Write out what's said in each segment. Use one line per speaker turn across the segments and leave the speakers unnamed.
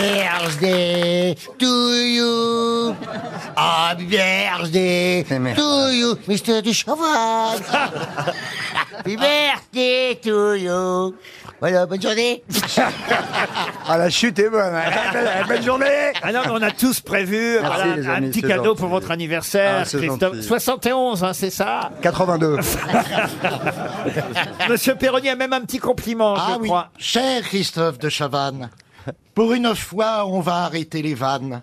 Birthday to you. Happy birthday to you, Mr. Ducheval. Happy birthday to you. Voilà, bonne journée.
Ah, la chute est bonne. hein. Belle, belle journée.
Ah non, mais on a tous prévu voilà,
les
un, un
amis,
petit
c'est
cadeau
gentil.
pour votre anniversaire,
Ah, c'est
Christophe.
gentil.
71, hein, c'est ça
82.
Monsieur Perroni a même un petit compliment,
Ah
je
oui,
crois.
cher Christophe de Chavannes, pour une fois, on va arrêter les vannes.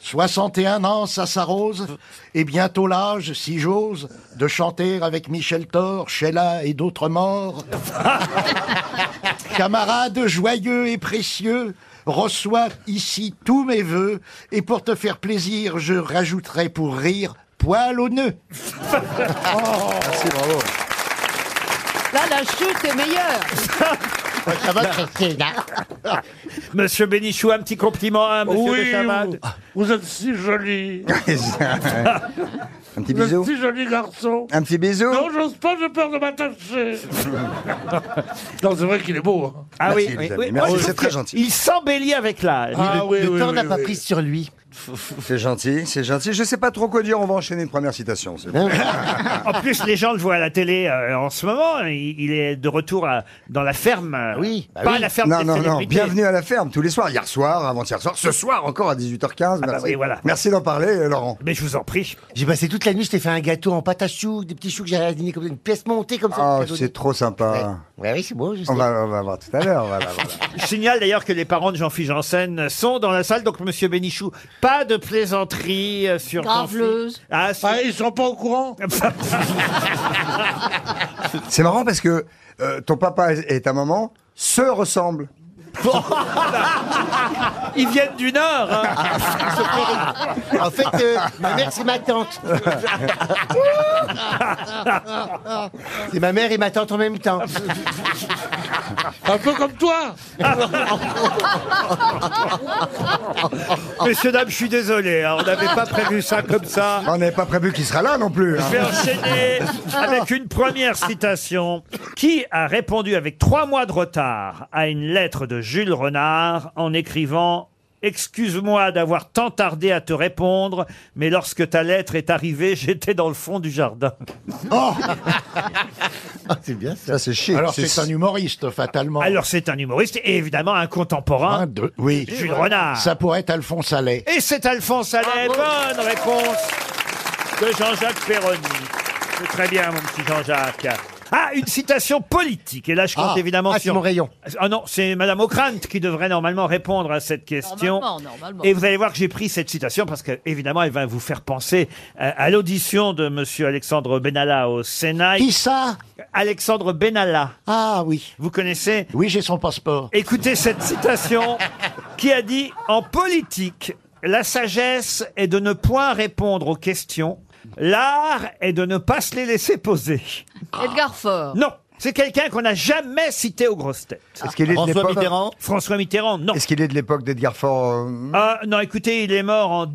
61 ans, ça s'arrose, et bientôt l'âge, si j'ose, de chanter avec Michel Thor, Sheila et d'autres morts. Camarade joyeux et précieux, reçois ici tous mes voeux, et pour te faire plaisir, je rajouterai pour rire poil au nœud.
Merci, bravo.
Là, la chute est meilleure.
Ça va, Christina
hein
Monsieur Bénichou, un petit compliment à Ah, Monsieur de
Oui,
Chavade.
vous, vous êtes si joli.
Un petit
Vous êtes
bisou.
si joli garçon.
Un petit bisou.
Non, j'ose pas, j'ai peur de m'attacher. non, c'est vrai qu'il est beau. hein.
Ah
Merci, les amis. Merci,
Moi, je
c'est
trouve
très
que
gentil.
Il s'embellit avec l'âge.
Ah oui,
le
oui,
temps
oui,
n'a pas
oui.
prise sur lui.
C'est gentil, c'est gentil. Je sais pas trop quoi dire. On va enchaîner une première citation. c'est bon.
En plus, les gens le voient à la télé euh, en ce moment. Il, il est de retour à- dans la ferme. euh,
oui, bah
pas
oui.
la ferme
Ah Non,
des
non, non.
célébrités.
Bienvenue à la ferme tous les soirs. Hier soir, avant-hier soir, ce soir encore à 18h15.
bah
Merci.
oui, voilà.
Merci d'en parler, euh, Laurent.
Mais je vous en prie.
J'ai passé toute la nuit, je t'ai fait un gâteau en pâte à choux, des petits choux que j'ai radiné comme ça, une pièce montée comme ça.
Ah,
Je t'ai
c'est
donné.
trop sympa.
Ouais, oui, c'est beau, je sais.
On va, on va voir tout à l'heure. voilà, voilà.
Je signale d'ailleurs que les parents de Jean-Philippe Janssen sont dans la salle. Donc, Monsieur Bénichou, pas de plaisanterie euh, sur
Graveleuse.
Jean-Phi. Ah, si.
Ah, ils sont pas au courant
C'est marrant parce que euh, ton papa et ta maman se ressemblent.
Ils viennent du Nord. hein.
Ah.
En fait, euh, ma mère, c'est ma tante. c'est ma mère et ma tante en même temps.
Un peu comme toi
Messieurs, dames, je suis désolé, hein, on n'avait pas prévu ça comme ça.
On n'avait pas prévu qu'il sera là non plus. hein.
Je vais
Ah.
enchaîner avec une première citation. Qui a répondu avec trois mois de retard à une lettre de Jules Renard en écrivant Excuse-moi d'avoir tant tardé à te répondre, mais lorsque ta lettre est arrivée, j'étais dans le fond du jardin.
C'est bien ça.
Ça c'est chic.
Alors c'est un humoriste, fatalement.
Alors c'est un humoriste et évidemment un
Un,
contemporain,
deux, oui.
Jules Renard.
Ça pourrait être Alphonse Allais.
Et c'est Alphonse Allais. Bonne réponse de Jean-Jacques Perroni. C'est très bien, mon petit Jean-Jacques. Ah, une citation politique. Et là, je compte évidemment
ah, c'est
sur...
mon rayon.
Ah non, c'est Madame O'Krant qui devrait normalement répondre à cette question.
Normalement, normalement.
Et vous allez voir que j'ai pris cette citation parce que évidemment, elle va vous faire penser euh, à l'audition de Monsieur Alexandre Benalla au Sénat.
Qui ça
Alexandre Benalla,
Ah oui.
vous connaissez
Oui, j'ai son passeport.
Écoutez cette citation qui a dit En politique, la sagesse est de ne point répondre aux questions, l'art est de ne pas se les laisser poser.
Edgar Faure.
Non, c'est quelqu'un qu'on n'a jamais cité aux grosses têtes.
Est-ce qu'il est de
François
l'époque-
Mitterrand
François Mitterrand, non.
Est-ce qu'il est de l'époque d'Edgar Faure euh,
Ah, non, écoutez, il est mort en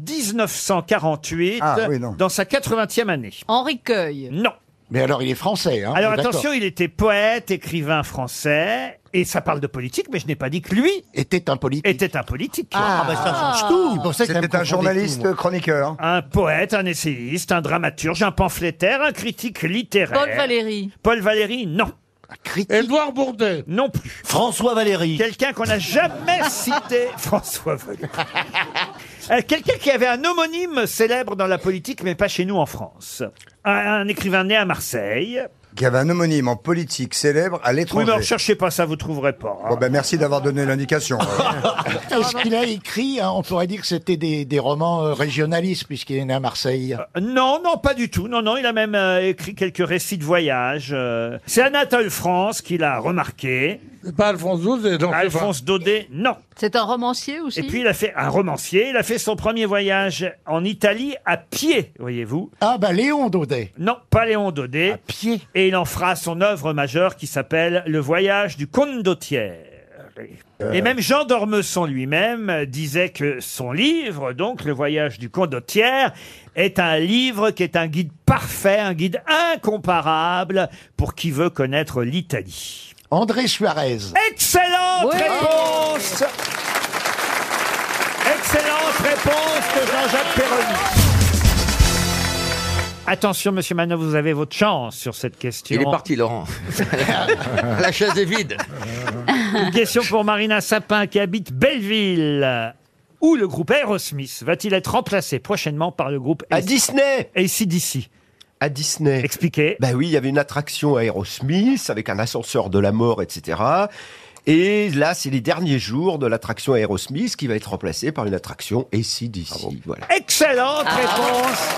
1948,
Ah, oui, non.
dans sa 80e année.
Ah,
Henri Cueil.
Non.
Mais alors il est français. Hein,
Alors
D'accord.
attention, il était poète, écrivain français, et ça parle de politique, mais je n'ai pas dit que lui
Était un politique.
était un politique.
Ah, bah ça change tout. C'est pour ça que ça me
C'était
confondait tout,
un
moi.
journaliste chroniqueur. hein,
un poète, un essayiste, un dramaturge, un pamphlétaire, un critique littéraire.
Paul Valéry.
Paul Valéry, non,
Critique.
Édouard Bourdet.
non plus.
François Valéry.
Quelqu'un qu'on n'a jamais cité, François Valéry. Euh, Quelqu'un qui avait un homonyme célèbre dans la politique, mais pas chez nous en France. Un, un écrivain né à Marseille.
Qui avait un homonyme en politique célèbre à
Oui,
l'étranger.
mais ne recherchez pas ça, vous trouverez pas. hein.
Bon ben merci d'avoir donné l'indication.
Est-ce qu'il a écrit hein, On pourrait dire que c'était des, des romans euh, régionalistes puisqu'il est né à Marseille.
Euh, Non, non, pas du tout. Non, non, il a même euh, écrit quelques récits de voyage. euh. C'est Anatole France qui l'a remarqué.
C'est pas Alphonse XII, non, c'est pas-
Alphonse Daudet, non.
C'est un romancier aussi.
Et puis il a fait un romancier, il a fait son premier voyage en Italie à pied, voyez-vous.
Ah bah Léon Daudet.
Non, pas Léon Daudet. À
pied.
Et il en fera son œuvre majeure qui s'appelle Le voyage du condottiere. Et même Jean d'Ormesson lui-même euh, disait que son livre, donc Le voyage du condottiere, est un livre qui est un guide parfait, un guide incomparable pour qui veut connaître l'Italie.
André Suarez.
Excellente
Ouais.
réponse réponse de Jean-Jacques Perroni. Attention, monsieur Manon, vous avez votre chance sur cette question.
Il est parti, Laurent. La chaise est vide.
Une question pour Marina Sapin qui habite Belleville. Où le groupe Aerosmith va-t-il être remplacé prochainement par le groupe
À Disney
ACDC
À Disney.
Expliquez.
Ben oui, il y avait une attraction à Aerosmith avec un ascenseur de la mort, etc. Et là, c'est les derniers jours de l'attraction Aerosmith qui va être remplacée par une attraction ACDC. voilà.
Excellente réponse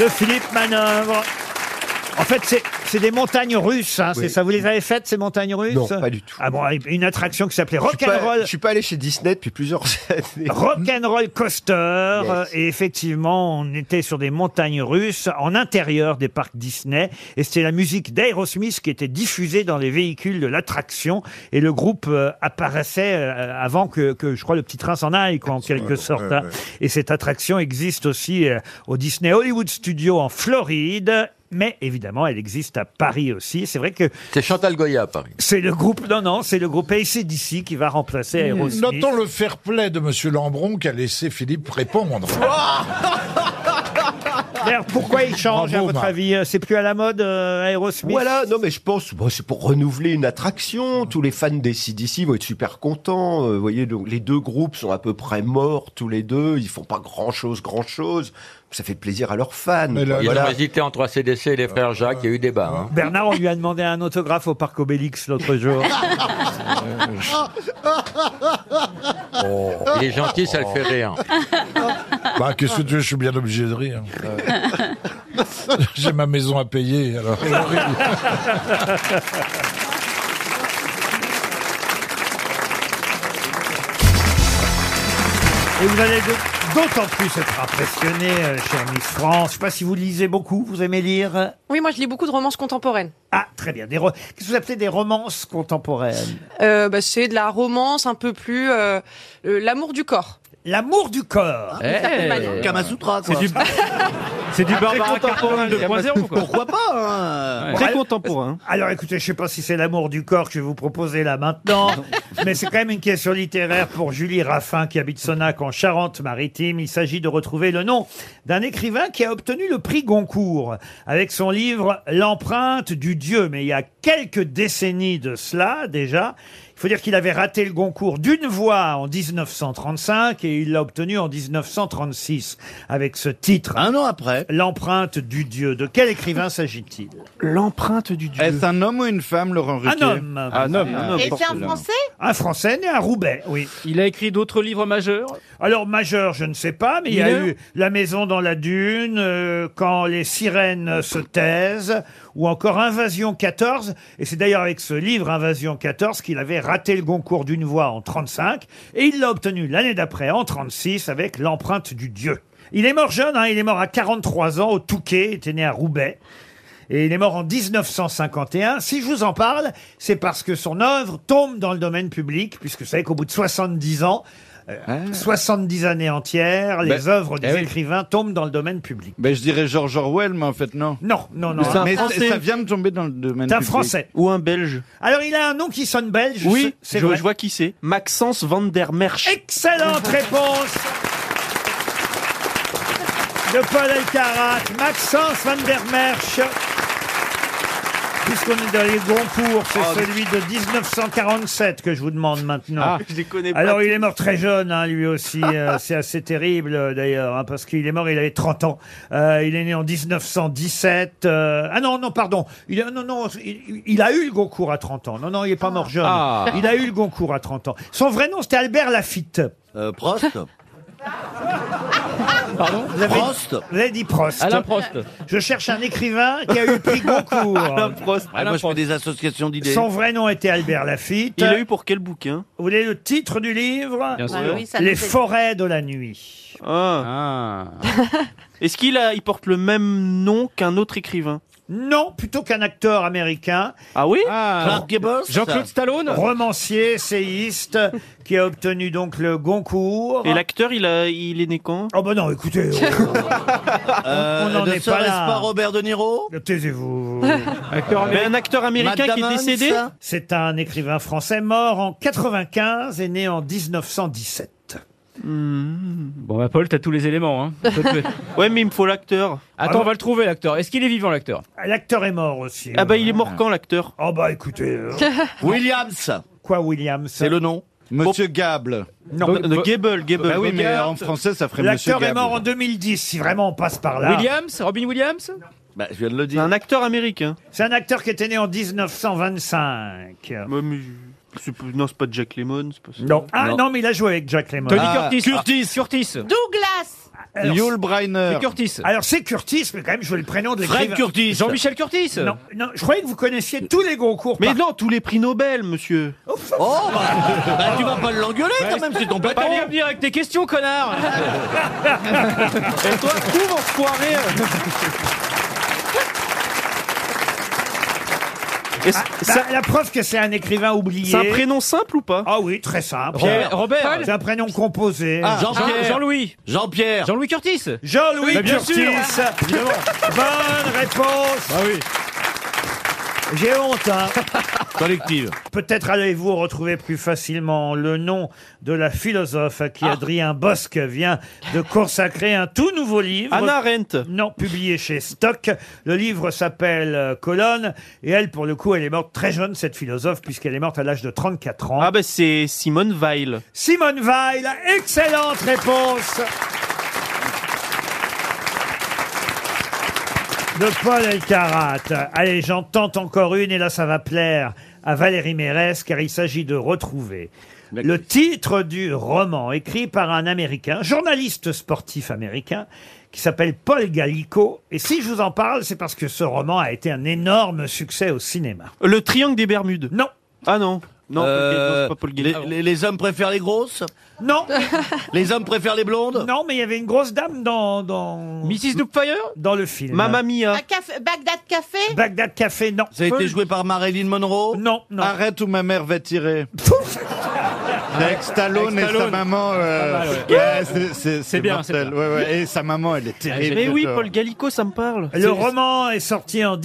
de Philippe Manœuvre. En fait, c'est- c'est des montagnes russes, hein, c'est
Oui.
ça Vous les avez faites, ces montagnes russes
Non, pas du tout.
Ah bon, une attraction qui s'appelait
Je suis pas-
Rock'n'Roll
Je suis pas allé chez Disney depuis plusieurs années.
Rock'n'Roll Coaster. euh,
Yes.
Et effectivement, on était sur des montagnes russes en intérieur des parcs Disney. Et c'était la musique d'Aerosmith qui était diffusée dans les véhicules de l'attraction. Et le groupe euh, apparaissait euh, avant que, que, je crois, le petit train s'en aille, quoi, en quelque sorte. hein. Et cette attraction existe aussi euh, au Disney Hollywood Studio en Floride. Mais évidemment, elle existe à Paris aussi. C'est vrai que
C'est Chantal Goya à Paris.
c'est le groupe, non, non, c'est le groupe ACDC qui va remplacer Aerosmith.
Mmh. Notons le fair play de Monsieur Lambron qui a laissé Philippe répondre.
D'ailleurs, pourquoi il change,
Bravo,
à votre
Marc.
avis C'est plus à la mode, euh, Aerosmith
Voilà, non mais je pense, bon, c'est pour renouveler une attraction. Tous les fans des CDC vont être super contents. Euh, vous voyez, donc, les deux groupes sont à peu près morts tous les deux. Ils font pas grand chose, grand chose. Ça fait plaisir à leurs fans.
Mais là-
Ils
Voilà.
ont hésité entre ACDC et les frères
Euh,
Jacques, il y a eu débat. hein.
Bernard, on lui a demandé un autographe au parc Obélix l'autre jour.
Oh, Il est gentil, ça le fait rire.
Bah, qu'est-ce que tu veux, je suis bien obligé de rire. J'ai ma maison à payer, alors.
Et vous allez de- d'autant plus être impressionné, euh, cher Miss France. Je sais pas si vous lisez beaucoup, vous aimez lire
Oui, moi je lis beaucoup de romances contemporaines.
Ah, très bien. Des ro- Qu'est-ce que vous appelez des romances contemporaines
Euh, bah, c'est de la romance un peu plus euh, euh, l'amour du corps.
L'amour du corps.
Eh.
Eh. Kamasutra, quoi.
du- C'est du Barbara Carton 2.0 quoi.
Pourquoi pas, hein
Très contemporain.
Alors écoutez, je sais pas si c'est l'amour du corps que je vais vous proposer là maintenant, mais c'est quand même une question littéraire pour Julie Raffin qui habite Sonac en Charente-Maritime. Il s'agit de retrouver le nom d'un écrivain qui a obtenu le prix Goncourt avec son livre L'empreinte du Dieu. Mais il y a quelques décennies de cela déjà, il faut dire qu'il avait raté le Goncourt d'une voix en 1935 et il l'a obtenu en 1936 avec ce titre.
Un an après.
L'empreinte du Dieu. De quel écrivain s'agit-il
L'empreinte du Dieu. Est-ce un homme ou une femme, Laurent
Un
Ruquier
homme.
Un homme. Un homme.
Et c'est un français
Un Français né à Roubaix, oui.
Il a écrit d'autres livres majeurs
Alors majeur, je ne sais pas, mais il y a
Mineur
eu La maison dans la dune, euh, Quand les sirènes se taisent, ou encore Invasion 14. Et c'est d'ailleurs avec ce livre, Invasion 14, qu'il avait raté le Goncourt d'une voix en 35, et il l'a obtenu l'année d'après, en 36, avec L'empreinte du Dieu. Il est mort jeune, hein, il est mort à 43 ans, au Touquet, il était né à Roubaix. Et il est mort en 1951. Si je vous en parle, c'est parce que son œuvre tombe dans le domaine public, puisque vous savez qu'au bout de 70 ans, euh, 70 années entières, Ah, les
Ben,
œuvres des
eh oui.
écrivains tombent dans le domaine public.
Ben je dirais George Orwell, mais en fait non.
Non, non, non.
Mais ça- ça vient de tomber dans le domaine
C'est un
public.
Français.
Ou un Belge.
Alors, il a un nom qui sonne belge. c'est vrai.
qui c'est. Maxence Van der Merch.
Excellente réponse de Paul Elkarat, Maxence Van der Merch. Puisqu'on est dans les Goncourt, c'est
Oh,
celui de 1947 que je vous demande maintenant.
Ah, je les connais
Alors, il est mort très jeune, hein, lui aussi. euh, c'est assez terrible, euh, d'ailleurs, hein, parce qu'il est mort, il avait 30 ans. Euh, il est né en 1917. euh, ah non, non, pardon. Il, a- non, non, il, il a eu le Goncourt à 30 ans. Non, non, il est pas mort jeune.
Ah.
Il a eu le Goncourt à 30 ans. Son vrai nom, c'était Albert Lafitte.
Euh, Prost.
Pardon
Vous
Oh,
avez,
Prost.
vous avez dit Prost.
Alain Prost.
Je cherche un écrivain qui a eu le prix Goncourt.
Prost.
Ah, moi, je fais des associations d'idées.
Son vrai nom était Albert Lafitte.
pour quel bouquin
Vous voulez le titre du livre
Bien sûr.
Les forêts de la nuit.
Ah.
Est-ce qu'il a, il porte le même nom qu'un autre écrivain
Non, plutôt qu'un acteur américain.
Ah oui
Clark
Gable Jean-Claude Stallone
Romancier, essayiste, qui a obtenu donc le Goncourt.
Et l'acteur, il, a- il est né quand
Ah. Oh bah non, écoutez.
Euh,
on n'en
ne
est pas
serait-ce
là.
pas
Robert De Niro Oh, Taisez-vous.
Acteur Mais américain. un acteur américain qui est
Matt Damon,
décédé
ça C'est un écrivain français mort en 95 et né en 1917. Hmm.
Bon, bah, Paul, t'as tous les éléments. Hein. ouais, mais il me faut l'acteur. Attends, on va le trouver, l'acteur. Est-ce qu'il est vivant, l'acteur
L'acteur est mort aussi.
Ah bah, il est mort quand, l'acteur
Ah, Oh bah, écoutez... euh,
Williams
Quoi, Williams
C'est le nom Monsieur
Gable.
Non,
Bo- Bo-
Gable, Gable.
Bah oui, mais
Bogart.
en français, ça ferait
L'acteur
Monsieur
est mort
Gable.
en 2010, si vraiment on passe par là.
Williams Robin Williams
Bah, je viens de le dire.
Un acteur américain.
C'est un acteur qui était né en 1925.
Non, c'est pas Jack Lemmon, c'est pas ça.
Non. Ah non. mais il a joué avec Jack Lemmon.
Tony Ah. Curtis.
Curtis.
Curtis.
Douglas
Alors,
Yul Brynner. C'est Curtis.
Alors c'est Curtis, mais quand même je veux le prénom de
Fred
l'écrivain.
Curtis. Jean-Michel Curtis.
Non, non, je croyais que vous connaissiez tous les Goncourt.
Mais non, tous les prix Nobel, monsieur.
Oh, bah, bah, tu vas pas l'engueuler quand même, c'est ton
Bah,
patron.
t'allais revenir avec tes questions, connard Et toi, couvre, foiré Et c-
ça... Ah, bah, la preuve que c'est un écrivain oublié.
C'est un prénom simple ou pas
Ah oui, très simple.
Pierre- Robert.
C'est un prénom composé.
Ah, Jean-Pierre. Jean-Louis.
Jean-Pierre.
Jean-Louis Curtis.
Jean-Louis
Mais bien
Curtis.
sûr. Bah
Bonne réponse. J'ai honte, hein.
Collective.
Peut-être allez-vous retrouver plus facilement le nom de la philosophe à
Ah.
qui Adrien Bosque vient de consacrer un tout nouveau livre.
Anna Arendt.
Non, publié chez Stock. Le livre s'appelle euh, Colonne. Et elle, pour le coup, elle est morte très jeune, cette philosophe, puisqu'elle est morte à l'âge de 34 ans.
Ah bah c'est Simone Weil.
Simone Weil, excellente réponse de Paul Elkarat. Allez, j'en tente encore une et là ça va plaire à Valérie Mérès car il s'agit de retrouver le titre du roman écrit par un américain, journaliste sportif américain qui s'appelle Paul Gallico et si je vous en parle, c'est parce que ce roman a été un énorme succès au cinéma.
Le triangle des Bermudes.
Non.
Ah non. Non,
Euh,
Paul Gay- non, c'est pas Paul Gay.
les, les- les hommes préfèrent les grosses
Non.
les hommes préfèrent les blondes
Non, mais il y avait une grosse dame dans dans
Mrs. Doubtfire
dans le film.
Mamma Mia.
Bagdad Café
Bagdad Café, non.
Ça a été joué par Marilyn Monroe
Non, non.
Arrête ou ma mère va tirer.
Avec Stallone et sa maman. euh,
Ah, Pas mal, ouais.
ouais, c'est- c'est-
C'est
c'est
bien,
mortel.
c'est bien.
Ouais, ouais, Et sa maman, elle est terrible.
Ah, Mais oui,
j'adore.
Paul Gallico, ça me parle. C'est-
Le roman est sorti en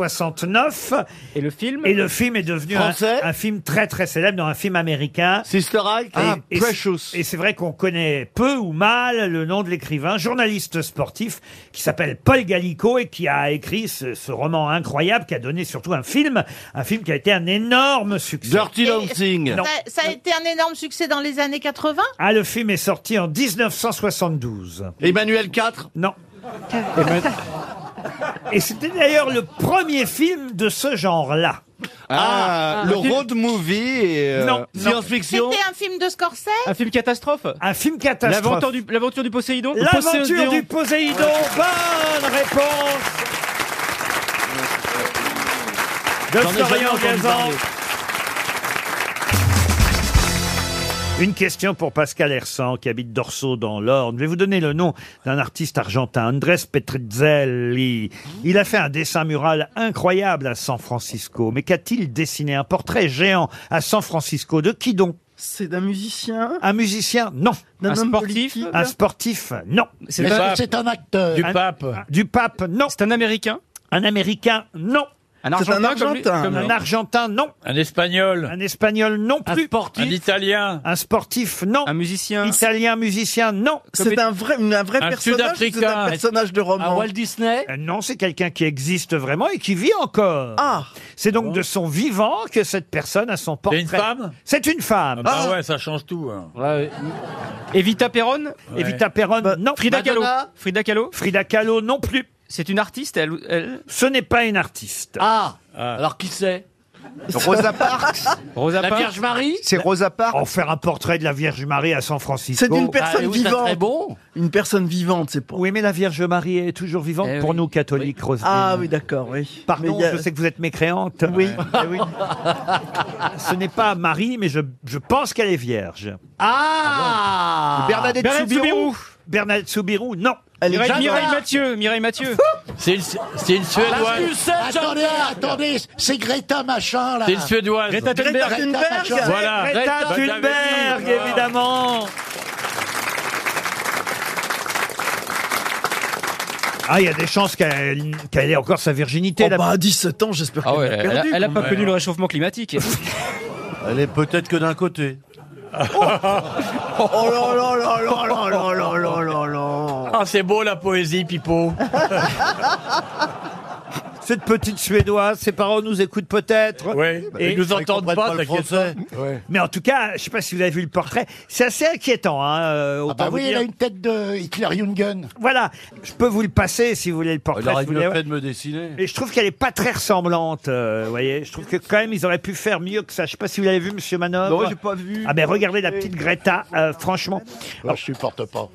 1969.
Et le film
Et le film est devenu un, un film très très célèbre, dans un film américain.
Sister Act
Et- et, c'est- et c'est vrai qu'on connaît peu ou mal le nom de l'écrivain, journaliste sportif, qui s'appelle Paul Gallico et qui a écrit ce, ce roman incroyable, qui a donné surtout un film, un film qui a été un énorme succès.
Dirty Dancing
Non.
Ça, ça a été un énorme succès dans les années 80
Ah, le film est sorti en 1972.
Emmanuel 4
Non. Et c'était d'ailleurs le premier film de ce genre-là.
Ah,
Ah,
le
un film-
road movie et. euh,
Non,
Science-fiction
C'était un film de Scorsese
Un film catastrophe
Un film catastrophe.
euh, L'aventure du, l'aventure du Poséidon
L'aventure
Poséidon.
du Poséidon. Bonne réponse de
J'en ai jamais
Florian
entendu
Gazan.
parler.
Une question pour Pascal Hersan, qui habite Dorso dans l'Orne. Je vais vous donner le nom d'un artiste argentin, Andrés Petruzzelli. Il a fait un dessin mural incroyable à San Francisco. Mais qu'a-t-il dessiné Un portrait géant à San Francisco. De qui donc
C'est d'un musicien
Un musicien Non.
D'un Un homme sportif politique
Un sportif Non.
C'est Est-ce un- que c'est un
acteur.
Du pape
Du pape Non.
C'est un Américain
Un Américain Non.
Un Argentin C'est un comme lui- Argentin, comme lui
Un Argentin, non.
Un espagnol.
Un Espagnol, non plus. Un sportif.
Un italien.
Un sportif, non. Un
musicien.
Italien, musicien, non.
C'est un vrai, un vrai
Un
personnage, ou c'est
Sud-Africain. Ah,
un personnage de roman.
Disney Euh, Non, c'est quelqu'un qui existe vraiment et qui vit encore.
Ah.
C'est donc de son vivant que cette personne a son portrait.
C'est une femme
C'est une femme.
Ah bah ouais, ça change tout. hein.
Ah. Evita Perron
Ouais.
Evita Perron,
Bah,
non.
Frida Kahlo
Madonna
Frida Kahlo
Frida Kahlo, non plus.
C'est une artiste, elle, elle
Ce n'est pas une artiste.
Ah, Alors qui c'est
Rosa Parks Rosa
La
Parks
Vierge Marie
C'est Rosa Parks. En faire un portrait de la Vierge Marie à San Francisco.
C'est une
Bah,
Ah,
personne vivante.
bon.
Une personne vivante, c'est pour.
Oui, mais la Vierge Marie est toujours vivante pour
Eh
nous catholiques, Roselyne.
Ah oui, d'accord, oui.
Pardon,
Mais il y a-
je sais que vous êtes mécréante. Oui. oui. Ce n'est pas Marie, mais je, je pense qu'elle est vierge.
Ah,
Bernadette Soubirou, non.
Elle est
Mireille,
Jeanne
Mireille
d'Arc.
Mathieu, Mireille Mathieu.
C'est une, c'est une
Attendez, attendez, c'est Greta Machin là.
C'est une Suédoise.
Greta Thunberg.
Machin.
Voilà, Greta Thunberg, évidemment. Ah, il y a des chances qu'elle qu'elle ait encore sa virginité.
Oh, bah,
là.
à 17 ans, j'espère
Ah
qu'elle
ouais,
l'a
elle a-
perdu.
elle a
quand
pas
même.
connu le
Réchauffement climatique.
Elle est peut-être que d'un côté.
Oh là là là là là là là là là là.
Ah, c'est beau la poésie, Pipo.
Cette petite Suédoise, Ah, ses parents nous écoutent peut-être.
Oui. Ils nous entendent pas, t'inquiète
Mais en tout cas, je ne sais pas si vous avez vu le portrait. C'est assez inquiétant. Hein, euh, autant
bah
vous
oui,
dire.
elle a une tête de Hitler Jungen.
Voilà, je peux vous le passer si vous voulez le portrait.
Il aurait
si vous
dû le
voulez.
fait de me dessiner.
Et je trouve qu'elle est pas très ressemblante, euh, vous voyez. Je trouve que quand même ils auraient pu faire mieux que ça. Je sais pas si vous l'avez vu, Monsieur Manov.
Non, j'ai pas vu.
Ah ben regardez la petite Greta, euh, franchement. Alors,
je supporte pas.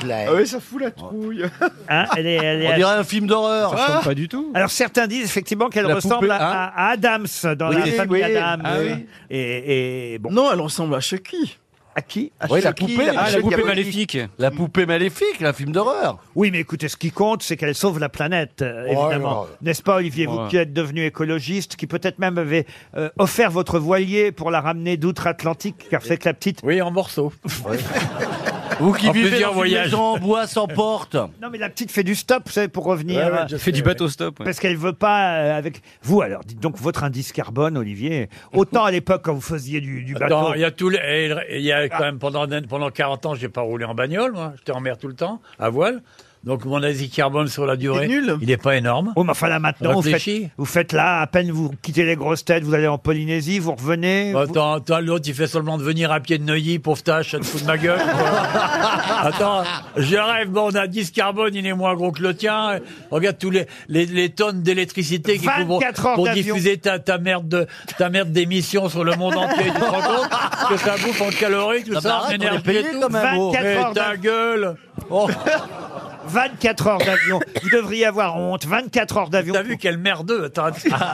Je l'ai.
Ah ouais, ça fout la trouille.
Hein, elle est, elle est-
On dirait un film d'horreur.
Ah
du tout.
Alors certains disent effectivement qu'elle
La
ressemble
poupée,
à,
hein
à- à Adams dans
Oui,
la famille
oui.
Adams.
Ah oui.
et, et bon.
Non, elle ressemble à Chucky.
À qui
Ah,
À
Oui, la
Chucky,
poupée, Ah,
Ah,
à
la
Chucky.
poupée
Il y a-
maléfique. La poupée maléfique, un film d'horreur.
Oui, mais écoutez, ce qui compte, c'est qu'elle sauve la planète, euh, évidemment.
là là.
N'est-ce pas, Olivier, vous
Ouais.
qui êtes devenu écologiste, qui peut-être même avez euh, offert votre voilier pour la ramener d'outre-Atlantique, car c'est que la petite...
Oui, en morceaux. Vous qui
En
vivez
plusieurs
dans
voyages.
une maison en bois sans porte.
Non, mais la petite fait du stop, vous savez, pour revenir.
Ouais, ouais,
euh,
je Fait sais, du ouais. bateau stop, ouais.
Parce qu'elle veut pas euh, avec vous. Alors, dites donc votre indice carbone, Olivier. Autant à l'époque quand vous faisiez du, du bateau.
Non, il y a tout. le- et le- Il y a quand même pendant pendant 40 ans, j'ai pas roulé en bagnole, moi. J'étais en mer tout le temps, à voile. Donc mon asie carbone sur la durée,
nul.
il n'est pas énorme.
Oh, mais enfin là maintenant, vous faites,
Réfléchis.
vous faites là, à peine vous quittez les grosses têtes, vous allez en Polynésie, vous revenez. vous-
Bah, Attends, attends, l'autre, il fait seulement de venir à pied de Neuilly, pauvre tâche, ça te fout de ma gueule. quoi. attends, je rêve, bon, on a 10 carbone, il est moins gros que le tien. Regarde tous les, les, les tonnes d'électricité qu'il faut pour,
24 heures
pour
d'avion.
diffuser ta, ta merde de, ta merde d'émissions sur le monde entier. tu te rends compte que ça bouffe en calories, tout
Non, mais
ça, en
Ah, bah, arrête, on est
énergie
payé
et tout. Eh,
quand même, oh.
24
Mais
heures
ta
ta gueule.
24 heures d'avion. Vous devriez avoir honte. 24 heures d'avion.
T'as vu quelle merdeux, attends.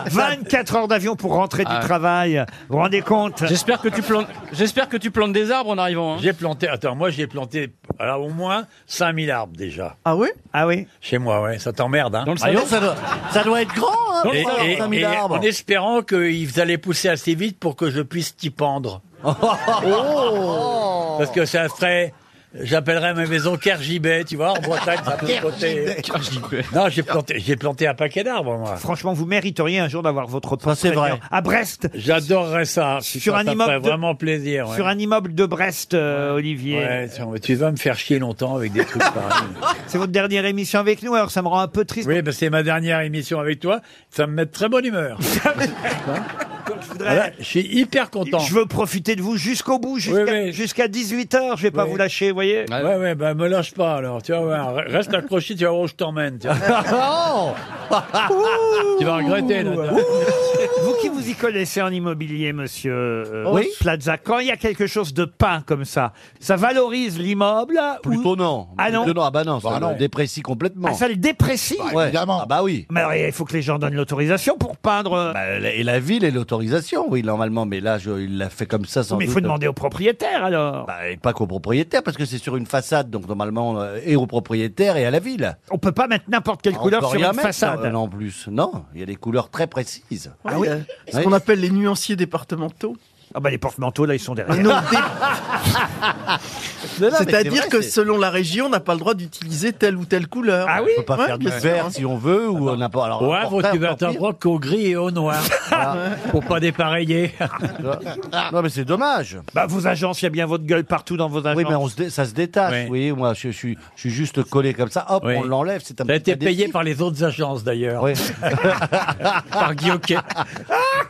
24 heures d'avion pour rentrer
Ah.
du travail. Vous vous rendez compte
J'espère que tu plantes. J'espère que tu plantes des arbres en arrivant. hein.
J'ai planté, attends, moi j'ai planté, alors au moins 5000 arbres déjà.
Ah oui
Ah oui
Chez moi, ouais, ça t'emmerde, hein.
Ah non, ça, doit, ça doit être grand, hein,
Et-
pour avoir
et-
5000
et
arbres.
en espérant qu'ils allaient pousser assez vite pour que je puisse t'y pendre.
Oh.
Parce que ça ferait. J'appellerais ma maison Kergibet, tu vois, en Bretagne, ça peut côté. Non, j'ai planté, j'ai planté un paquet d'arbres, moi.
Franchement, vous mériteriez un jour d'avoir votre propre
c'est
avion.
vrai.
À Brest.
J'adorerais ça.
Sur un immeuble
Ça ferait
de-
vraiment plaisir. ouais.
Sur un immeuble de Brest, euh, Olivier.
Ouais, tiens, mais tu vas me faire chier longtemps avec des trucs pareils.
C'est votre dernière émission avec nous, alors ça me rend un peu triste.
Oui, bah, c'est ma dernière émission avec toi. Ça me met de très bonne humeur. Hein Voilà, je suis hyper content.
Je veux profiter de vous jusqu'au bout, jusqu'à
Oui, oui.
18h. Je vais pas
Oui.
vous lâcher, vous voyez.
Ouais, ouais, bah me lâche pas alors, tu vas voir. Re- Reste accroché, tu vas voir où je t'emmène. tu vas voir. tu vas regretter, là.
Vous qui vous y connaissez en immobilier, monsieur euh,
Oui.
Plaza, quand il y a quelque chose de peint comme ça, ça valorise l'immeuble
Plutôt non.
Ah non.
Plutôt Ah bah non, ça
Bah
le
non.
déprécie complètement.
Ah, ça le déprécie
Ouais. Ah bah oui.
Mais alors, il faut que les gens donnent l'autorisation pour peindre. euh,
Bah, la- et la ville et l'autorisation, oui, normalement. Mais là, je- il l'a fait comme ça sans
mais il
doute.
faut demander au propriétaire alors.
Bah, et pas qu'au propriétaire, parce que c'est sur une façade, donc normalement, euh, et au propriétaire et à la ville.
On peut pas mettre n'importe quelle
On
couleur
peut
sur une
rien mettre,
façade.
euh, en plus, non, il y a des couleurs très précises.
Ah oui, euh, Ce
Oui.
qu'on appelle les nuanciers départementaux. Ah
Ah bah les porte-manteaux là ils sont derrière.
Un autre dé-
Non, non, mais
C'est-à-dire
vrai,
que
c'est-
selon la région, on n'a pas le droit d'utiliser telle ou telle couleur.
Ah oui
on peut pas
Ouais,
faire du
bien sûr,
vert
hein.
si on veut ou
Ah
on n'a pas. Alors,
Au
un
Havre,
portrait,
tu vas
encore pire. Ah.
t'en qu'au gris et au noir. pour pas dépareiller.
Non, mais c'est dommage.
Bah vos agences, il y a bien votre gueule partout dans vos agences.
Oui, mais on se dé- ça se détache. Oui, moi, je, je suis, je suis juste collé comme ça. Hop,
Oui.
on l'enlève. C'est un
T'as
petit
été payé
adhésif.
par les autres agences, d'ailleurs.
Oui.
par Guilloquet.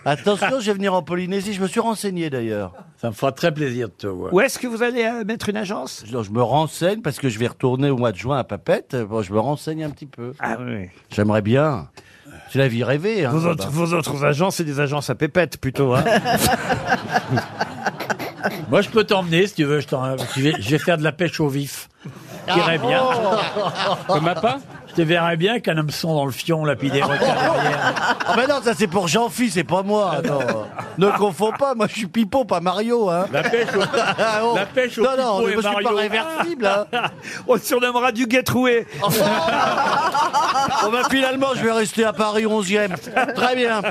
Attention, je vais venir en Polynésie. Je me suis renseigné d'ailleurs.
Ça me fera très plaisir de te voir.
Où est-ce que vous allez euh, mettre une agence
Je, je me renseigne parce que je vais retourner au mois de juin à Papette. Bon, je me renseigne un petit peu.
Ah oui.
J'aimerais bien. C'est la vie rêvée. hein,
Vos
là-bas.
autres, vos autres agences, c'est des agences à pépette plutôt. hein.
Moi, je peux t'emmener si tu veux. Je, t'en- je vais, je vais faire de la pêche au vif. Qui irait bien.
Comme à pas
Je te verrais bien qu'un hameçon dans le fion, là, puis des retards.
Ah bah non, ça c'est pour jean philippe c'est pas moi.
Ah,
attends. Ne confonds pas, moi je suis Pipo, pas Mario. Hein.
La pêche au-
Ah, oh.
la pêche au
Non, non,
Pipo et
je suis pas
Mario.
réversible. hein.
On te surnommera du guetroué.
Bon bah finalement, je vais rester à Paris 11e. Très bien.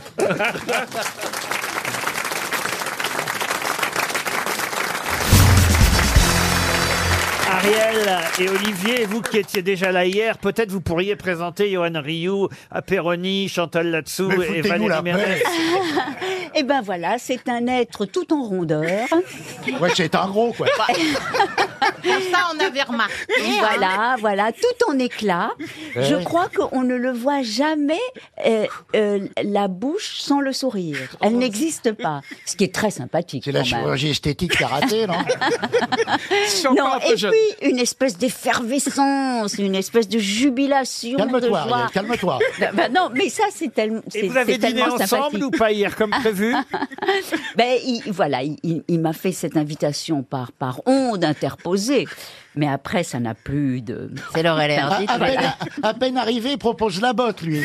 Ariel et Olivier, vous qui étiez déjà là hier, peut-être vous pourriez présenter Johan Rioux, Aperoni, Chantal Latsou
Mais
et
foutez-nous la
Valérie Mérès.
Et ben voilà, c'est un être tout en rondeur.
Ouais, c'est un gros, quoi.
Ça, on avait remarqué.
voilà, voilà, tout en éclat. Je
Ouais.
crois qu'on ne le voit jamais euh, euh, la bouche sans le sourire. Elle n'existe pas, ce qui est très sympathique.
C'est la
quand même.
chirurgie esthétique karaté, non
Non, et puis une espèce d'effervescence, une espèce de jubilation.
Calme-toi,
de joie.
Ariel, calme-toi.
Non, bah non, mais ça, c'est tellement.
Et vous avez dîné ensemble ou pas hier, comme prévu
ben, il- Voilà, il, il- il m'a fait cette invitation par, par onde interposée. Mais après, ça n'a plus de. Ah, ben, C'est l'heure, elle
à, à peine, à peine arrivé, il propose la botte, lui.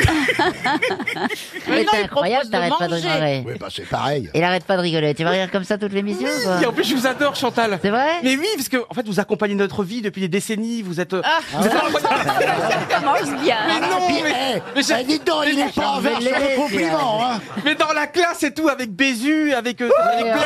Mais t'es incroyable, t'arrêtes pas de rigoler.
Oui, bah c'est pareil.
Il arrête pas de rigoler. Tu vas rire comme ça toute l'émission quoi.
Et en plus, je vous adore, Chantal.
C'est vrai
Mais oui, parce que en fait, vous accompagnez notre vie depuis des décennies. Vous êtes. euh,
Ah.
vous êtes-
Ah.
commence bien.
Mais non,
Puis,
mais,
eh, eh, dites donc, il est pas envers sur le compliment, hein.
Mais dans la classe et tout, avec Bézu, avec, euh, avec Blaise.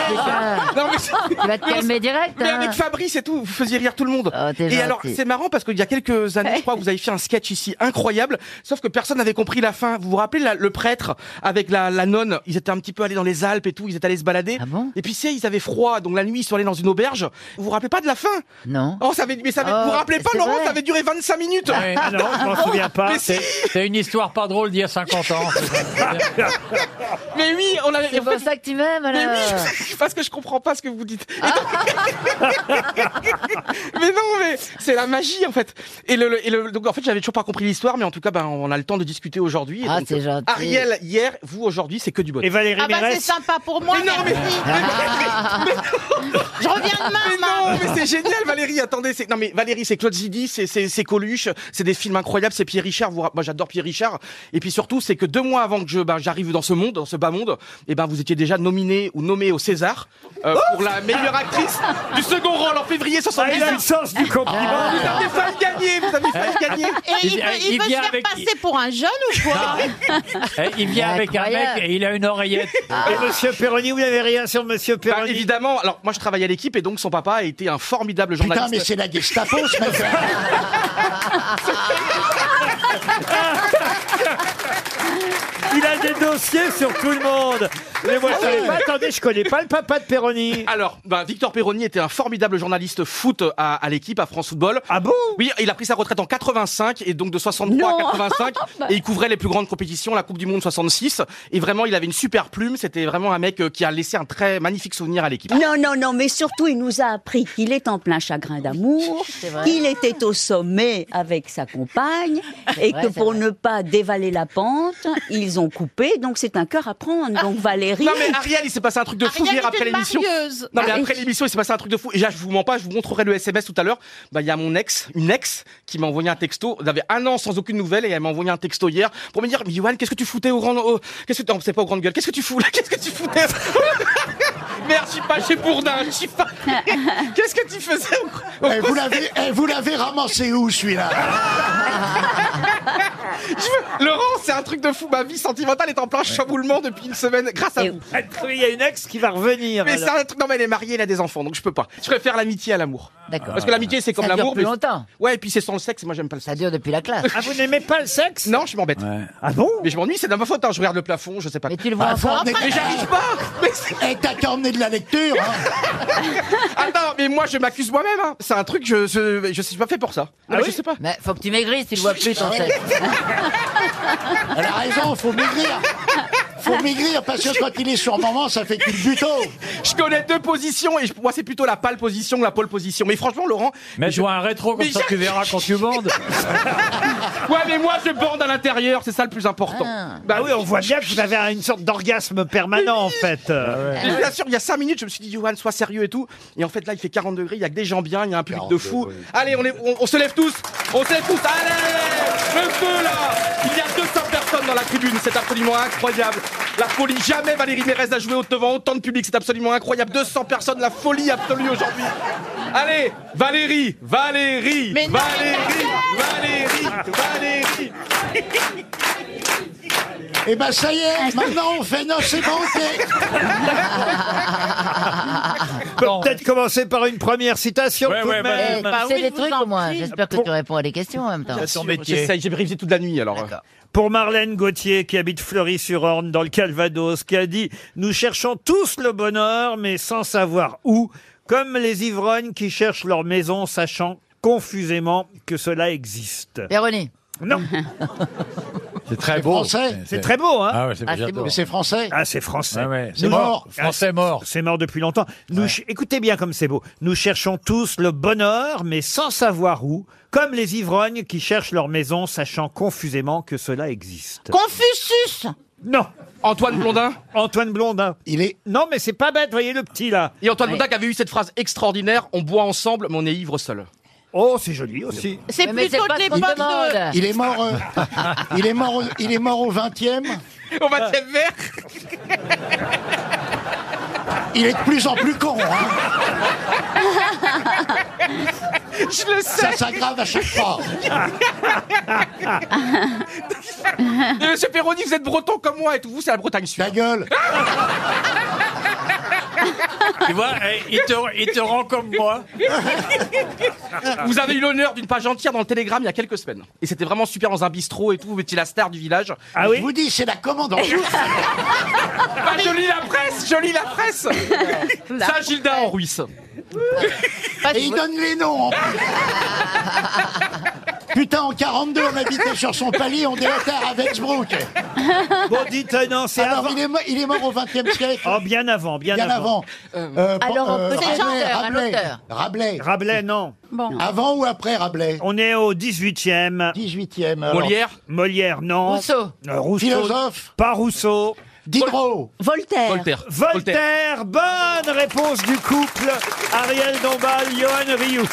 ouais. Tu vas te calmer direct,
Mais
hein.
avec Fabrice et tout, vous faisiez rire tout le monde. et
Oh, gentil.
alors, c'est marrant parce qu'il y a quelques années, je crois, vous avez fait un sketch ici incroyable, sauf que personne n'avait compris la fin. Vous vous rappelez la- le prêtre avec la, la nonne Ils étaient un petit peu allés dans les Alpes et tout, ils étaient allés se balader.
Ah
et puis, c'est, ils avaient froid, donc la nuit, ils sont allés dans une auberge. Vous vous rappelez pas de la fin
Non.
Oh, ça avait, mais ça avait,
Oh,
vous vous rappelez pas,
c'est
Laurent
vrai.
Ça avait duré 25 minutes.
Ouais, ah non, je m'en souviens pas.
Ah Mais si,
C'est c'est une histoire pas drôle d'il y a 50 ans.
mais oui, on avait.
C'est
en fait,
pour ça que tu m'aimes
mais
alors.
oui, parce que je comprends pas ce que vous dites. Et donc- mais non, mais c'est la magie en fait. Et, le, le- et le- donc en fait, j'avais toujours pas compris l'histoire, mais en tout cas, ben, on a le temps de discuter aujourd'hui. Et
Ah,
donc,
c'est gentil.
Ariel, hier, vous aujourd'hui, c'est que du bonheur.
Et Valérie
Ah bah c'est sympa pour moi, merci. Je reviens demain,
Mais
maman.
non, Oh, mais c'est génial, Valérie. Attendez, c'est non mais Valérie, c'est Claude Zidi, c'est c'est c'est Coluche, c'est des films incroyables, c'est Pierre Richard. Vous... ra- Moi, j'adore Pierre Richard. Et puis surtout, c'est que deux mois avant que je ben, j'arrive dans ce monde, dans ce bas monde, et ben vous étiez déjà nominé ou nommé au César euh,
Oh
pour la meilleure actrice du second rôle en février 78.
Bah, il a le sens du compliment.
Vous avez failli gagner, vous avez failli gagner.
Et il, veut, il
il
veut se
vient
faire
avec-
passer pour un jeune ou quoi
Eh, il vient avec un mec et il a une oreillette.
Ah.
Et monsieur Perroni, vous n'avez rien sur monsieur Perroni
Évidemment, alors moi je travaillais à l'équipe et donc son papa a été un formidable journaliste.
mais c'est la Gestapo ce mec
Il a des dossiers sur tout le monde. Mais
Ah
moi, je savais pas. Attendez, je connais pas le papa de Perroni.
Alors, bah, Victor Perroni était un formidable journaliste foot à, à l'équipe, à France Football.
Ah bon
Oui, il a pris sa retraite en 85 et donc de 63
Non.
à 85
Bah.
et il couvrait les plus grandes compétitions, la Coupe du Monde 66 et vraiment il avait une super plume. C'était vraiment un mec euh, qui a laissé un très magnifique souvenir à l'équipe.
Non, non, non, mais surtout, il nous a appris qu'il est en plein chagrin d'amour,
vrai.
qu'il était au sommet avec sa compagne, et
vrai,
que
c'est
pour
vrai.
ne pas dévaler la pente, ils ont coupé, donc c'est un cœur à prendre. Donc Valérie.
Non mais Ariel, il s'est passé un truc de fou
Ariel
hier
était
après l'émission.
marieuse.
Non mais
Ah oui.
après l'émission, il s'est passé un truc de fou. Et là, je vous mens pas, je vous montrerai le SMS tout à l'heure. Bah il y a mon ex, une ex qui m'a envoyé un texto. Elle avait un an sans aucune nouvelle et elle m'a envoyé un texto hier pour me dire "Mais Johan, qu'est-ce que tu foutais au grand au- qu'est-ce que non, c'est pas au grande gueule. Qu'est-ce que tu fous là Qu'est-ce que tu foutais Merde, je suis pas chez Bourdin, je suis pas Qu'est-ce que tu faisais au
Eh, vous l'avez, eh, vous l'avez ramassé où celui-là
Je veux- Laurent, c'est un truc de fou. Ma vie sentimentale est en plein chamboulement depuis une semaine grâce à vous.
Il y a une ex qui va revenir.
Mais
alors.
c'est un truc. Non, mais elle est mariée, elle a des enfants, donc je peux pas. Je préfère l'amitié à l'amour.
D'accord.
Parce que l'amitié, c'est comme
Ça dure
l'amour.
plus
mais-
longtemps.
Ouais, et puis c'est sans le sexe, et moi j'aime pas le sexe. Ça
dure depuis la classe.
Ah, vous n'aimez pas le sexe
Non, je m'embête.
Ah bon
Mais je m'ennuie, c'est de ma faute. hein. Je regarde le plafond, je sais pas. Mais tu le
Ah, faut emmener-
Mais j'arrive pas Mais c'est-
Eh, t'as qu'à emmener de la lecture hein.
Attends, mais moi je m'accuse moi-même. hein. C'est un truc, je, je, je suis pas fait pour ça.
Ah
Non, mais je sais ah pas.
Mais faut que tu maigrisses, tu le vois plus ton
Ah ouais.
sexe.
Elle a raison, faut maigrir faut maigrir parce que quand il est sur moment, ça fait qu'il buto.
Je connais deux positions et je- moi c'est plutôt la pâle position que la pole position. Mais franchement, Laurent.
Mais
je
joue un rétro comme
Mais
ça,
je-
tu verras quand tu bandes.
Ouais, mais moi je bande à l'intérieur, c'est ça le plus important.
Bah oui, on voit bien que vous avez une sorte d'orgasme permanent, en fait.
Ah
Mais bien sûr, il y a 5 minutes, je me suis dit, Johan, sois sérieux et tout. Et en fait, là, il fait 40 degrés, il y a que des gens bien, il y a un public de
40
fous.
degrés.
Allez, on, est- on- on se lève tous, on se lève tous. Allez, le feu là Il y a 200 personnes dans la tribune, c'est absolument incroyable. La folie, jamais Valérie Mérez a joué au- devant autant de public, c'est absolument incroyable. 200 personnes, la folie absolue aujourd'hui. Allez, Valérie, Valérie,
Mais non,
Valérie, Valérie, Valérie.
Eh ben ça y
Ah,
est, maintenant on fait non, c'est bon,
On peut Peut-être commencer par une première citation tout de
bah, Eh,
même.
c'est Eh, des trucs au moins. J'espère que tu réponds à des questions en même temps.
J'essaye, j'ai brisé toute la nuit alors.
Pour Marlène Gauthier, qui habite Fleury-sur-Orne, dans le Calvados, qui a dit « Nous cherchons tous le bonheur, mais sans savoir où, comme les ivrognes qui cherchent leur maison, sachant confusément que cela existe. »
Véronique.
Non.
C'est
très beau.
Français.
C'est très beau, hein
Ah ouais, c'est- Ah, c'est j'adore. beau. Mais c'est
français. Ah, c'est français.
Ah ouais. C'est
Nous-
mort.
Ah,
Français mort.
C'est mort depuis longtemps. Nous ch- Écoutez bien comme c'est beau. Nous cherchons tous le bonheur, mais sans savoir où, comme les ivrognes qui cherchent leur maison, sachant confusément que cela existe.
Confucius
Non.
Antoine Blondin
Antoine Blondin.
Il est.
Non, mais c'est pas bête, voyez le petit là.
Et Antoine Boudac avait eu cette phrase extraordinaire on boit ensemble, mais on est ivre seul.
Oh, c'est joli aussi.
C'est
Mais
plutôt
c'est pas
de
ce qu'on
l'époque
demande.
de...
Il est mort. euh, il est mort. au- Il est mort au 20e.
Au 20e vers
Il est de plus en plus con. Hein.
Je le
Ça s'aggrave à chaque fois.
Et monsieur Perroni, vous êtes breton comme moi et tout. Vous, c'est la Bretagne Sud. Ta
gueule
tu vois, eh, il te, il te rend comme moi.
Vous avez eu l'honneur d'une page entière dans le Télégramme il y a quelques semaines. Et c'était vraiment super dans un bistrot et tout. Vous étiez la star du village.
Ah oui
Je vous dis, c'est la commande en
Bah, je lis la presse, je lis la presse. Saint-Gilda en Ruisse.
Et il donne les noms. en plus. Putain, en 42, on habitait sur son palier, on délatère avec Wexbrook.
Bon, dites euh, non, c'est
Alors,
avant.
Ah il est, mo- il est mort au 20e siècle.
Oh, bien avant, bien,
Bien avant. Euh, pan- euh, Rabelais, Rabelais, Rabelais.
Rabelais, non.
Bon.
Avant ou après Rabelais
On est au 18e.
18e. alors.
Molière
Molière, non.
Rousseau.
Euh, Rousseau.
Philosophe.
Pas Rousseau.
Diderot.
Voltaire.
Voltaire.
Voltaire, bonne réponse du couple. Ariel Dombal, Johan Rioux.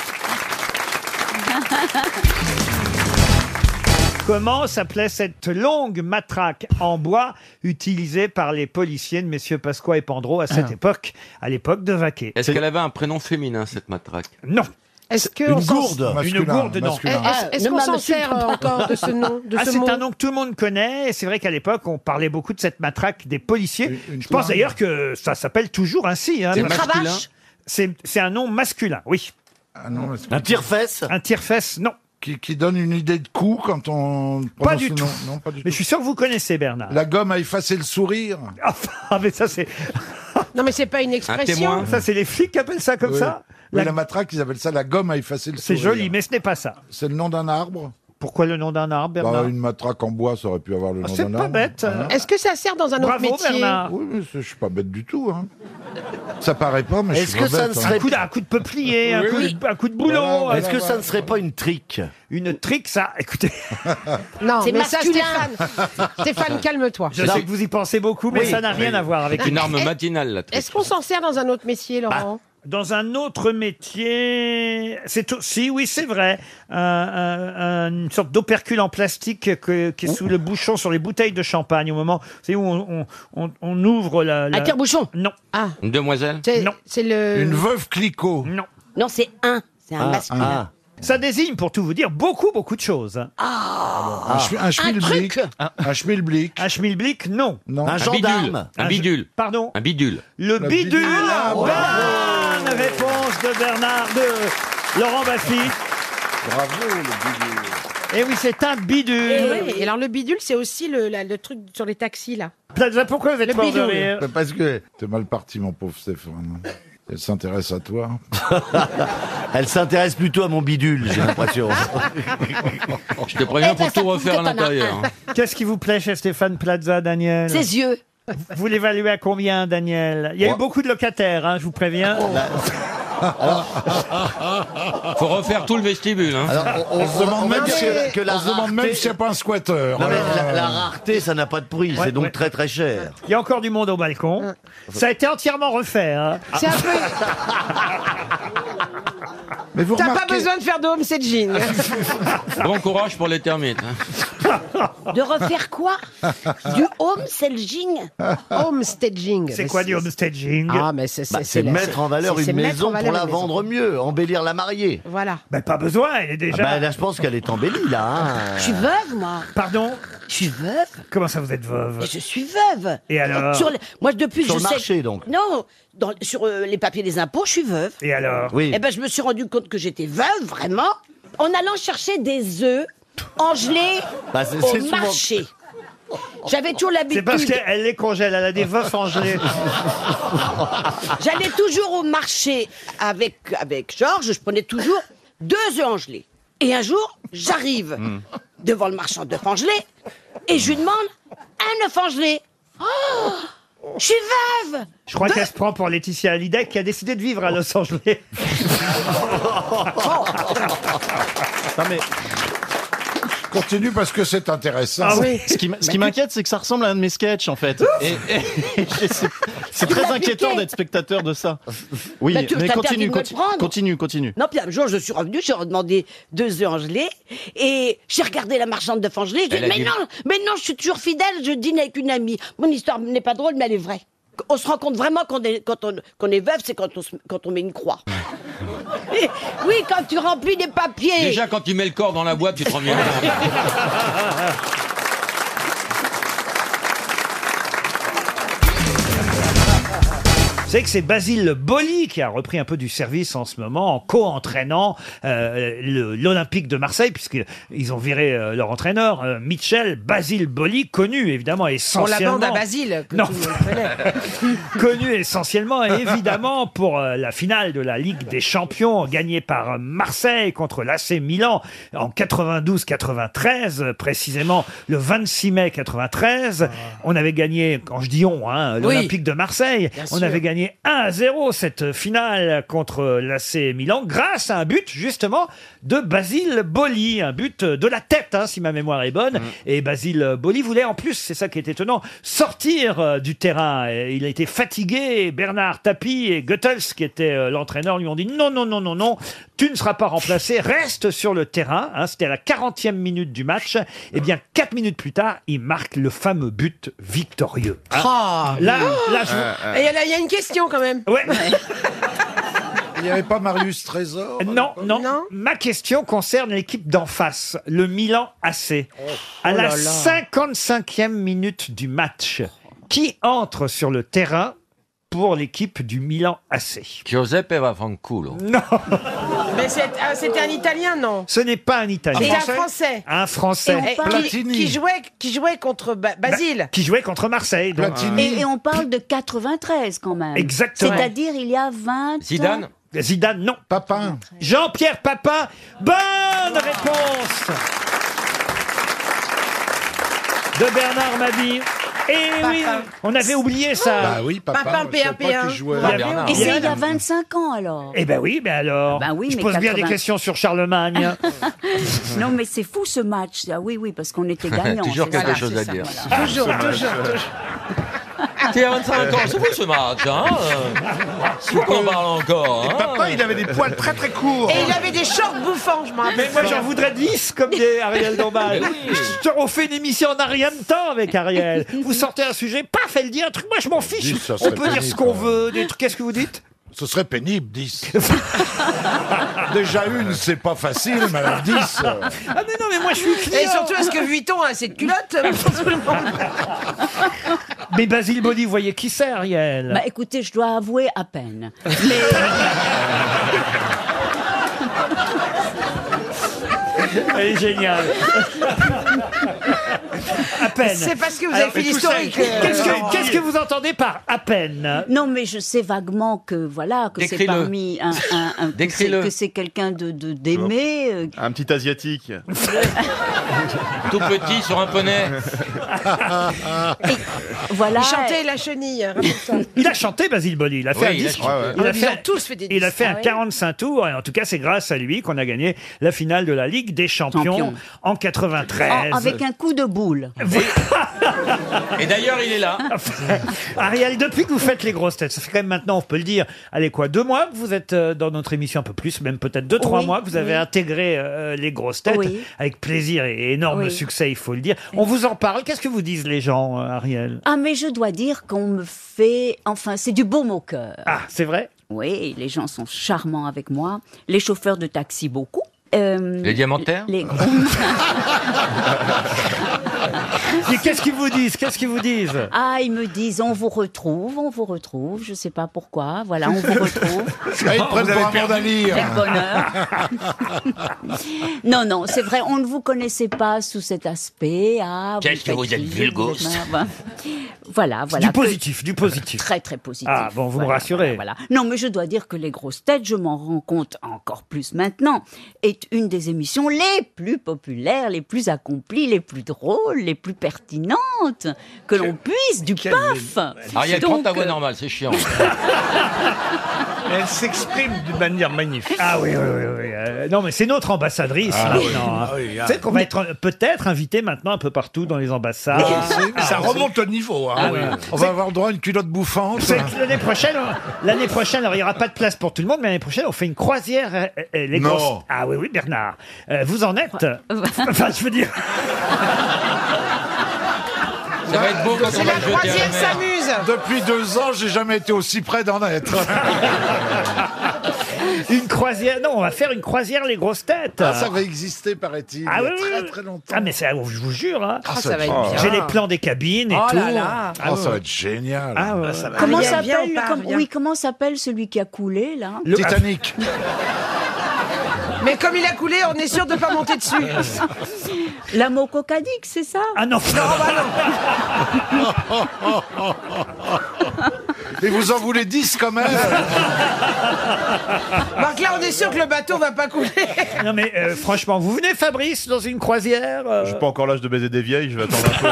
Comment s'appelait cette longue matraque en bois utilisée par les policiers de messieurs Pasqua et Pandro à
Ah.
cette époque, à l'époque de Vaquet
Est-ce qu'elle avait un prénom féminin, cette matraque
Non.
Est-ce que on
Une
s'en-
gourde. Une gourde, non.
Ah,
Est-ce qu'on
ne
s'en
m'insulte
sert
pas.
encore de ce nom, de
Ah,
ce
c'est
mot
un nom que tout le monde connaît. et C'est vrai qu'à l'époque, on parlait beaucoup de cette matraque des policiers. Je pense
tourne.
d'ailleurs que ça s'appelle toujours ainsi. hein,
C'est
parce-
masculin cravache
C'est c'est un nom masculin, oui.
Un tire-fesse
Un tire-fesse, non.
Qui, qui donne une idée de coup quand on.
Pas
prononce
du
le
tout.
nom. Non, pas du
Mais je suis sûr que vous connaissez Bernard.
tout. La gomme a effacé le sourire.
Ah, mais ça, c'est.
Non, mais c'est pas une expression.
Ça, c'est les flics qui appellent ça comme
Oui.
ça
Oui,
La-
la... matraque, ils appellent ça la gomme à effacer le
C'est
sourire.
joli, mais ce n'est pas ça.
C'est le nom d'un arbre
Pourquoi le nom d'un arbre,
Bah,
Bernard
Une matraque en bois, ça aurait pu avoir le
Ah,
nom d'un
C'est
arbre. Hein
pas bête.
Est-ce que ça sert dans un autre
Bravo,
métier
Bernard.
Oui, mais c'est- je suis pas bête du tout. Hein. Ça paraît pas, mais je
Est-ce
suis
que
pas
ça
bête,
ne
hein.
serait
Un coup de, un coup de peuplier, un,
Oui,
coup
oui.
de, un coup de boulot.
Voilà, Est-ce
un-
que ça ne serait pas une trique
Une trique, ça. Écoutez.
Non,
C'est
mais
masculin.
ça, Stéphane, Stéphane calme-toi.
euh.
Je sais que vous y pensez beaucoup, mais
Oui.
ça n'a rien
Oui.
à voir avec Eh,
C'est une arme matinale, la trique.
Est-ce qu'on s'en sert dans un autre métier, Laurent
Dans un autre métier, c'est tout- si oui c'est vrai, un- un- un- une sorte d'opercule en plastique que- qui est sous le bouchon sur les bouteilles de champagne au moment c'est où on, on- on- on ouvre la, la-
Un tire-bouchon
Non.
Ah,
Une demoiselle
c'est, euh,
Non.
c'est le...
Une veuve Clicquot.
Non.
non, c'est un. C'est
Ah,
un masculin.
Ça désigne pour tout vous dire beaucoup beaucoup de choses.
Ah.
Un, sch- un schmilblick. Un, schmilblick.
Un schmilblick, non.
Non.
Un gendarme.
Un bidule.
Pardon.
Un bidule.
Le bidule.
Ah,
bonne réponse de Bernard de Laurent Baffy.
Bravo, le bidule.
Et oui, c'est un bidule.
Et,
Eh
ouais, et alors le bidule, c'est aussi le, la- le truc sur les taxis, là.
Plaza, Pourquoi vous êtes euh
Le
mort de
bidule.
rire
Bah, Parce que t'es mal parti, mon pauvre Stéphane. Elle s'intéresse à toi.
Elle s'intéresse plutôt à mon bidule, j'ai l'impression.
Je te préviens
Eh ben,
pour
ça
tout
prouve
Eh,
refaire à
que t'en as
l'intérieur.
un.
hein.
Qu'est-ce qui vous plaît chez Stéphane Plaza, Daniel
Ses yeux.
Vous l'évaluez à combien, Daniel Il y a eu beaucoup de locataires, hein, je vous préviens.
Oh.
Faut refaire tout le vestibule. Hein.
on- on se demande même si- que la
on se demande même
rareté-
si c'est pas un squatteur.
Non, mais
Euh,
la, la rareté, ça n'a pas de prix,
Ouais,
c'est donc
ouais.
très très cher.
Il y a encore du monde au balcon.
Ah.
Ça a été entièrement refait. hein.
C'est un
Mais vous
T'as pas
remarquez-
besoin de faire de home staging.
Bon courage pour les termites. hein.
de refaire quoi Du home staging Home staging.
C'est
Mais
quoi du home staging
Ah, mais c'est
Bah,
c'est
c'est
la-
mettre en valeur
c'est- c'est
une
mettre
maison
en
pour
valeur
la
une maison.
vendre mieux, embellir la mariée.
Voilà.
Bah, pas besoin, elle est déjà.
Ah bah, là, je pense qu'elle est embellie, là. hein.
Je suis veuve, moi.
Pardon
Je suis veuve.
Comment ça, vous êtes veuve
Je suis veuve.
Et alors
Sur le- Moi, depuis que
Sur
je
le
sais-
marché, donc.
Non, dans- sur euh, les papiers des impôts, je suis veuve.
Et alors
Oui.
Eh ben, je me suis rendu compte que j'étais veuve, vraiment, en allant chercher des œufs en gelée
Bah, c'est-
au
c'est souvent-
marché. J'avais toujours
Oh. C'est
l'habitude.
parce qu'elle les congèle, elle a des veufs en gelée.
J'allais toujours au marché avec, avec Georges, je prenais toujours deux œufs en gelée. Et un jour, j'arrive devant le marchand d'œufs en gelée et je lui demande un œuf en gelée. Oh Je suis veuve
Je crois qu'elle se prend pour Laetitia Hallyday qui a décidé de vivre à Los Angeles.
Continue parce que c'est intéressant.
Ah
Ce qui, m- ce qui m'inquiète, c'est que ça ressemble à un de mes sketchs, en fait. Et, et- et c'est- c'est
Tu
très
l'as
inquiétant
piqué.
d'être spectateur de ça. Oui,
Bah, tu-
mais
t'as permis
continue,
de me le
continue,
prendre.
continue, continue.
Non, puis un jour, je suis revenue, j'ai redemandé deux œufs en gelée, et j'ai regardé la marchande de gelée, j'ai dit,
Elle a
mais
dit-
non, mais non, je suis toujours fidèle, je dîne avec une amie. Mon histoire n'est pas drôle, mais elle est vraie. On se rend compte vraiment qu'on est, quand on, qu'on est veuve, c'est quand on, se- quand on met une croix. Et- oui, quand tu remplis des papiers.
Déjà, quand tu mets le corps dans la boîte, tu te rends bien. compte.
Vous savez que c'est Basile Boli qui a repris un peu du service en ce moment en co-entraînant euh, le- l'Olympique de Marseille puisqu'ils ont viré euh, leur entraîneur euh, Mitchell Basile Boli connu évidemment
Pour la
essentiellement
bande à Basile, que
Non.
tout le monde connaît.
connu essentiellement et évidemment pour euh, la finale de la Ligue des Champions gagnée par euh, Marseille contre l'AC Milan en 92-93 euh, précisément le 26 mai 93 on avait gagné quand je dis on hein, l'Olympique de Marseille
Bien
on
sûr.
avait gagné 1 à 0 cette finale contre l'AC Milan grâce à un but justement de Basile Boli un but de la tête hein, si ma mémoire est
Mm.
bonne et Basile Boli voulait en plus c'est ça qui est étonnant sortir euh, du terrain Et il a été fatigué et Bernard Tapie et Goethals qui était euh, l'entraîneur lui ont dit non non non non non tu ne seras pas remplacé reste sur le terrain hein. c'était à la 40e minute du match et bien 4 minutes plus tard il marque le fameux but victorieux
Ah.
là là je-
Et il y a- il y, a une question quand même.
Ouais.
Il n'y avait pas Marius Trésor
Non, non, Ma question concerne l'équipe d'en face, le Milan AC.
Oh
À la
là là.
55e minute du match, qui entre sur le terrain pour l'équipe du Milan AC
Giuseppe Vaffanculo.
Non,
Mais c'est- ah, c'était un Italien, non
ce n'est pas un Italien.
C'était un Français.
Un Français.
Et on parle- qui, qui jouait, qui jouait contre Ba- Basile.
Qui jouait contre Marseille. donc.
Et, et on parle de 93 quand même.
Exactement.
C'est-à-dire il y a 20.
Hein Zidane, non. Papin. Jean-Pierre Papin. Bonne réponse de Bernard Mabie. Et oui, on avait oublié ça.
Bah oui, Papin, Papin, moi, je savais pas PAP1. qu'il jouait.
Ah,
Bernard.
Et c'est
Bien.
il y a 25 ans alors.
Eh ben oui, mais alors.
Ben oui,
je
mais
pose bien
80.
des questions sur Charlemagne.
Non mais c'est fou ce match. Ah, oui, oui, parce qu'on était gagnants.
Toujours
c'est
quelque
ça,
chose
c'est
à
ça,
dire.
voilà.
Toujours,
euh,
T'es à 25 ans, c'est fou ce match, hein Faut qu'on parle encore, hein
Papa, il avait des poils très très courts.
Et il avait des shorts bouffants, je m'en rappelle.
Mais moi j'en voudrais 10 comme des Ariel Dombal. Je- On fait une émission en rien de temps avec Ariel. Vous sortez un sujet, paf, elle dit un truc, moi je m'en fiche.
Dix, ça
On
serait
peut dire
pénible,
ce qu'on
quand
veut, des trucs. Qu'est-ce que vous dites
Ce serait pénible, 10. Déjà une, c'est pas facile, mais alors 10. euh,
Ah mais non, mais moi je suis client.
Et surtout, est-ce que Vuitton a assez de culottes
Mais Basile Body, vous voyez qui c'est Ariel
Bah écoutez, je dois avouer à peine.
Elle est géniale. à peine.
C'est parce que vous avez fait l'historique, euh,
Qu'est-ce
Laurent.
que, qu'est-ce que vous entendez par à peine
Non, mais je sais vaguement que voilà que c'est
Décris-le.
parmi un, un- un- que c'est-
Décris-le.
que c'est quelqu'un de de- d'aimer. euh,
Un petit asiatique.
Tout petit sur un poney.
Voilà.
Il chantait la chenille. rappelle ça.
Il a chanté Basile Boli, il a fait
Oui,
un
il a
disque.
chanté. Ouais, ouais.
Il a
Ils
fait,
ont tous fait des
il a
disques.
fait
Ah
un
ouais.
45 tours, et en tout cas, c'est grâce à lui qu'on a gagné la finale de la Ligue des Champions
Champions.
en 93.
En- avec un coup de boule.
Et d'ailleurs, il est là.
Ariel, depuis que vous faites les grosses têtes, ça fait quand même maintenant, on peut le dire, allez quoi, deux mois que vous êtes euh, dans notre émission, un peu plus, même peut-être deux, trois
Oui,
mois que vous avez
oui.
intégré euh, les grosses têtes,
Oui.
avec plaisir et énorme
Oui.
succès, il faut le dire. On vous en parle, qu'est-ce que vous disent les gens, euh, Ariel
Ah, mais je dois dire qu'on me fait. Enfin, c'est du baume au cœur.
Ah, c'est vrai
Oui, les gens sont charmants avec moi. Les chauffeurs de taxi, beaucoup. Euh,
Les diamantaires
les-
Mais qu'est-ce qu'ils vous disent Qu'est-ce qu'ils vous disent
Ah, ils me disent on vous retrouve, on vous retrouve, je sais pas pourquoi, voilà, on vous retrouve.
Ah, ils te prennent
Vous
pour
avez
hein. un mandalire.
Quel bonheur. Non, non, c'est vrai, on ne vous connaissait pas sous cet aspect. Ah,
Qu'est-ce que
faites
vous êtes
ci,
vulgos.
vous êtes marre. Voilà, voilà.
Du
que-
positif, du positif.
Très, très positif.
Ah, bon, vous me
Voilà,
rassurez.
voilà, voilà. Non, mais je dois dire que Les Grosses Têtes, je m'en rends compte encore plus maintenant, est une des émissions les plus populaires, les plus accomplies, les plus drôles, les plus pertinentes que l'on puisse du paf.
Ariel, prends ta voix
euh,
normale, c'est chiant.
Elle s'exprime d'une manière magnifique. Ah oui, oui, oui. oui. Euh, non, mais c'est notre ambassadrice
Ah oui.
maintenant. hein.
Ah oui, ah.
C'est qu'on va être euh, peut-être invité maintenant un peu partout dans les ambassades.
Ah,
c'est- ça remonte le niveau. hein.
Ah oui.
On va avoir droit à une culotte bouffante.
C'est que L'année prochaine, on- l'année prochaine, alors il n'y aura pas de place pour tout le monde, mais l'année prochaine, on fait une croisière. euh, euh, les
Non.
grosses- Ah oui, oui, Bernard. Euh, vous en êtes Enfin, je veux dire.
Ça va être beau quand on va le jeter à la mer.
Depuis deux ans, j'ai jamais été aussi près d'en être.
Une croisière. Non, on va faire une croisière, les grosses têtes.
Ah, ça va exister, paraît-il.
Ah
il y a
oui,
très
oui.
très longtemps.
Ah, mais c'est, je vous jure. hein.
Ah, ça va être bien.
J'ai les plans des cabines et
Oh
tout.
là là.
Ah,
Oh,
ouais.
ça va être génial.
Ah, ouais. ça va
Comment
être-
s'appelle
viens, on
comme-
part, viens.
oui, comment s'appelle celui qui a coulé là
Le-
Titanic.
Mais comme il a coulé, on est sûr de pas monter dessus.
La Mococadique, c'est ça
Ah non.
Et vous en voulez 10 quand même
Marc, là, on est sûr que le bateau va pas couler.
Non mais euh, franchement, vous venez Fabrice dans une croisière euh,
J'ai pas encore l'âge de baiser des vieilles, je vais attendre un peu.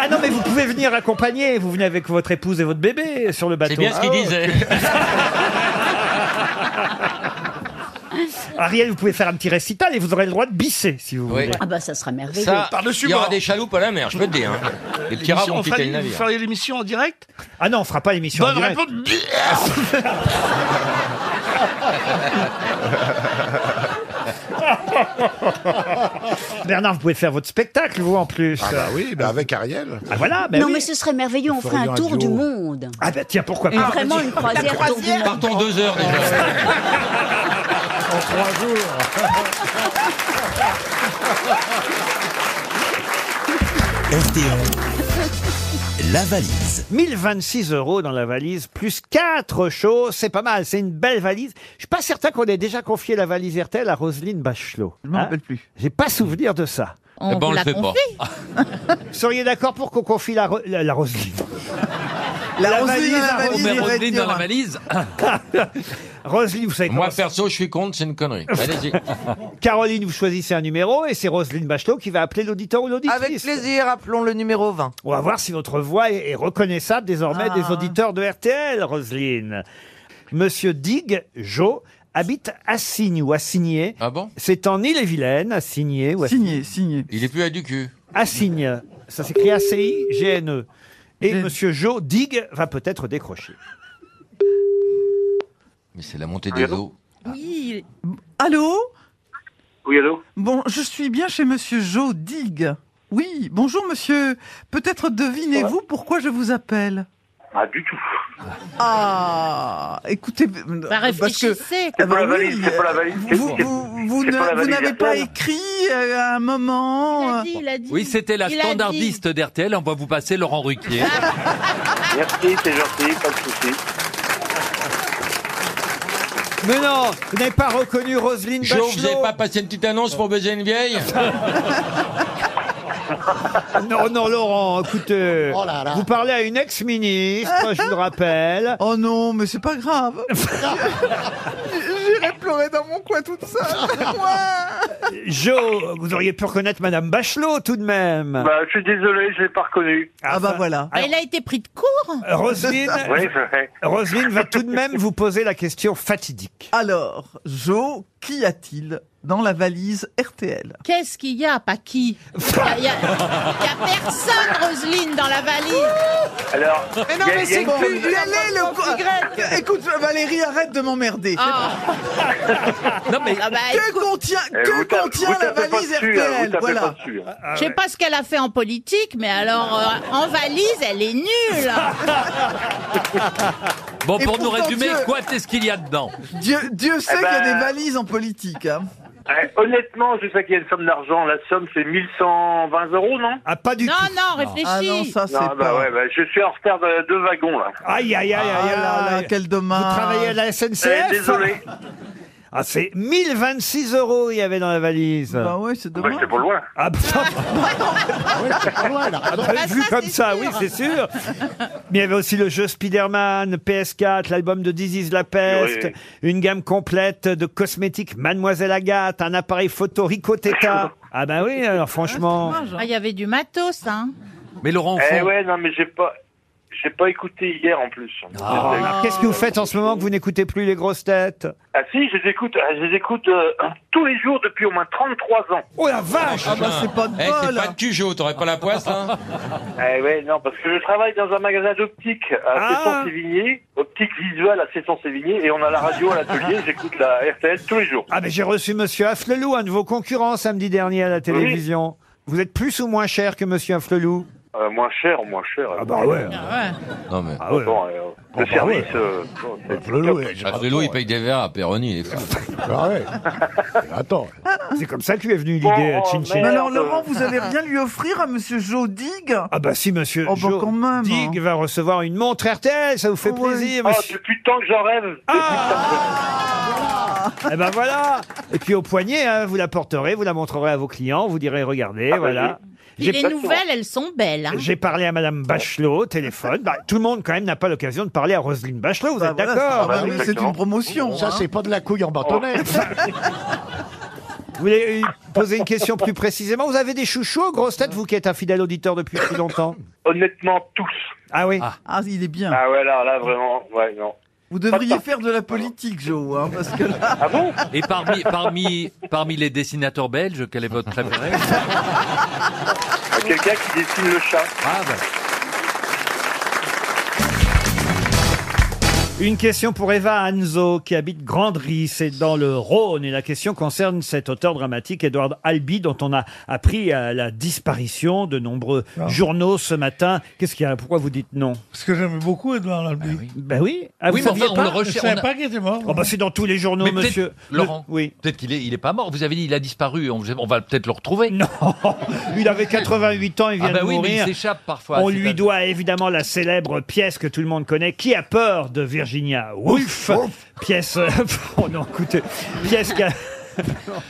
Ah non mais vous pouvez venir accompagner, vous venez avec votre épouse et votre bébé sur le bateau.
C'est bien ce qu'il
Ah ouais.
disait.
Ah, Ariel, vous pouvez faire un petit récital et vous aurez le droit de bisser si vous voulez.
Ah bah ça sera merveilleux.
Ça, il y aura des chaloupes à la mer, je peux te dire. hein. Les petits rats vont quitter le navire.
l'émission en direct
Ah non, on fera pas l'émission. en direct. Bernard, vous pouvez faire votre spectacle vous en plus.
Ah bah oui, bah avec Ariel.
Ah voilà, bah
non,
oui.
mais ce serait merveilleux, on
Nous
ferait un
ferions un
tour du
duo.
monde.
Ah bah tiens, pourquoi
Une-
pas
vraiment une croisière tour du monde.
Partons deux heures déjà.
En trois jours.
La valise. 1026 euros dans la valise, plus quatre choses, c'est pas mal, c'est une belle valise. Je suis pas certain qu'on ait déjà confié la valise RTL à Roselyne Bachelot. Je m'en rappelle plus. J'ai pas souvenir de ça.
On Eh ben, on vous le l'a fait pas.
Vous seriez d'accord pour qu'on confie la, Ro- la, la Roselyne
La
Roselyne valise, dans la la valise, valise, Roselyne
dans la valise.
Roselyne, vous savez
Moi, perso, je suis contre, c'est une connerie. Allez-y.
Caroline, vous choisissez un numéro et c'est Roselyne Bachelot qui va appeler l'auditeur ou l'auditrice.
Avec plaisir, appelons le numéro 20.
On va voir si votre voix est est reconnaissable désormais
Ah.
des auditeurs de RTL, Roselyne. Monsieur Dig Jo habite Assigne ou Assigné.
Ah bon
C'est en Ille-et-Vilaine, Assigné ou Assigné. Signé.
Il est plus à du cul.
Assigne. Ça s'écrit A-C-I-G-N-E. E. Et monsieur Jo Dig va peut-être décrocher.
Mais c'est la montée des eaux.
Oui. Allô
Oui, allô
Bon, je suis bien chez Monsieur Joe Digg. Oui, bonjour monsieur. Peut-être devinez-vous pourquoi je vous appelle
Ah, du tout.
Ah, écoutez,
Bah,
Bah,
parce que
C'est
Ah
pour la
bah oui,
valise, c'est pour la valise. c'est-
vous,
c'est-
vous- vous
c'est
ne-
pour la
vous
valise
n'avez pas
RTL.
écrit euh, à un
euh,
moment.
Oui, c'était la
Il a dit.
standardiste d'RTL. On va vous passer Laurent Ruquier.
Merci, c'est gentil, pas de soucis.
Mais non, vous n'avez pas reconnu Roselyne
Jo,
Bachelot.
vous avez pas passé une petite annonce pour baiser une vieille
Ah, Non, non, Laurent, écoutez.
Oh là là.
Vous parlez à une ex-ministre, je vous le rappelle.
Oh non, mais c'est pas grave. J'irai
pleurer dans mon coin toute seule.
Jo, vous auriez pu reconnaître Madame Bachelot tout de même.
Bah, je suis désolé, je l'ai pas reconnu.
Ah bah voilà.
Elle a été pris de court.
Roselyne,
Oui, c'est vrai.
Roselyne va tout de même vous poser la question fatidique.
Alors, Jo, qu'y a-t-il dans la valise RTL
Qu'est-ce qu'il y a Pas qui Il n'y a, il y a personne, Roselyne, dans la valise.
Alors,
Mais
il y
non,
a-
mais
il y a
c'est
une
plus
commune-
y aller, le co- Écoute, Ah. Valérie, arrête de m'emmerder.
Non, mais- Ah bah,
que
écoute-
contient,
Eh,
que
vous tapez-
contient
vous
la
tapez pas
valise
dessus, hein, vous
RTL
tapez pas
Voilà.
dessus, hein.
Je sais pas ce qu'elle a fait en politique, mais alors euh, en valise, elle est nulle.
Bon,
Et
pour nous
pourtant,
résumer,
Dieu-
quoi est-ce qu'il y a dedans
Dieu, Dieu sait
Eh ben-
qu'il y a des valises en politique. hein.
Eh, honnêtement, je sais qu'il y a une somme d'argent. La somme, c'est 1120 euros, non
Ah, pas
du Non, tout.
non, réfléchis.
Ah non, ça, c'est
bah
pas-
ouais, bah, je suis en retard de deux wagons, là.
Aïe, aïe, aïe, aïe,
Ah là là,
aïe.
quel dommage.
Vous travaillez à la SNCF
Eh, désolé.
Ah, c'est 1026 euros il y avait dans la valise.
Bah ouais, c'est
Bah,
dommage.
c'est pas loin.
Ah, bah, ah, bah,
Bah,
vu
ça,
comme
c'est
ça,
sûr.
oui, c'est sûr. Mais il y avait aussi le jeu Spider-Man, PS4, l'album de Disease La Peste,
Oui.
une gamme complète de cosmétiques Mademoiselle Agathe, un appareil photo Rico Teta. Ah bah oui, alors franchement.
Ah, Il y avait du matos, hein.
Mais Laurent,
Eh ouais, non, mais j'ai pas, j'ai pas écouté hier en plus.
Ah,
Ah.
qu'est-ce que vous faites en ce moment que vous n'écoutez plus les grosses têtes
Ah si, je les écoute, euh, je les écoute euh, tous les jours depuis au moins 33 ans.
Oh la vache
Ah bah c'est pas de
Eh, c'est
bol
pas de cul, Jo, t'aurais pas la poisse, hein
Eh ouais, non, parce que je travaille dans un magasin d'optique à
Ah.
Cesson-Sévigné, optique visuelle à Cesson-Sévigné, et on a la radio à l'atelier, j'écoute la RTL tous les jours.
Ah mais j'ai reçu Monsieur Afflelou, un de vos concurrents samedi dernier à la télévision. Vous êtes plus ou moins cher que Monsieur Afflelou
Euh, moins cher, moins cher. Ah
bah ouais.
Non, mais.
Ah ouais.
Bon, euh, le service... euh, bon, c'est-
Afflelou, Ah, il paye des VA à Perroni, il est fou.
Ah, Attends. C'est comme ça que lui est
Oh,
venue l'idée, à Chin Chin.
Mais alors, Laurent, vous allez rien lui offrir à Monsieur Jo Digue
Ah bah si, monsieur
Oh, bah,
Jo
quand même, hein. Ah
Digue va recevoir une montre RTL, ça vous fait plaisir,
Oh,
monsieur Ah.
depuis le temps que j'en rêve depuis le temps que j'en rêve.
Eh ben voilà Et puis au poignet, hein, vous la porterez, vous la montrerez à vos clients, vous direz, regardez,
bah
Ah,
voilà.
Puis
J'ai-
les nouvelles, elles sont belles. hein.
J'ai parlé à Madame Bachelot au téléphone. Bah, tout le monde, quand même, n'a pas l'occasion de parler à Roselyne Bachelot, vous
Bah
êtes
voilà,
d'accord
c'est-
Ah bah oui,
c'est
exactement.
une promotion.
Ça,
hein.
c'est pas de la couille en bâtonnet.
Oh. Vous voulez euh, poser une question plus précisément Vous avez des chouchous, grosse tête, vous qui êtes un fidèle auditeur depuis plus longtemps
Honnêtement, tous.
Ah oui
Ah, il est bien.
Ah ouais, là, là, vraiment, ouais, non.
Vous devriez faire de la politique, Jo, hein, parce que là...
Ah bon
Et parmi, parmi, parmi les dessinateurs belges, quel est votre préféré
Ah, Quelqu'un qui dessine le chat.
Ah, bah.
Une question pour Eva Anzo, qui habite Grandry, c'est dans le Rhône, et la question concerne cet auteur dramatique, Edward Albi, dont on a appris euh, la disparition de nombreux
Ah.
journaux ce matin. Qu'est-ce qu'il y a Pourquoi vous dites non
Parce que j'aimais beaucoup Edouard Albi.
Ben oui, Ah, vous
Oui, mais
saviez
enfin, on Ah,
pas
le
Je
recherche.
savais pas qu'il était mort.
Oh, bah, c'est dans tous les journaux,
Mais peut-être-
monsieur.
Laurent,
Le- Oui.
peut-être qu'il est, il est pas mort. Vous avez dit il a disparu. On, on va peut-être le retrouver.
Non, il avait 88 ans, il vient
Ah bah
de
oui, mais il
mourir.
s'échappe parfois.
On
C'est
lui
pas-
doit évidemment la célèbre pièce que tout le monde connaît, Qui a peur de Virginia Woolf. Pièce. oh non, écoutez. Pièce qu'a.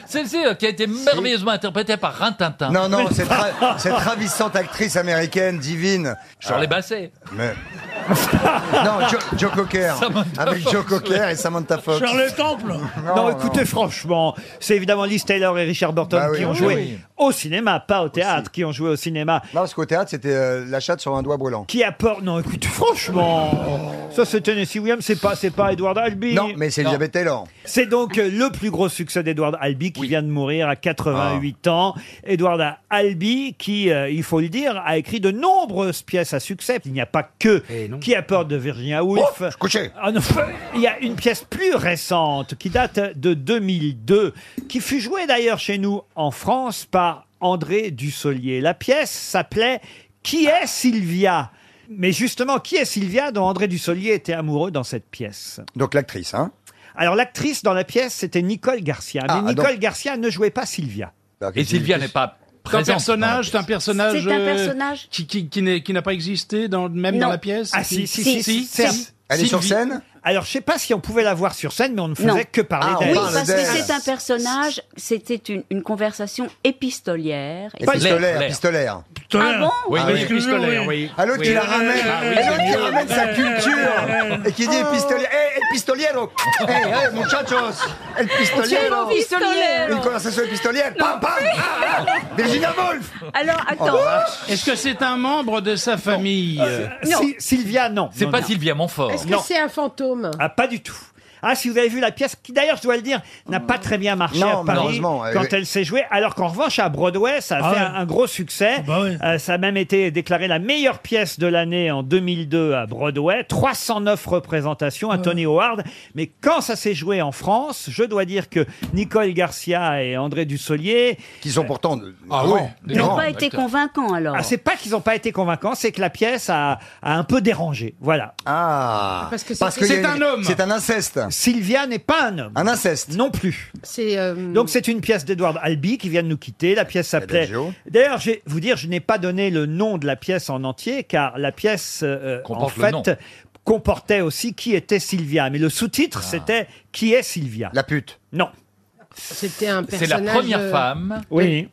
Celle-ci euh, qui a été merveilleusement interprétée par Rintintin.
Non, non, cette, tra- cette ravissante actrice américaine divine.
Shirley Basset.
Mais... bah, non, Jo- Joe, Cocker.
Samantha
Avec
Fox,
Joe Cocker et Samantha Fox.
Charles Temple
Non, écoutez, franchement, c'est évidemment Liz Taylor et Richard Burton
Bah oui,
qui ont
oui,
joué
oui.
au cinéma, pas au théâtre, qui ont joué au cinéma.
Non, parce qu'au théâtre, c'était euh, la chatte sur un doigt brûlant.
Qui apporte. Non, écoutez, franchement. Ça, c'est Tennessee Williams, c'est pas, c'est pas Edward Albee.
Non, mais c'est Elisabeth Taylor.
C'est donc euh, le plus gros succès d'Edward Albi qui vient de mourir à 88
Ah.
ans. Edward Albi qui, euh, il faut le dire, a écrit de nombreuses pièces à succès. Il n'y a pas que qui apporte de Virginia Woolf.
Oh,
Ah non, il y a une pièce plus récente qui date de 2002, qui fut jouée d'ailleurs chez nous en France par André Dussolier. La pièce s'appelait Qui est Sylvia mais justement, qui est Sylvia dont André Dussolier était amoureux dans cette pièce
Donc l'actrice, hein.
alors l'actrice dans la pièce, c'était Nicole Garcia. Mais
Ah,
Nicole
donc-
Garcia ne jouait pas Sylvia.
Et Sylvia n'est pas
C'est un
présente.
personnage, c'est un personnage,
C'est un
euh,
personnage.
qui, qui, qui n'est- qui n'a pas pas existé dans, même
Non.
dans la pièce.
Ah si, si, si, si, c'est un-
Elle est sur
Sylvie.
scène Ah,
Alors, je sais pas si on pouvait la voir sur scène, mais on ne faisait
Non. Ah,
que parler
oui,
d'elle.
parce que c'est un personnage, c'était une, une conversation épistolière. Et c'est-
Pistolaire, pistolaire.
Ah bon
Oui,
Ah
oui,
oui.
pistolaire, oui. À l'autre
Oui.
qui la ramène,
Ah oui,
à l'autre
c'est
qui
mieux.
ramène sa culture et qui dit pistolière. Eh, el pistoliero Eh, eh, muchachos El pistoliero
Tiens, pistoliero.
Une conversation épistolière Pam, pam ah, ah. Virginia Woolf
Alors,
Oh,
attends.
vache.
Est-ce que c'est un membre de sa famille
Non. Euh, Si- Sylvia, non.
C'est
Non,
pas
non.
Sylvia Montfort.
Est-ce que Non. c'est
un fantôme
Ah, pas du tout. Ah, si vous avez vu la pièce, qui d'ailleurs, je dois le dire, n'a pas très bien marché
Non,
à Paris
malheureusement, euh,
quand
oui.
elle s'est jouée, alors qu'en revanche, à Broadway, ça a
Ah
fait
ouais. Ah bah
un, un gros succès. Euh, ça a même été déclaré la meilleure pièce de l'année en 2002 à Broadway. 309 représentations
Ah
à Tony Howard. Mais quand ça s'est joué en France, je dois dire que Nicole Garcia et André Dussolier... euh, Qui sont pourtant...
Ah oui, des Ils n'ont grands pas été acteurs. convaincants, alors.
Ah, c'est pas qu'ils n'ont pas été convaincants, c'est que la pièce a, a un peu dérangé. Voilà.
Ah
Parce que
Parce
c'est-
qu'il y a
C'est
une-
un homme.
C'est un inceste
Sylvia n'est pas un homme.
Un inceste
Non plus.
euh,
Donc c'est une pièce d'Edouard Albi qui vient de nous quitter. La pièce s'appelait. D'ailleurs, je vais vous dire, je n'ai pas donné le nom de la pièce en entier car la pièce euh, en
Comporte le nom.
fait comportait aussi qui était Sylvia. Mais le sous-titre
Ah.
c'était qui est Sylvia. La
pute.
Non.
C'était un
C'est
personnage.
la
euh,
euh,
de-
de-
de-
femme.
femme.
Oui.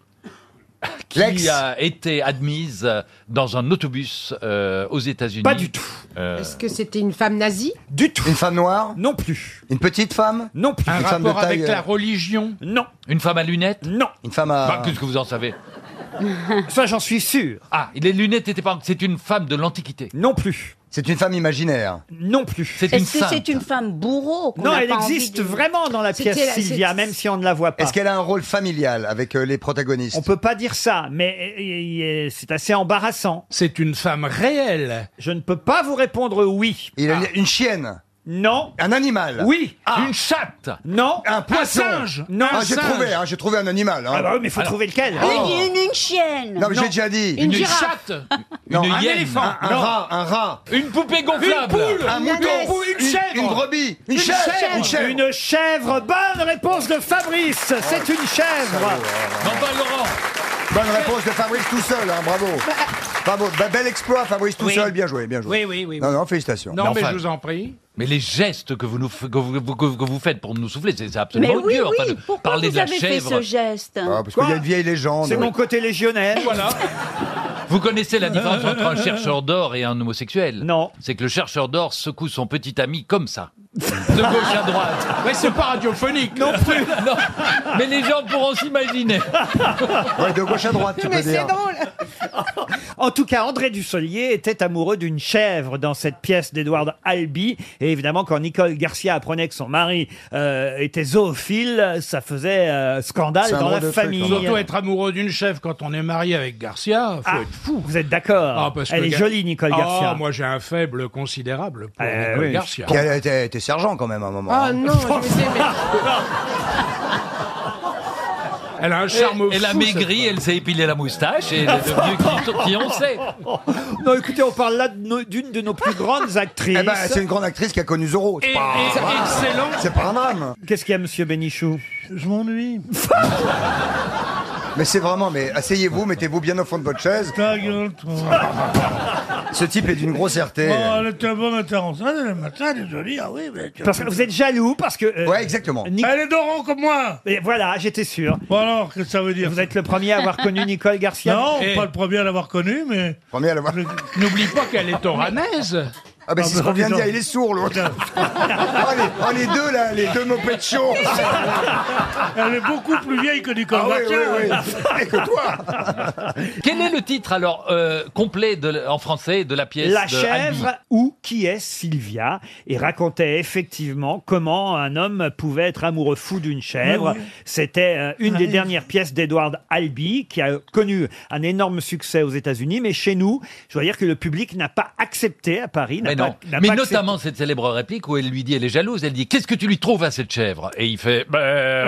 Lex.
Qui a été admise euh, dans un autobus euh, aux États-Unis Euh.
Pas du tout.
Est-ce que c'était une femme nazie
Du tout.
Une femme noire
Non plus.
Une petite femme
Non plus.
Une
Un
femme
rapport
de taille,
avec
euh,
la
religion
Non.
Une femme à lunettes
Non.
Une femme à...
Bah, Qu'est-ce que vous en savez
Ça, j'en suis sûr.
Ah, les lunettes étaient pas. C'est une femme de l'Antiquité.
Non plus.
C'est une femme imaginaire
Non plus.
C'est une
Est-ce que
sainte.
c'est une femme bourreau qu'on
Non,
n'a
elle
pas envie
existe
de-
vraiment dans la
C'était
pièce Sylvia,
c'est-
même si on ne la voit pas.
Est-ce qu'elle a un rôle familial avec euh, les protagonistes
On peut pas dire ça, mais euh, euh, c'est assez embarrassant.
C'est une femme réelle.
Je ne peux pas vous répondre oui. Ah.
Il a une- une chienne
Non.
Un animal
Oui.
Ah.
Une chatte
Non.
Un poisson
singe
Non.
Ah, j'ai
Un singe.
trouvé, hein, j'ai trouvé un animal. hein.
Ah bah oui, mais faut trouver lequel.
Oh.
Une, une, une chienne.
Non, mais j'ai déjà dit.
Une Une girafe.
chatte.
Non,
Une
un
hyène.
éléphant.
Ah,
Un, un
Non.
rat, un rat.
Une poupée gonflable.
Une poule. Un
Une
mouton.
ânesse.
Une- Une brebis. Une, chèvre. Une chèvre.
Une chèvre. Bonne réponse de Fabrice. C'est une chèvre.
Non, pas Laurent.
Bonne réponse de Fabrice tout seul, hein, bravo. Bravo, Bah, bel exploit Fabrice tout
Oui.
seul, bien joué, bien joué.
Oui, oui, oui, oui.
Non, non, félicitations.
Non, mais je vous en prie.
Mais les gestes que vous, nous, f- que vous, que vous- que vous faites pour nous souffler, c'est c'est absolument
Mais oui,
odieux. enfin,
oui,
de
pourquoi
parler
vous
de la
avez
chèvre.
fait ce geste
Ah, parce qu'il y a une vieille légende.
C'est
oui.
mon côté légionnaire. Voilà.
Vous connaissez la différence entre un chercheur d'or et un homosexuel
Non.
C'est que le chercheur d'or secoue son petit ami comme ça. De gauche à droite.
Mais c'est pas radiophonique.
Non plus.
Non. Mais les gens pourront s'imaginer.
Ouais, de gauche à droite, tu peux dire.
drôle.
En tout cas, André Dussolier était amoureux d'une chèvre dans cette pièce d'Edouard Albi. Et évidemment, quand Nicole Garcia apprenait que son mari euh, était zoophile, ça faisait euh, scandale dans la famille.
Surtout être amoureux d'une chef quand on est marié avec Garcia, faut
Ah,
être fou.
Vous êtes d'accord
Ah, parce
Elle
que
est
Ga-
jolie, Nicole
Ah,
Garcia.
moi j'ai un faible considérable pour
Euh,
Nicole
oui.
Garcia.
Qui a été, été sergent quand même à un moment.
Ah,
Ah,
Oh non, je me disais, mais-
Elle a un charme
Elle a
fou, cette
maigri, elle s'est épilé la moustache et elle est devenue qui- qui on sait.
Non, écoutez, on parle là de nos- d'une de nos plus grandes actrices.
Eh ben, c'est une grande actrice qui a connu Zorro. Oh, C'est
Et-
pas un
et-
drame.
excellent.
C'est pas un drame.
Qu'est-ce qu'il y a, monsieur Bénichou
Je m'ennuie.
Mais c'est vraiment, mais asseyez-vous, mettez-vous bien au fond de votre chaise.
Ta gueule, toi.
Ce type est d'une grossièreté.
Bon, elle était bonne internationale, le matin, elle est jolie, ah oui, mais... tu-
Parce que vous êtes jaloux, parce que... euh,
Ouais, exactement.
Nic-
Elle est doron comme moi
Et voilà, j'étais sûr.
Bon alors, qu'est-ce que ça veut dire
Vous êtes le premier à avoir connu Nicole Garcia
Non,
Eh,
pas le premier à l'avoir connue, mais...
Premier à le voir.
N'oublie pas qu'elle est oranaise
Ah, ben, c'est ce
bah,
qu'on vient de
putain.
dire, il est sourd, l'autre. oh, les, oh, les deux, là, les deux mots de chaud.
Elle est beaucoup plus vieille que Nicole
Ah oui, oui,
Garcia.
oui. Et que toi.
Ah. Quel est le titre alors euh, complet de l- en français de la pièce
La
de Albi
chèvre ou qui est Sylvia et racontait effectivement comment un homme pouvait être amoureux fou d'une chèvre.
Ah
Mais oui.
C'était euh, une
Ah
des
oui.
dernières pièces d'Edward Albee qui a connu un énorme succès aux États-Unis, mais chez nous, je dois dire que le public n'a pas accepté à Paris. n'a
Mais
pas-
non.
n'a
Mais
pas accepté.
notamment cette célèbre réplique où elle lui dit, elle est jalouse, elle dit, qu'est-ce que tu lui trouves à cette chèvre Et il fait, bah, euh,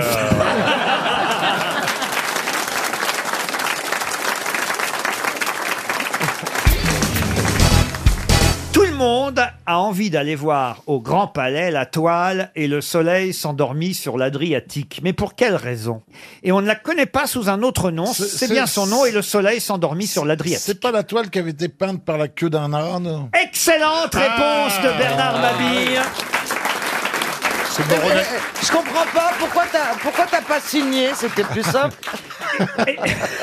Tout le monde a envie d'aller voir au Grand Palais la toile et le soleil s'endormit sur l'Adriatique. Mais pour quelle raison Et on ne la connaît pas sous un autre nom,
C'est-
c'est
c'est-
bien son nom et le soleil s'endormit sur l'Adriatique.
C'est pas la toile qui avait été peinte par la queue d'un âne
Ah.
Excellente réponse de Bernard Mabille.
C'est Morona-
Je comprends pas pourquoi t'as pourquoi t'as pas signé, c'était plus simple.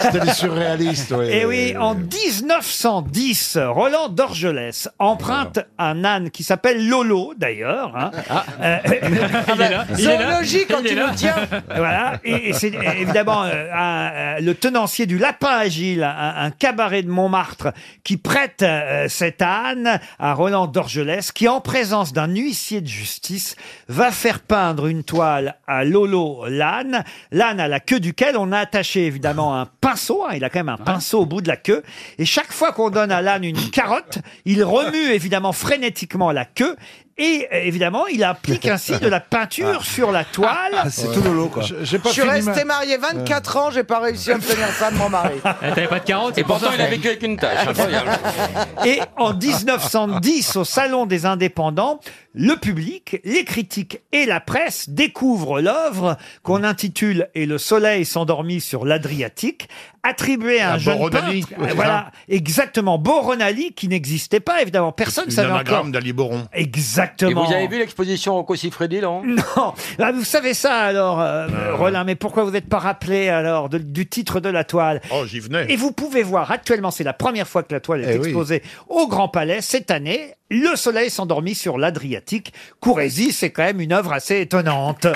C'était les surréalistes, oui.
Et Eh oui, en 1910, Roland d'Orgelès emprunte un âne qui s'appelle Lolo, d'ailleurs. hein.
Ah.
Euh,
Il est là, il est là, zoologie bah, quand il est tu nous là. tiens.
Voilà, et, et c'est évidemment euh, un- euh, le tenancier du Lapin Agile, un, un cabaret de Montmartre, qui prête euh, cet âne à Roland d'Orgelès, qui, en présence d'un huissier de justice, va faire peindre une toile à Lolo l'âne, l'âne à la queue duquel on a attaché évidemment un pinceau, hein, il a quand même un pinceau au bout de la queue, et chaque fois qu'on donne à l'âne une carotte, il remue évidemment frénétiquement la queue, et euh, évidemment, il applique ainsi de la peinture sur la toile.
Ah. c'est tout Lolo, quoi. Je- j'ai pas
Je suis
fini
resté
ma-
marié 24 ans, j'ai pas réussi à obtenir ça de mon mari.
T'avais pas de carotte
Et pourtant, il a vécu avec une tâche. Incroyable.
Et en 1910, au Salon des Indépendants, le public, les critiques et la presse découvrent l'œuvre qu'on intitule Et le soleil s'endormit sur l'Adriatique, attribuée à un
À
jeune
Boronali.
peintre. Voilà, exactement. Boronali, qui n'existait pas, évidemment. Personne ne
Une
savait
anagramme
encore.
d'Ali Boron.
Et
Exactement.
vous avez vu l'exposition Rocco Siffredi, Laurent
Non. Ah, vous savez ça alors, euh, Roland, mais pourquoi vous n'êtes pas rappelé alors de- du titre de la toile
Oh, j'y venais.
Et vous pouvez voir, actuellement, c'est la première fois que la toile est
Eh oui.
exposée au Grand Palais cette année. Le soleil s'endormit sur l'Adriatique. Courrèzy, c'est quand même une œuvre assez étonnante.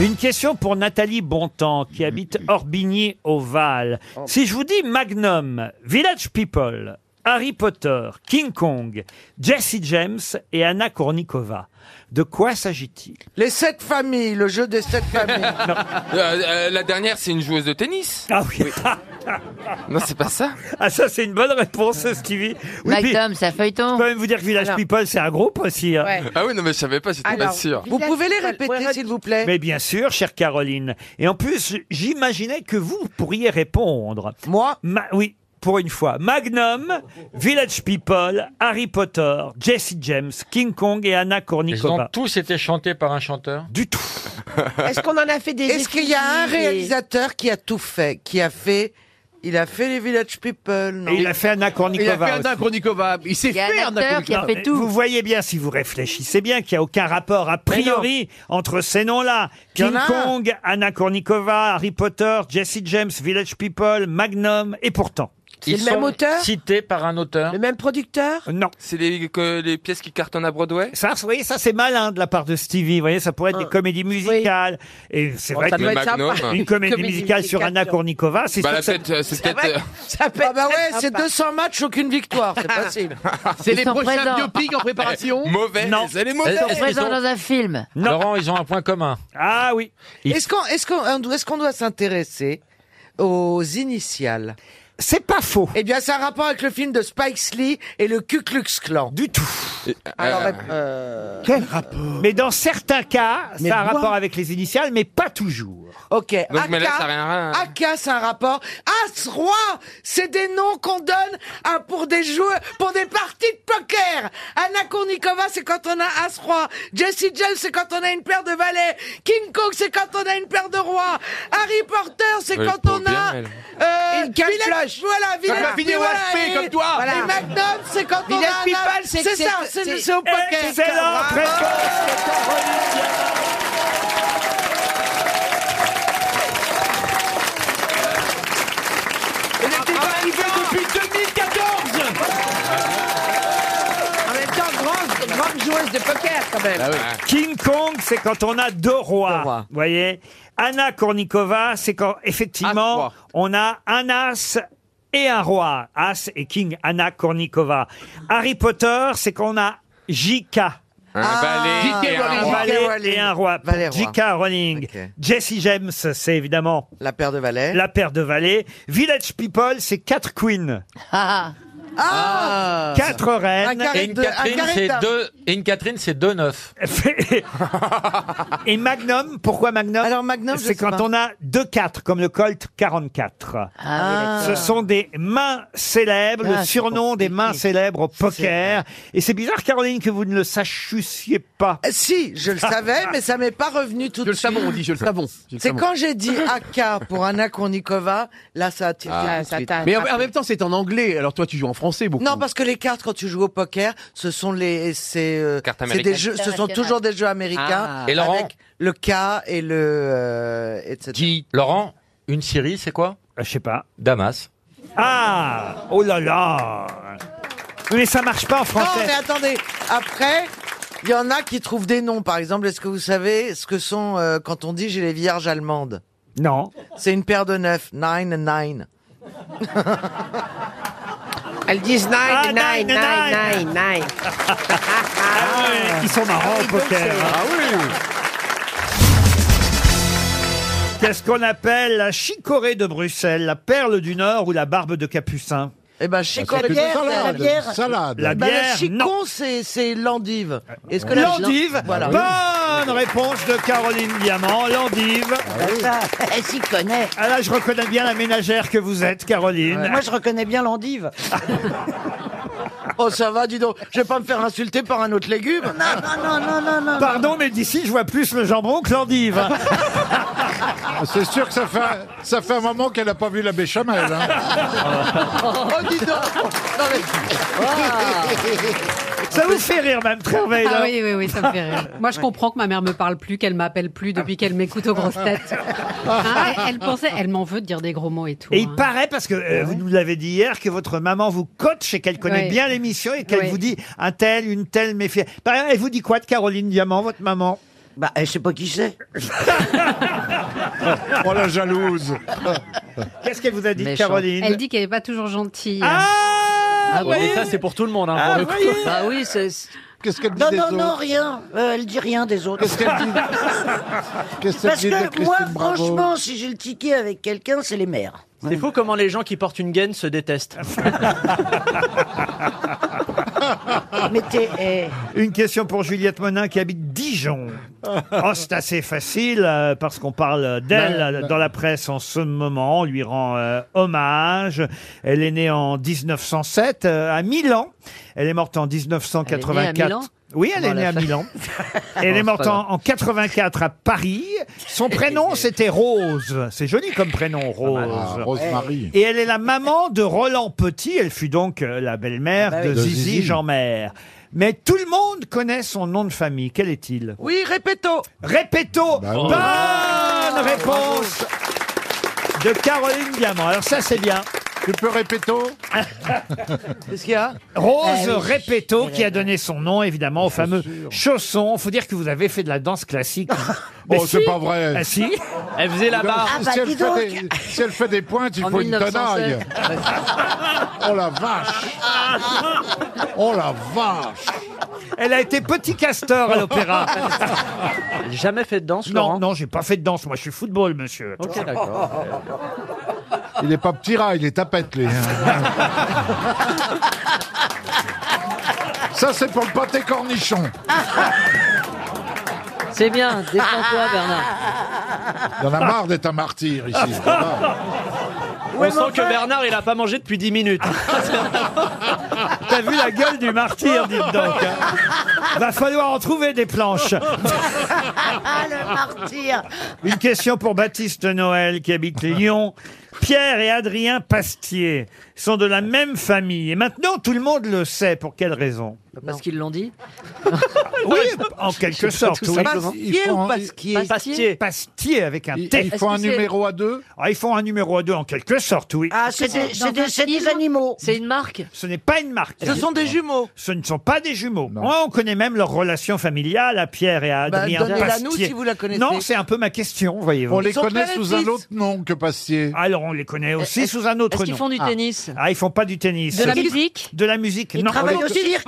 Une question pour Nathalie Bontemps, qui habite Orbigny au Val. Si je vous dis Magnum, Village People, Harry Potter, King Kong, Jesse James et Anna Kournikova, de quoi s'agit-il
Les sept familles, le jeu des sept familles.
Euh, euh, la dernière, c'est une joueuse de tennis.
Ah oui.
non, c'est pas ça.
Ah ça c'est une bonne réponse Stevie.
Magnum,
ça feuilleton. Je peux même vous dire que Village
Alors.
People c'est un groupe aussi. hein.
Ah oui, non, mais je savais pas, j'étais pas sûr.
Vous pouvez les répéter, s'il vous plaît
Mais bien sûr, chère Caroline. Et en plus, j'imaginais que vous pourriez répondre.
Moi
Oui, pour une fois. Magnum, Village People, Harry Potter, Jesse James, King Kong et Anna
Ils ont
Kournikova.
tous été chantés par un chanteur
Du tout.
Est-ce qu'on
en a fait
des
Est-ce qu'il y a un
études et-
réalisateur qui a tout fait Qui a fait. Il a fait les Village People, non
Et il a fait Anna Kournikova. aussi.
Il s'est
Mais Vous voyez bien, si vous réfléchissez bien, qu'il n'y a aucun rapport a priori entre ces noms-là.
Il y en
King
a un.
Kong, Anna Kournikova, Harry Potter, Jesse James, Village People, Magnum, et pourtant.
C'est Ils le même sont auteur
Cité par un auteur. Le
même producteur
Non.
C'est les, que- les pièces qui cartonnent à Broadway
Ça, vous voyez, ça c'est malin de la part de Stevie. Vous voyez, ça pourrait être des comédies musicales. Et c'est
Oh,
vrai
Ah. ça
que
doit être sympa.
une comédie,
Comédie
musicale sur
musicale,
Anna
non.
Kournikova, c'est
Bah,
sûr
la
que ça-
tête, euh, c'est peut-être. euh,
Ça peut ah bah ouais, c'est 200 matchs, aucune victoire, c'est facile.
C'est Ils les sont prochains présents. biopics en préparation
Mauvais.
Non.
Elle est
Ils
mauvaise.
sont présents dans
un film.
Laurent, ils ont un point commun.
Ah oui.
Est-ce qu'on est-ce qu'on est-ce qu'on doit s'intéresser aux initiales
C'est pas faux.
Eh bien, c'est un rapport avec le film de Spike Lee et le Ku Klux Klan.
Du tout.
Alors, bah,
euh,
Quel rapport Mais dans certains cas,
Mais
ça a un
moi-
rapport avec les initiales, mais pas toujours.
Ok.
Donc, mais là,
Aka-
ça a rien à- hein.
Aka, c'est un rapport. As-Roi, c'est des noms qu'on donne à- pour des joueurs, pour des parties de poker. Anna Kournikova, c'est quand on a As-Roi. Jesse James, c'est quand on a une paire de valets. King Kong, c'est quand on a une paire de rois. Harry Potter, c'est
Elle est
quand
pas
on
bien,
a...
elle.
Euh, une Voilà,
Ça
Village
va finir au
People,
HP,
et-
comme toi.
Et
Voilà.
Magnum, c'est quand on a...
Village
un-
People, c'est-
C'est
c'est-
ça, c'est
c'est-
c'est au poker.
Excellente
Bravo.
Il était pas arrivé depuis 2014
En même temps, grande, grande joueuse de poker, quand
Ah
Ah
même.
Ah. King Kong, c'est quand on a deux rois. Vous voyez Anna Kournikova, c'est quand,
Ah,
effectivement, on a un as et un roi. As et King, Anna Kournikova. Harry Potter, c'est quand on a JK.
Un
Ah,
balai et un roi.
balai et un roi. J.K. Rowling. Jesse James, c'est évidemment.
La paire de valets.
La paire de valets. Village People, c'est quatre queens.
Ah Ah
Quatre reines.
Et une Catherine, c'est deux. Et une Catherine, c'est deux neufs.
Et Magnum, pourquoi Magnum Alors
Magnum, je
c'est
sais
quand
pas.
on a deux 4 comme le Colt 44.
Ah oui,
Ce
d'accord.
sont des mains célèbres,
Ah,
le
c'est
surnom des mains célèbres au poker. Et c'est bizarre, Caroline, que vous ne le sachiez pas.
Eh, Si, je le savais, mais ça m'est pas revenu tout de suite. Je le savon, on dit, je le savon. C'est quand j'ai dit AK pour Anna Kournikova, là, ça a tiré.
Ah.
Mais en, en même temps, c'est en anglais. Alors toi, tu joues en
français beaucoup.
Ah, Non, parce que les cartes, quand tu joues au poker, ce sont les, c'est, euh,
Cartes
c'est
américaines.
des jeux, ce
Cartes
sont toujours des jeux
Ah.
américains.
Et Laurent
avec le K et le, euh, etc.
Qui Laurent, une Syrie, c'est quoi
Euh, Je sais pas.
Damas.
Ah Oh là là Mais ça marche pas en
Non,
français.
mais attendez. Après, il y en a qui trouvent des noms. Par exemple, est-ce que vous savez ce que sont euh, quand on dit j'ai les vierges allemandes
Non.
C'est une paire de neuf. Nine and nine.
Elles disent nine,
Ah,
nine,
nine,
nine, nine,
nine.
nine.
Ah Ils sont marrants au poker. Ah oui Qu'est-ce qu'on appelle la chicorée de Bruxelles, la perle du Nord ou la barbe de Capucin
Eh ben, chicorée de Bruxelles, la bière.
La
Bah,
bière,
le chicon,
non.
c'est, c'est l'endive. Est-ce que la-
L'endive
Voilà.
Bonne réponse de Caroline Diamant, l'endive
Ah Elle s'y connaît.
Ah là, je reconnais bien la ménagère que vous êtes, Caroline.
Moi, je reconnais bien l'endive.
Oh, ça va, dis donc. Je vais pas me faire insulter par un autre légume.
Non, non, non, non, non.
Pardon, mais d'ici, je vois plus le jambon que l'endive.
C'est sûr que ça fait, ça fait un moment qu'elle n'a pas vu hein. la béchamel.
oh, dis donc. Non, mais-
Ça vous fait rire, Mme hein Treveil
Ah oui, oui, oui, ça me fait rire. Moi, je comprends que ma mère me parle plus, qu'elle m'appelle plus depuis qu'elle m'écoute aux grosses têtes. Hein, elle, elle pensait, elle m'en veut de dire des gros mots et tout.
Et il paraît, parce que euh, vous nous l'avez dit hier, que votre maman vous coach et qu'elle connaît
Ouais.
bien l'émission et qu'elle
Ouais.
vous dit un tel, une telle méfiance. Par exemple, elle vous dit quoi de Caroline Diamant, votre maman
Bah, elle sait pas qui c'est.
Oh la jalouse
Qu'est-ce qu'elle vous a dit,
Méchant.
Caroline
hein. Elle dit qu'elle n'est pas toujours gentille.
Ah,
ouais.
mais ça, c'est pour tout le monde. Hein,
Ah,
pour le coup.
voyez Bah oui, c'est...
Qu'est-ce qu'elle
Non, non, non, rien. Euh, elle dit rien des autres. Qu'est-ce qu'elle dit
Qu'est-ce
Parce
qu'elle dit de
que moi,
Christine Bravo
franchement, si j'ai le ticket avec quelqu'un, c'est les mères.
C'est fou comment les gens qui portent une gaine se détestent.
Mais t'es... eh,
Une question pour Juliette Monin qui habite Dijon. Oh, c'est assez facile euh, parce qu'on parle d'elle
Ben,
euh,
ben.
dans la presse en ce moment. On lui rend euh, hommage. Elle est née en 1907 euh, à Milan. Elle est morte en 1984.
Milan
oui, elle
Dans
est née
la
à
fa-
Milan.
Non,
Elle est
Oh, c'est
morte
pas
en, en 84 à Paris. Son prénom, c'était Rose. C'est joli comme prénom, Rose.
Ah, Rosemary.
Et elle est la maman de Roland Petit. Elle fut donc euh, la belle-mère
Ah bah
de,
oui. De
Zizi,
Zizi.
Jean-Mère. Mais tout le monde connaît son nom de famille. Quel est-il
Oui, répéto.
Répéto.
Bah oui.
Bonne réponse de Caroline Diamant. Alors ça, c'est bien. Tu peux répéto
Qu'est-ce qu'il y a
Rose
Ah oui.
Repetto qui a donné son nom évidemment au fameux chausson. Faut dire que vous avez fait de la danse classique. Mais
Oh, c'est
si.
pas vrai.
Ah, si.
Elle faisait la barre. Ah, bah,
Si elle
dis
fait
donc.
des-
Si elle fait des pointes, il
En
faut une
1907.
tenaille. oh la vache
Ah.
Oh la vache
Elle a été petit castor à l'opéra.
Jamais fait de danse,
Non, non, j'ai pas fait de danse. Moi, je suis football, monsieur.
Oh.
Ok, d'accord.
Il n'est pas petit rat, il est tapette, lui. hein. Ça, c'est pour le pâté cornichon.
C'est bien, défends-toi, Bernard.
Il y en a marre d'être un martyr, ici. c'est pas grave.
On sent que Bernard, il a pas mangé depuis 10 minutes.
T'as vu la gueule du martyr, dites donc. hein. Va falloir en trouver des planches.
Ah, le martyr
Une question pour Baptiste Noël qui habite Lyon. Pierre et Adrien Pastier sont de la même famille. Et maintenant, tout le monde le sait. Pour quelle raison
Parce qu'ils l'ont dit
Oui, en quelque sorte.
tout
oui.
simplement. Pastier
Ils font
ou
un-
Pasquier
Pastier. Pastier avec un
Ils-
T.
ils font un Est-ce que c'est- numéro
à deux ah, Ils font un numéro à deux en quelque sorte, oui.
Ah, c'est des, c'est des- c'est des animaux. C'est une marque
Ce n'est pas une marque.
Ce sont des jumeaux.
Ce ne sont pas des jumeaux. Oh, on connaît même leur relation familiale à Pierre et à
Bah,
Adrien
donnez-la nous
Pastier.
si vous la connaissez.
Non, c'est un peu ma question, voyez-vous.
On les connaît sous un autre nom que Pastier.
Alors, on les connaît aussi
Est-ce-
sous un autre nom.
est-ce qu'ils font du
Ah.
tennis
Ah, ils font pas du tennis.
De la
Ils-
musique
De la musique,
Ils
non.
travaillent au cirque.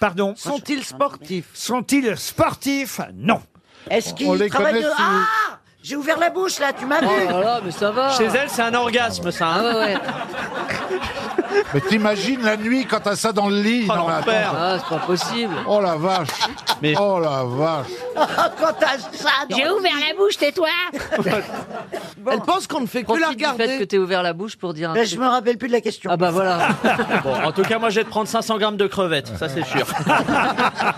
Pardon
Sont-ils sportifs
Sont-ils sportifs Non.
Est-ce
On
qu'ils
les
travaillent
connaît
de...
sous-
Ah J'ai ouvert la bouche, là, tu m'as vu
mais ça va. Chez elle, c'est un orgasme, ça.
Ah,
Ah,
hein.
Mais t'imagines la nuit quand t'as ça dans le lit
Oh,
non, mais
l'enfer.
attends.
Ah, c'est pas possible.
Oh la vache Oh la vache
Oh,
Quand t'as ça
J'ai ouvert la bouche, tais-toi
Elle pense qu'on ne fait que
Profite
la
du
regarder.
fait que
t'aies ouvert la bouche pour dire
Ben, Je me rappelle plus de la question. Ah bah voilà.
Bon, en tout cas, moi, je vais te prendre 500 grammes de crevettes, ça c'est sûr.
Ah,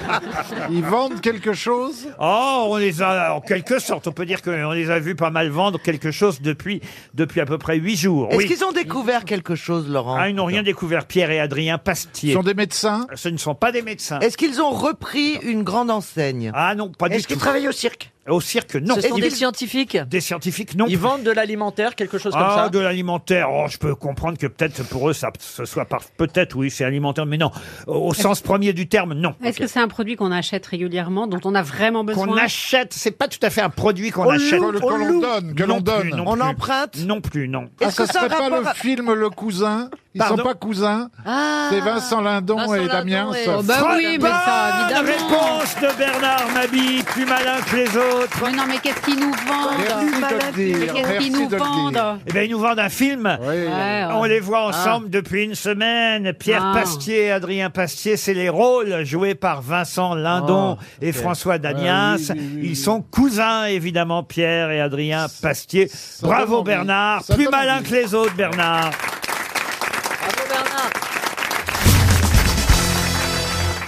Ils vendent quelque chose
Oh, on les a, en quelque sorte, on peut dire qu'on les a vus pas mal vendre quelque chose depuis, depuis à peu près huit jours.
Est-ce
oui.
qu'ils ont découvert quelque chose, Laurent
Ah, ils n'ont rien découvert, Pierre et Adrien Pastier. Ce sont des médecins Ce ne sont pas des médecins.
Est-ce qu'ils ont repris une grande enseigne
Ah non, pas du
Est-ce qu'ils
tout.
travaillent au cirque
Au cirque, non.
Ce sont des
scientifiques Des scientifiques, non. Ils
vendent de l'alimentaire, quelque chose comme
ah,
ça.
de l'alimentaire. Oh, je peux comprendre que peut-être pour eux, ça, ce soit par, peut-être, oui, c'est alimentaire, mais non. Au sens premier du terme, non.
Est-ce que c'est un produit qu'on achète régulièrement, dont on a vraiment besoin Oh,
Qu'on achète, c'est pas tout à fait un produit qu'on
On
achète.
loue, Que on l'on loue. donne, que
Non
l'on
plus,
donne.
non
On
plus.
emprunte
Non plus, non.
Ah, ça serait pas le film Le Cousin Ils
Pardon
sont pas cousins
Ah.
C'est Vincent Lindon
Vincent
et
Lindon
Damien.
et-
Sauf-
Oh, bah oui, mais ça,
Bonne
évidemment.
réponse
de Bernard Mabille, plus malin que les autres.
Mais non, mais qu'est-ce qu'ils nous vendent Mais Qu'est-ce qu'ils nous vendent
Eh bien, ils nous vendent un film.
Ouais,
On
ouais.
les voit ensemble
Ah.
depuis une semaine. Pierre
Ah.
Pastier et Adrien Pastier, c'est les rôles joués par Vincent Lindon
Ah,
et
ok.
François
Ah,
Daniens.
oui, oui, oui,
Ils sont cousins, évidemment, Pierre et Adrien Pastier.
donne
Bravo
envie.
Bernard,
Ça
plus
donne
malin
envie.
que les autres, Bernard.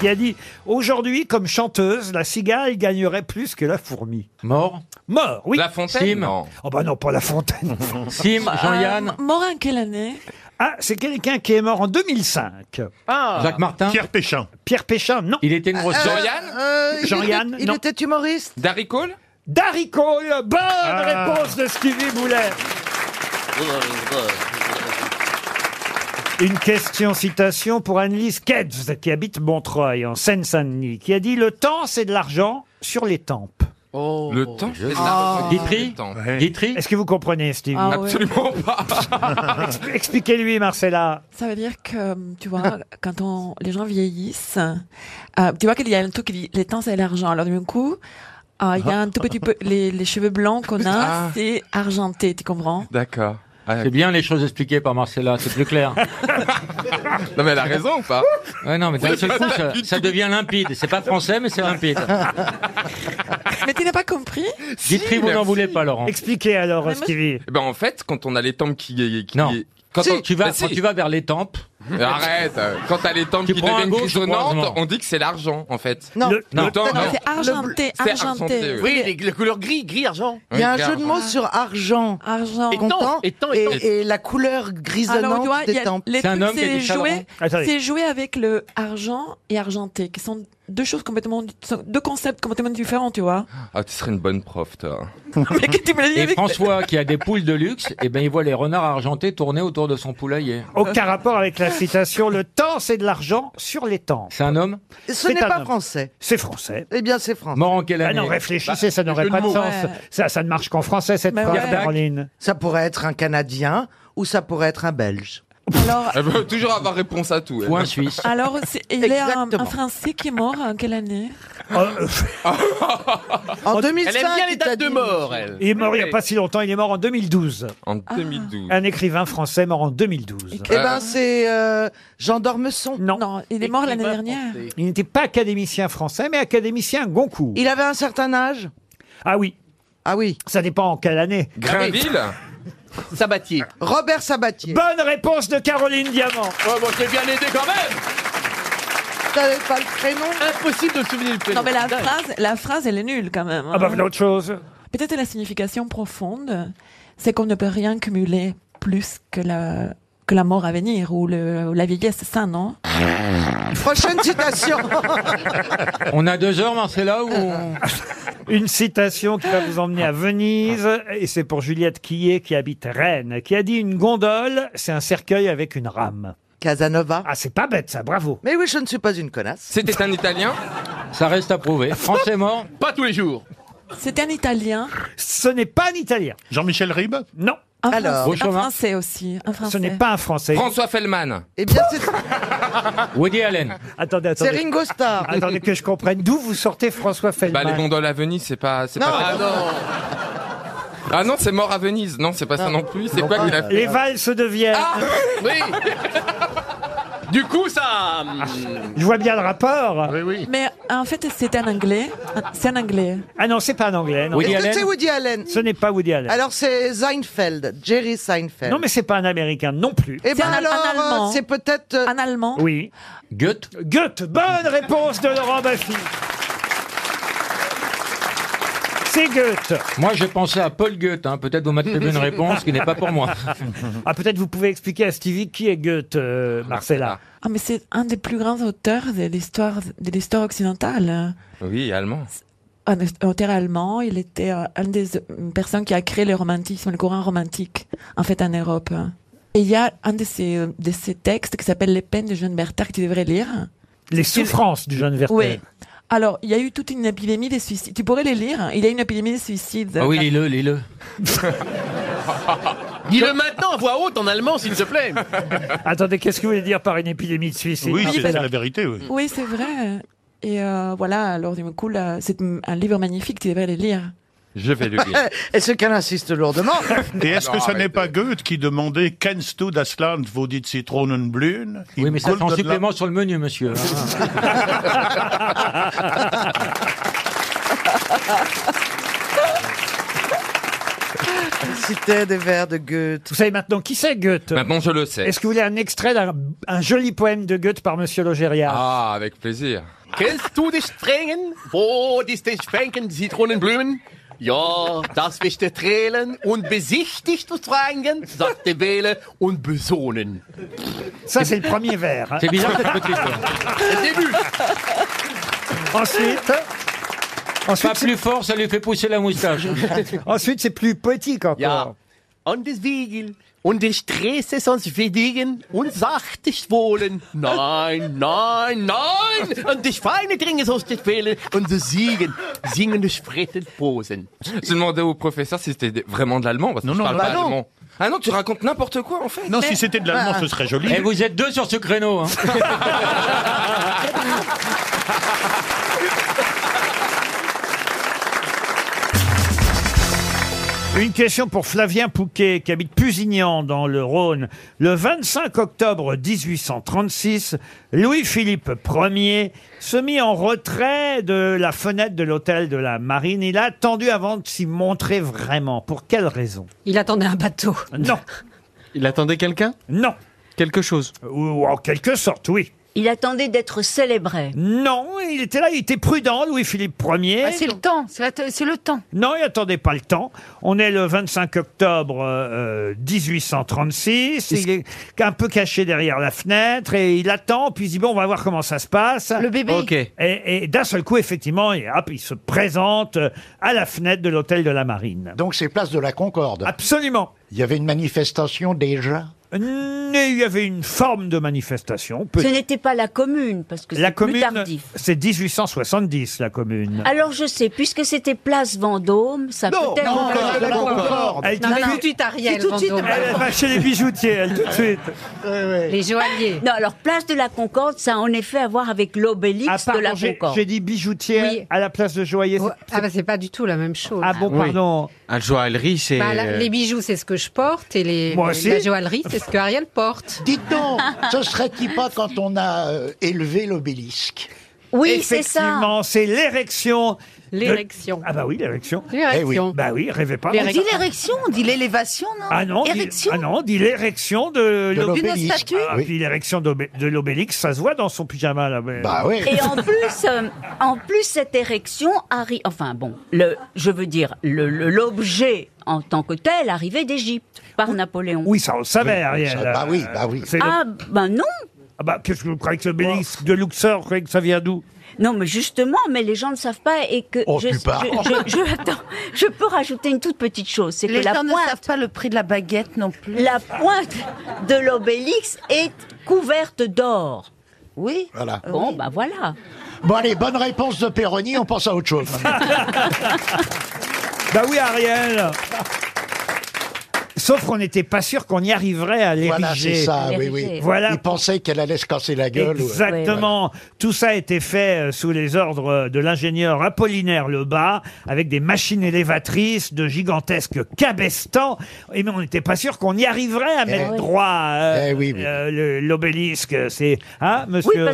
qui a dit aujourd'hui comme chanteuse la cigale gagnerait plus que la fourmi. Mort. Mort, oui.
La Fontaine Sim. Non.
Oh bah non, pas la Fontaine.
Sim, Jean-Yann.
Morin quelle année Ah, c'est quelqu'un qui est mort en 2005.
Ah.
Jacques Martin
Pierre Péchin. Pierre Péchin, non. Il était une
Euh, euh, il
Jean-Yann,
était- Il
non.
était humoriste
Darry Cole
Darry Cole, bonne
Ah.
réponse de Stevie Boulet. Une question citation pour Annelise Kedz, qui habite Montreuil, en Seine-Saint-Denis, qui a dit Le temps, c'est de l'argent sur les tempes.
Le temps c'est de
Ah.
l'argent.
Guitry
Le temps.
Est-ce que vous comprenez, Ah Stevie
Ah ouais. Absolument
bah.
pas.
Expli- Expliquez-lui, Marcella.
Ça veut dire que, tu vois, quand on, les gens vieillissent, euh, tu vois qu'il y a un truc qui dit les temps c'est l'argent. Alors du coup, euh, il y a un tout petit peu, les, les cheveux blancs qu'on a,
Ah.
c'est argenté, tu comprends
D'accord. Ah,
C'est bien les choses expliquées par Marcella, c'est plus clair.
Non mais elle a raison ou pas
Ouais, non, mais d'un
Oui,
seul
pas
coup,
mal
ça,
du
ça devient limpide. C'est pas français, mais c'est limpide.
Mais tu n'as pas compris
Guitry, vous n'en voulez pas, Laurent.
Expliquez
Ah,
alors, Stevie.
Ben en fait, quand on a les tempes qui, qui
Non. Quand
Si.
on- tu vas,
Ben si.
quand tu vas vers les tempes.
Mais Arrête. euh, Quand t'as les tempes
Tu
qui
prends
deviennent
un gauche, tu prends un
grisonnantes,
droit.
on dit que c'est l'argent en fait.
Non. Le- Non.
temps,
Non, c'est argenté,
C'est
argenté.
argenté, oui.
les, couleurs gris, gris, argent.
Il y a un jeu de mots sur argent.
Argent.
Content.
Et temps, et temps.
et, et la couleur
Alors,
grisonnante
tu vois, il y
des
a-
tempes.
les trucs, c'est jouer,
Attendez.
c'est jouer avec le argent et argenté, qui sont deux choses complètement, sont deux concepts complètement différents, tu vois.
Ah, tu serais une bonne prof, toi.
Ah,
Et François, qui a des poules de luxe, eh ben, il voit les renards argentés tourner autour de son poulailler.
Aucun rapport avec la citation Le temps, c'est de l'argent sur les tempes.
C'est un homme
Ce n'est pas
français. C'est français.
Eh bien, c'est français.
Mort en quelle
Ah non, réfléchissez, ça n'aurait pas de sens. Ça, ça ne marche qu'en français, cette
Mais
phrase,
Bah ouais.
Caroline.
Ça pourrait être un Canadien ou ça pourrait être un Belge.
Elle veut toujours avoir réponse à tout.
Ou un Suisse.
Alors, c'est- il y a un,
Exactement.
un Français qui est mort en quelle année
En
Elle aime
2005,
bien les
il t'a
dates de
dit-
mort,
elle.
Il est mort il n'y a pas si longtemps, il est mort en 2012.
En 2012.
Un écrivain français mort en 2012.
Eh ben, c'est euh, Jean Dormesson.
Non.
il est mort l'année dernière.
Il n'était pas académicien français, mais académicien Goncourt.
Il avait un certain âge
Ah oui.
Ah oui.
Ça dépend en quelle année.
Grinville
Sabatier. Robert Sabatier.
Bonne réponse de Caroline Diamant.
Oh, bon, c'est bien aidé quand même
T'avais pas le prénom
Impossible de souvenir le prénom.
Non, mais la phrase, la phrase, elle est nulle quand même.
Ah bah,
hein.
voilà autre chose.
Peut-être la signification profonde, c'est qu'on ne peut rien cumuler plus que la, que la mort à venir ou, le, ou la vieillesse, hein. c'est ça, non
Prochaine citation.
On a deux heures, Marcella, ou on-
Une citation qui va vous emmener à Venise, et c'est pour Juliette Quillet qui habite Rennes, qui a dit une gondole, c'est un cercueil avec une rame.
Casanova.
Ah, c'est pas bête ça, bravo.
Mais oui, je ne suis pas une connasse.
C'était un Italien
Ça reste à prouver. Français mort
Pas tous les jours.
C'était un Italien,
Ce n'est pas un Italien.
Jean-Michel Ribes
Non.
Ah,
un,
Alors,
Français, un
Beauchemin.
Français aussi. Un
Ce
Français.
n'est pas un Français.
François Fellman.
Eh bien, c'est
Woody Allen.
Attendez, attendez.
C'est Ringo Starr.
Attendez que je comprenne. D'où vous sortez François Fellman
Bah, les gondoles à Venise, c'est pas. c'est
Non,
pas-
ah non.
Ah non, c'est mort à Venise. Non, c'est pas ça non plus. C'est quoi qu'il a fait hein
Les valses de Vienne.
Ah Du coup,
Ah.
ça.
Je vois bien le rapport. Oui, oui.
Mais en fait, c'est un Anglais. Un- C'est un Anglais.
Ah non, c'est pas un anglais. Non.
Est-ce que c'est Woody Allen
Ce n'est pas Woody Allen.
Alors, c'est Seinfeld. Jerry Seinfeld.
non, mais c'est pas un américain non plus.
Eh
C'est
bien
un- un
alors,
Allemand.
euh, c'est peut-être... euh,
Un Allemand.
Oui.
Goethe.
Goethe. Bonne réponse de Laurent Baffy. C'est Goethe.
Moi, j'ai pensé à Paul Goethe. hein. Peut-être vous m'avez une réponse qui n'est pas pour moi.
Ah, peut-être vous pouvez expliquer à Stevie qui est Goethe, euh, Marcella.
Ah, mais c'est un des plus grands auteurs de l'histoire de l'histoire occidentale.
Oui, allemand.
Un est- auteur allemand, euh, il était euh, un des euh, personnes qui a créé le romantisme, le courant romantique, en fait, en Europe. Et il y a un de ces, euh, de ces textes qui s'appelle Les peines de Jeanne Bertha que tu devrais lire.
Les souffrances du jeune Werther.
Oui. Alors, il y a eu toute une épidémie de suicides. Tu pourrais les lire. hein. Il y a eu une épidémie de suicides.
Ah oui, lis-le, lis-le.
Dis-le maintenant en voix haute en allemand, s'il te plaît.
Attendez, qu'est-ce que vous voulez dire par une épidémie de suicide
Oui, c'est
Marcella
la
vérité,
Oui, c'est vrai. Et euh, voilà, alors du coup, là, c'est un livre magnifique, tu devrais le lire.
Je vais le
Est-ce qu'elle insiste lourdement
Et est-ce que
Non,
ça
arrête.
n'est pas Goethe qui demandait Kennst du das Land, wo die Zitronen blühen
Oui, mais ça, c'est en supplément sur le menu, monsieur. hein.
C'était des vers de Goethe.
Vous savez maintenant qui c'est Goethe
Maintenant, je le sais.
Est-ce que vous voulez un extrait d'un un joli poème de Goethe par Monsieur Logérias
Ah, avec plaisir.
Kennst du dich drängen, wo die Schwenken Zitronenblumen? Ja, das wirst du trälen und besichtigt und drängen, sagte Wähle und besonnen.
Ça, c'est le premier vers. hein.
C'est bizarre, cette petite Début.
Ensuite.
pas plus fort, ça lui fait pousser la moustache.
Ensuite, c'est plus poétique encore.
Ja. Und deswegen, und ich stresse sonst wenigen und sachte ich wohlen. Nein, nein, nein! Und ich feine dringe sonst nicht fehlen und so siegen, singende Spretten posen.
Je demandais au professeur si c'était des- vraiment de l'allemand, parce que je parle
non,
pas
bah non.
allemand. Ah non, tu racontes n'importe quoi, en fait.
Non, si c'était de l'allemand, ce serait joli.
Et Eh, vous êtes deux sur ce créneau. hein.
Une question pour Flavien Pouquet, qui habite Pusignan, dans le Rhône. Le 25 octobre 1836, Louis-Philippe Ier se mit en retrait de la fenêtre de l'hôtel de la Marine. Il a attendu avant de s'y montrer vraiment. Pour quelle raison
Il attendait un bateau.
Non.
Il attendait quelqu'un
Non.
Quelque chose
Ou en quelque sorte, oui.
Il attendait d'être célébré.
Non, il était là, il était prudent, Louis-Philippe Ier.
Ah, c'est le temps, c'est la- c'est le temps.
Non, et attendez pas le temps. On est le 25 octobre euh, euh, 1836. Il est un peu caché derrière la fenêtre et il attend. Puis il dit bon, on va voir comment ça se passe. Le
bébé. Ok.
Et, et d'un seul coup, effectivement, et hop, il se présente euh, à la fenêtre de l'hôtel de la Marine.
Donc c'est place de la Concorde.
Absolument.
Il y avait une manifestation déjà.
Mm, et il y avait une forme de manifestation. peut-
Ce n'était pas la commune, parce que
la
c'est plus
commune,
tardif. Ah,
c'est 1870, la commune.
Alors je sais, puisque c'était Place Vendôme, ça peut être...
Elle dit-
Non, non. C'est tout de suite.
Elle va chez les bijoutiers, elle, tout de suite.
Les joailliers. Non, alors Place de la Concorde, ça a en effet à voir avec
Ah,
l'obélix
pardon,
de la
j'ai-
Concorde.
J'ai dit bijoutier
Oui.
à la place de joaillier. c'est-
Ah bah c'est pas du tout la même chose.
Ah bon, pardon.
Un joaillerie, c'est.
Bah,
euh,
la- les bijoux, c'est ce que je porte, et les,
Moi
les-
aussi.
la joaillerie, c'est ce que Ariel porte.
Dites donc, ce serait-il pas quand on a euh, élevé l'obélisque
Effectivement, c'est l'érection. de-
L'érection.
Ah bah oui, l'érection.
L'érection.
Eh oui. Bah oui, rêvez pas.
On dit l'érection, on dit l'élévation, non
Ah non, on dit-
Érection.
ah non, on dit l'érection de,
De
l'obélisque.
l'obélisque. D'une statue
Ah, puis l'érection d'obé- de l'obélix, ça se voit dans son pyjama là. Bah
Et en plus, euh, en plus cette érection arrive. Enfin bon, le, je veux dire, le- le- l'objet en tant que tel arrivait d'Égypte par Napoléon.
Oui, ça on le savait,
Oui,
Ariel.
ça- bah oui,
bah oui.
Ah ben non.
Ah bah qu'est-ce que vous croyez que l'obélisque de Luxor, vous croyez que ça vient d'où
Non, mais justement, mais les gens ne savent pas et que
Oh,
je,
pupard.
je- je- je- attends, je peux rajouter une toute petite chose, c'est que
Les
la
gens
pointe,
ne savent pas le prix de la baguette non plus.
la pointe de l'obélix est couverte d'or. Oui.
Voilà.
Bon, bah voilà.
Bon allez, bonne réponse de Péroni, on pense à autre chose.
Bah oui, Ariel. Sauf qu'on n'était pas sûr qu'on y arriverait à l'ériger.
voilà, c'est ça, oui, oui.
Voilà
Il pensait qu'elle allait se casser la gueule. ou-
Exactement. Tout ça a été fait euh, sous les ordres euh, de l'ingénieur Apollinaire Lebas, avec des machines élévatrices, de gigantesques cabestans. Et mais on n'était pas sûr qu'on y arriverait à
Eh
mettre
oui.
droit euh, euh, le- l'obélisque. C'est hein, monsieur.
Bah,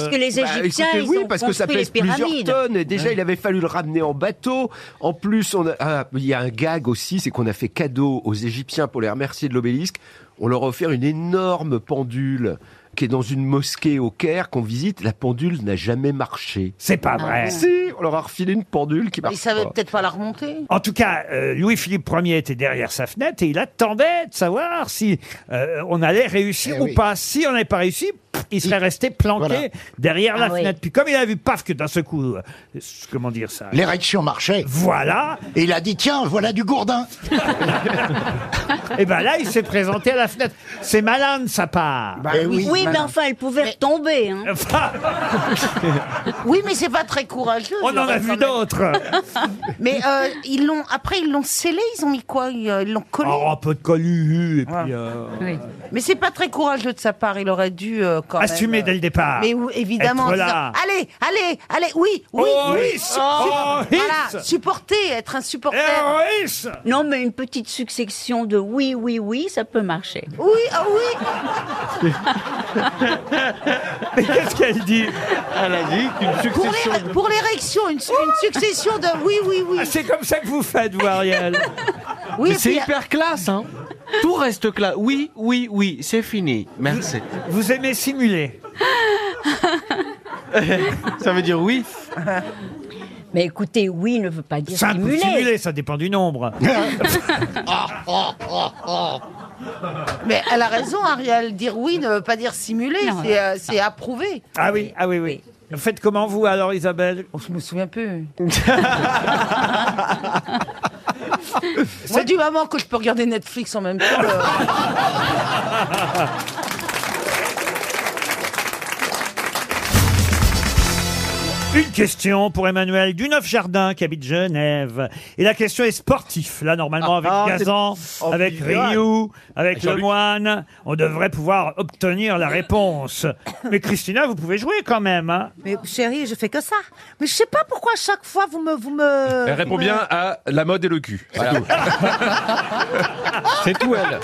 écoutez, oui, parce que ça pèse plusieurs tonnes. Et déjà,
Ouais.
il avait fallu le ramener en bateau. En plus, on a- ah, il y a un gag aussi, c'est qu'on a fait cadeau aux Égyptiens pour les remercier de l'obélisque. On leur a offert une énorme pendule
qui est dans une mosquée au Caire qu'on visite, la pendule n'a jamais marché.
C'est pas vrai.
Si, on leur a refilé une pendule
Bah,
qui marche.
Ils savaient
pas.
peut-être pas la remonter.
En tout cas, euh, Louis-Philippe Ier était derrière sa fenêtre et il attendait de savoir si euh, on allait réussir ou pas. Si on n'avait pas réussi, pff, il serait resté planqué derrière la
Ah oui.
fenêtre. Puis comme il a vu, paf, que d'un seul coup, euh, comment dire ça
L'érection marchait.
Voilà.
Et il a dit tiens, voilà du gourdin.
Et ben là, il s'est présenté à la fenêtre. C'est malin de sa part.
Eh oui, mais enfin, elle pouvait retomber. hein.
Oui, mais c'est pas très courageux.
On en a vu d'autres.
Mais euh, ils l'ont. Après, ils l'ont scellé. Ils ont mis quoi Ils euh, ils l'ont collé.
Oh, un peu de collu et
Ah.
puis. euh,
Mais c'est pas très courageux de sa part. Il aurait dû euh, quand même,
Assumer
euh,
dès le départ.
Mais oui, évidemment. en
Être
disant,
là.
Allez, allez, allez. Oui, oui.
Oh,
oui.
hiss Oh,
voilà,
hiss
supporter, être un supporter.
Eh,
Non, mais une petite succession de oui, oui, oui, ça peut marcher.
Oui, ah oui.
Mais qu'est-ce qu'elle dit
Elle a dit qu'une
Pour l'é- Pour l'érection, une, su- une succession de oui, oui, oui.
Ah, c'est comme ça que vous faites, vous, Ariel.
Oui,
Mais
puis-
classe, hein Tout reste classe. Oui, oui, oui, c'est fini. Merci.
Vous aimez simuler
Ça veut dire oui
Mais écoutez, oui ne veut pas dire
Ça,
stimuler.
simuler, ça dépend du nombre. Ah,
Mais elle a raison, Ariel. Dire oui ne veut pas dire simuler, c'est euh, c'est approuver.
Ah oui, ah oui, oui. Vous faites comment, vous, alors, Isabelle
On se me souvient peu.
Ah,
Moi, du moment que je peux regarder Netflix en même temps. euh.
Une question pour Emmanuel Duneuf Jardin qui habite Genève. Et la question est sportive. Là, normalement, avec
Ah, c'est-
Gazan,
Oh,
avec
génial.
Rioux, avec
Et Jean-Luc.
Lemoine, on devrait pouvoir obtenir la réponse. Mais Christina, vous pouvez jouer quand même. hein.
Mais chérie, je fais que ça. Mais je sais pas pourquoi à chaque fois vous me, vous me.
Elle répond
vous me-
bien ah. à la mode et le cul. C'est tout, elle.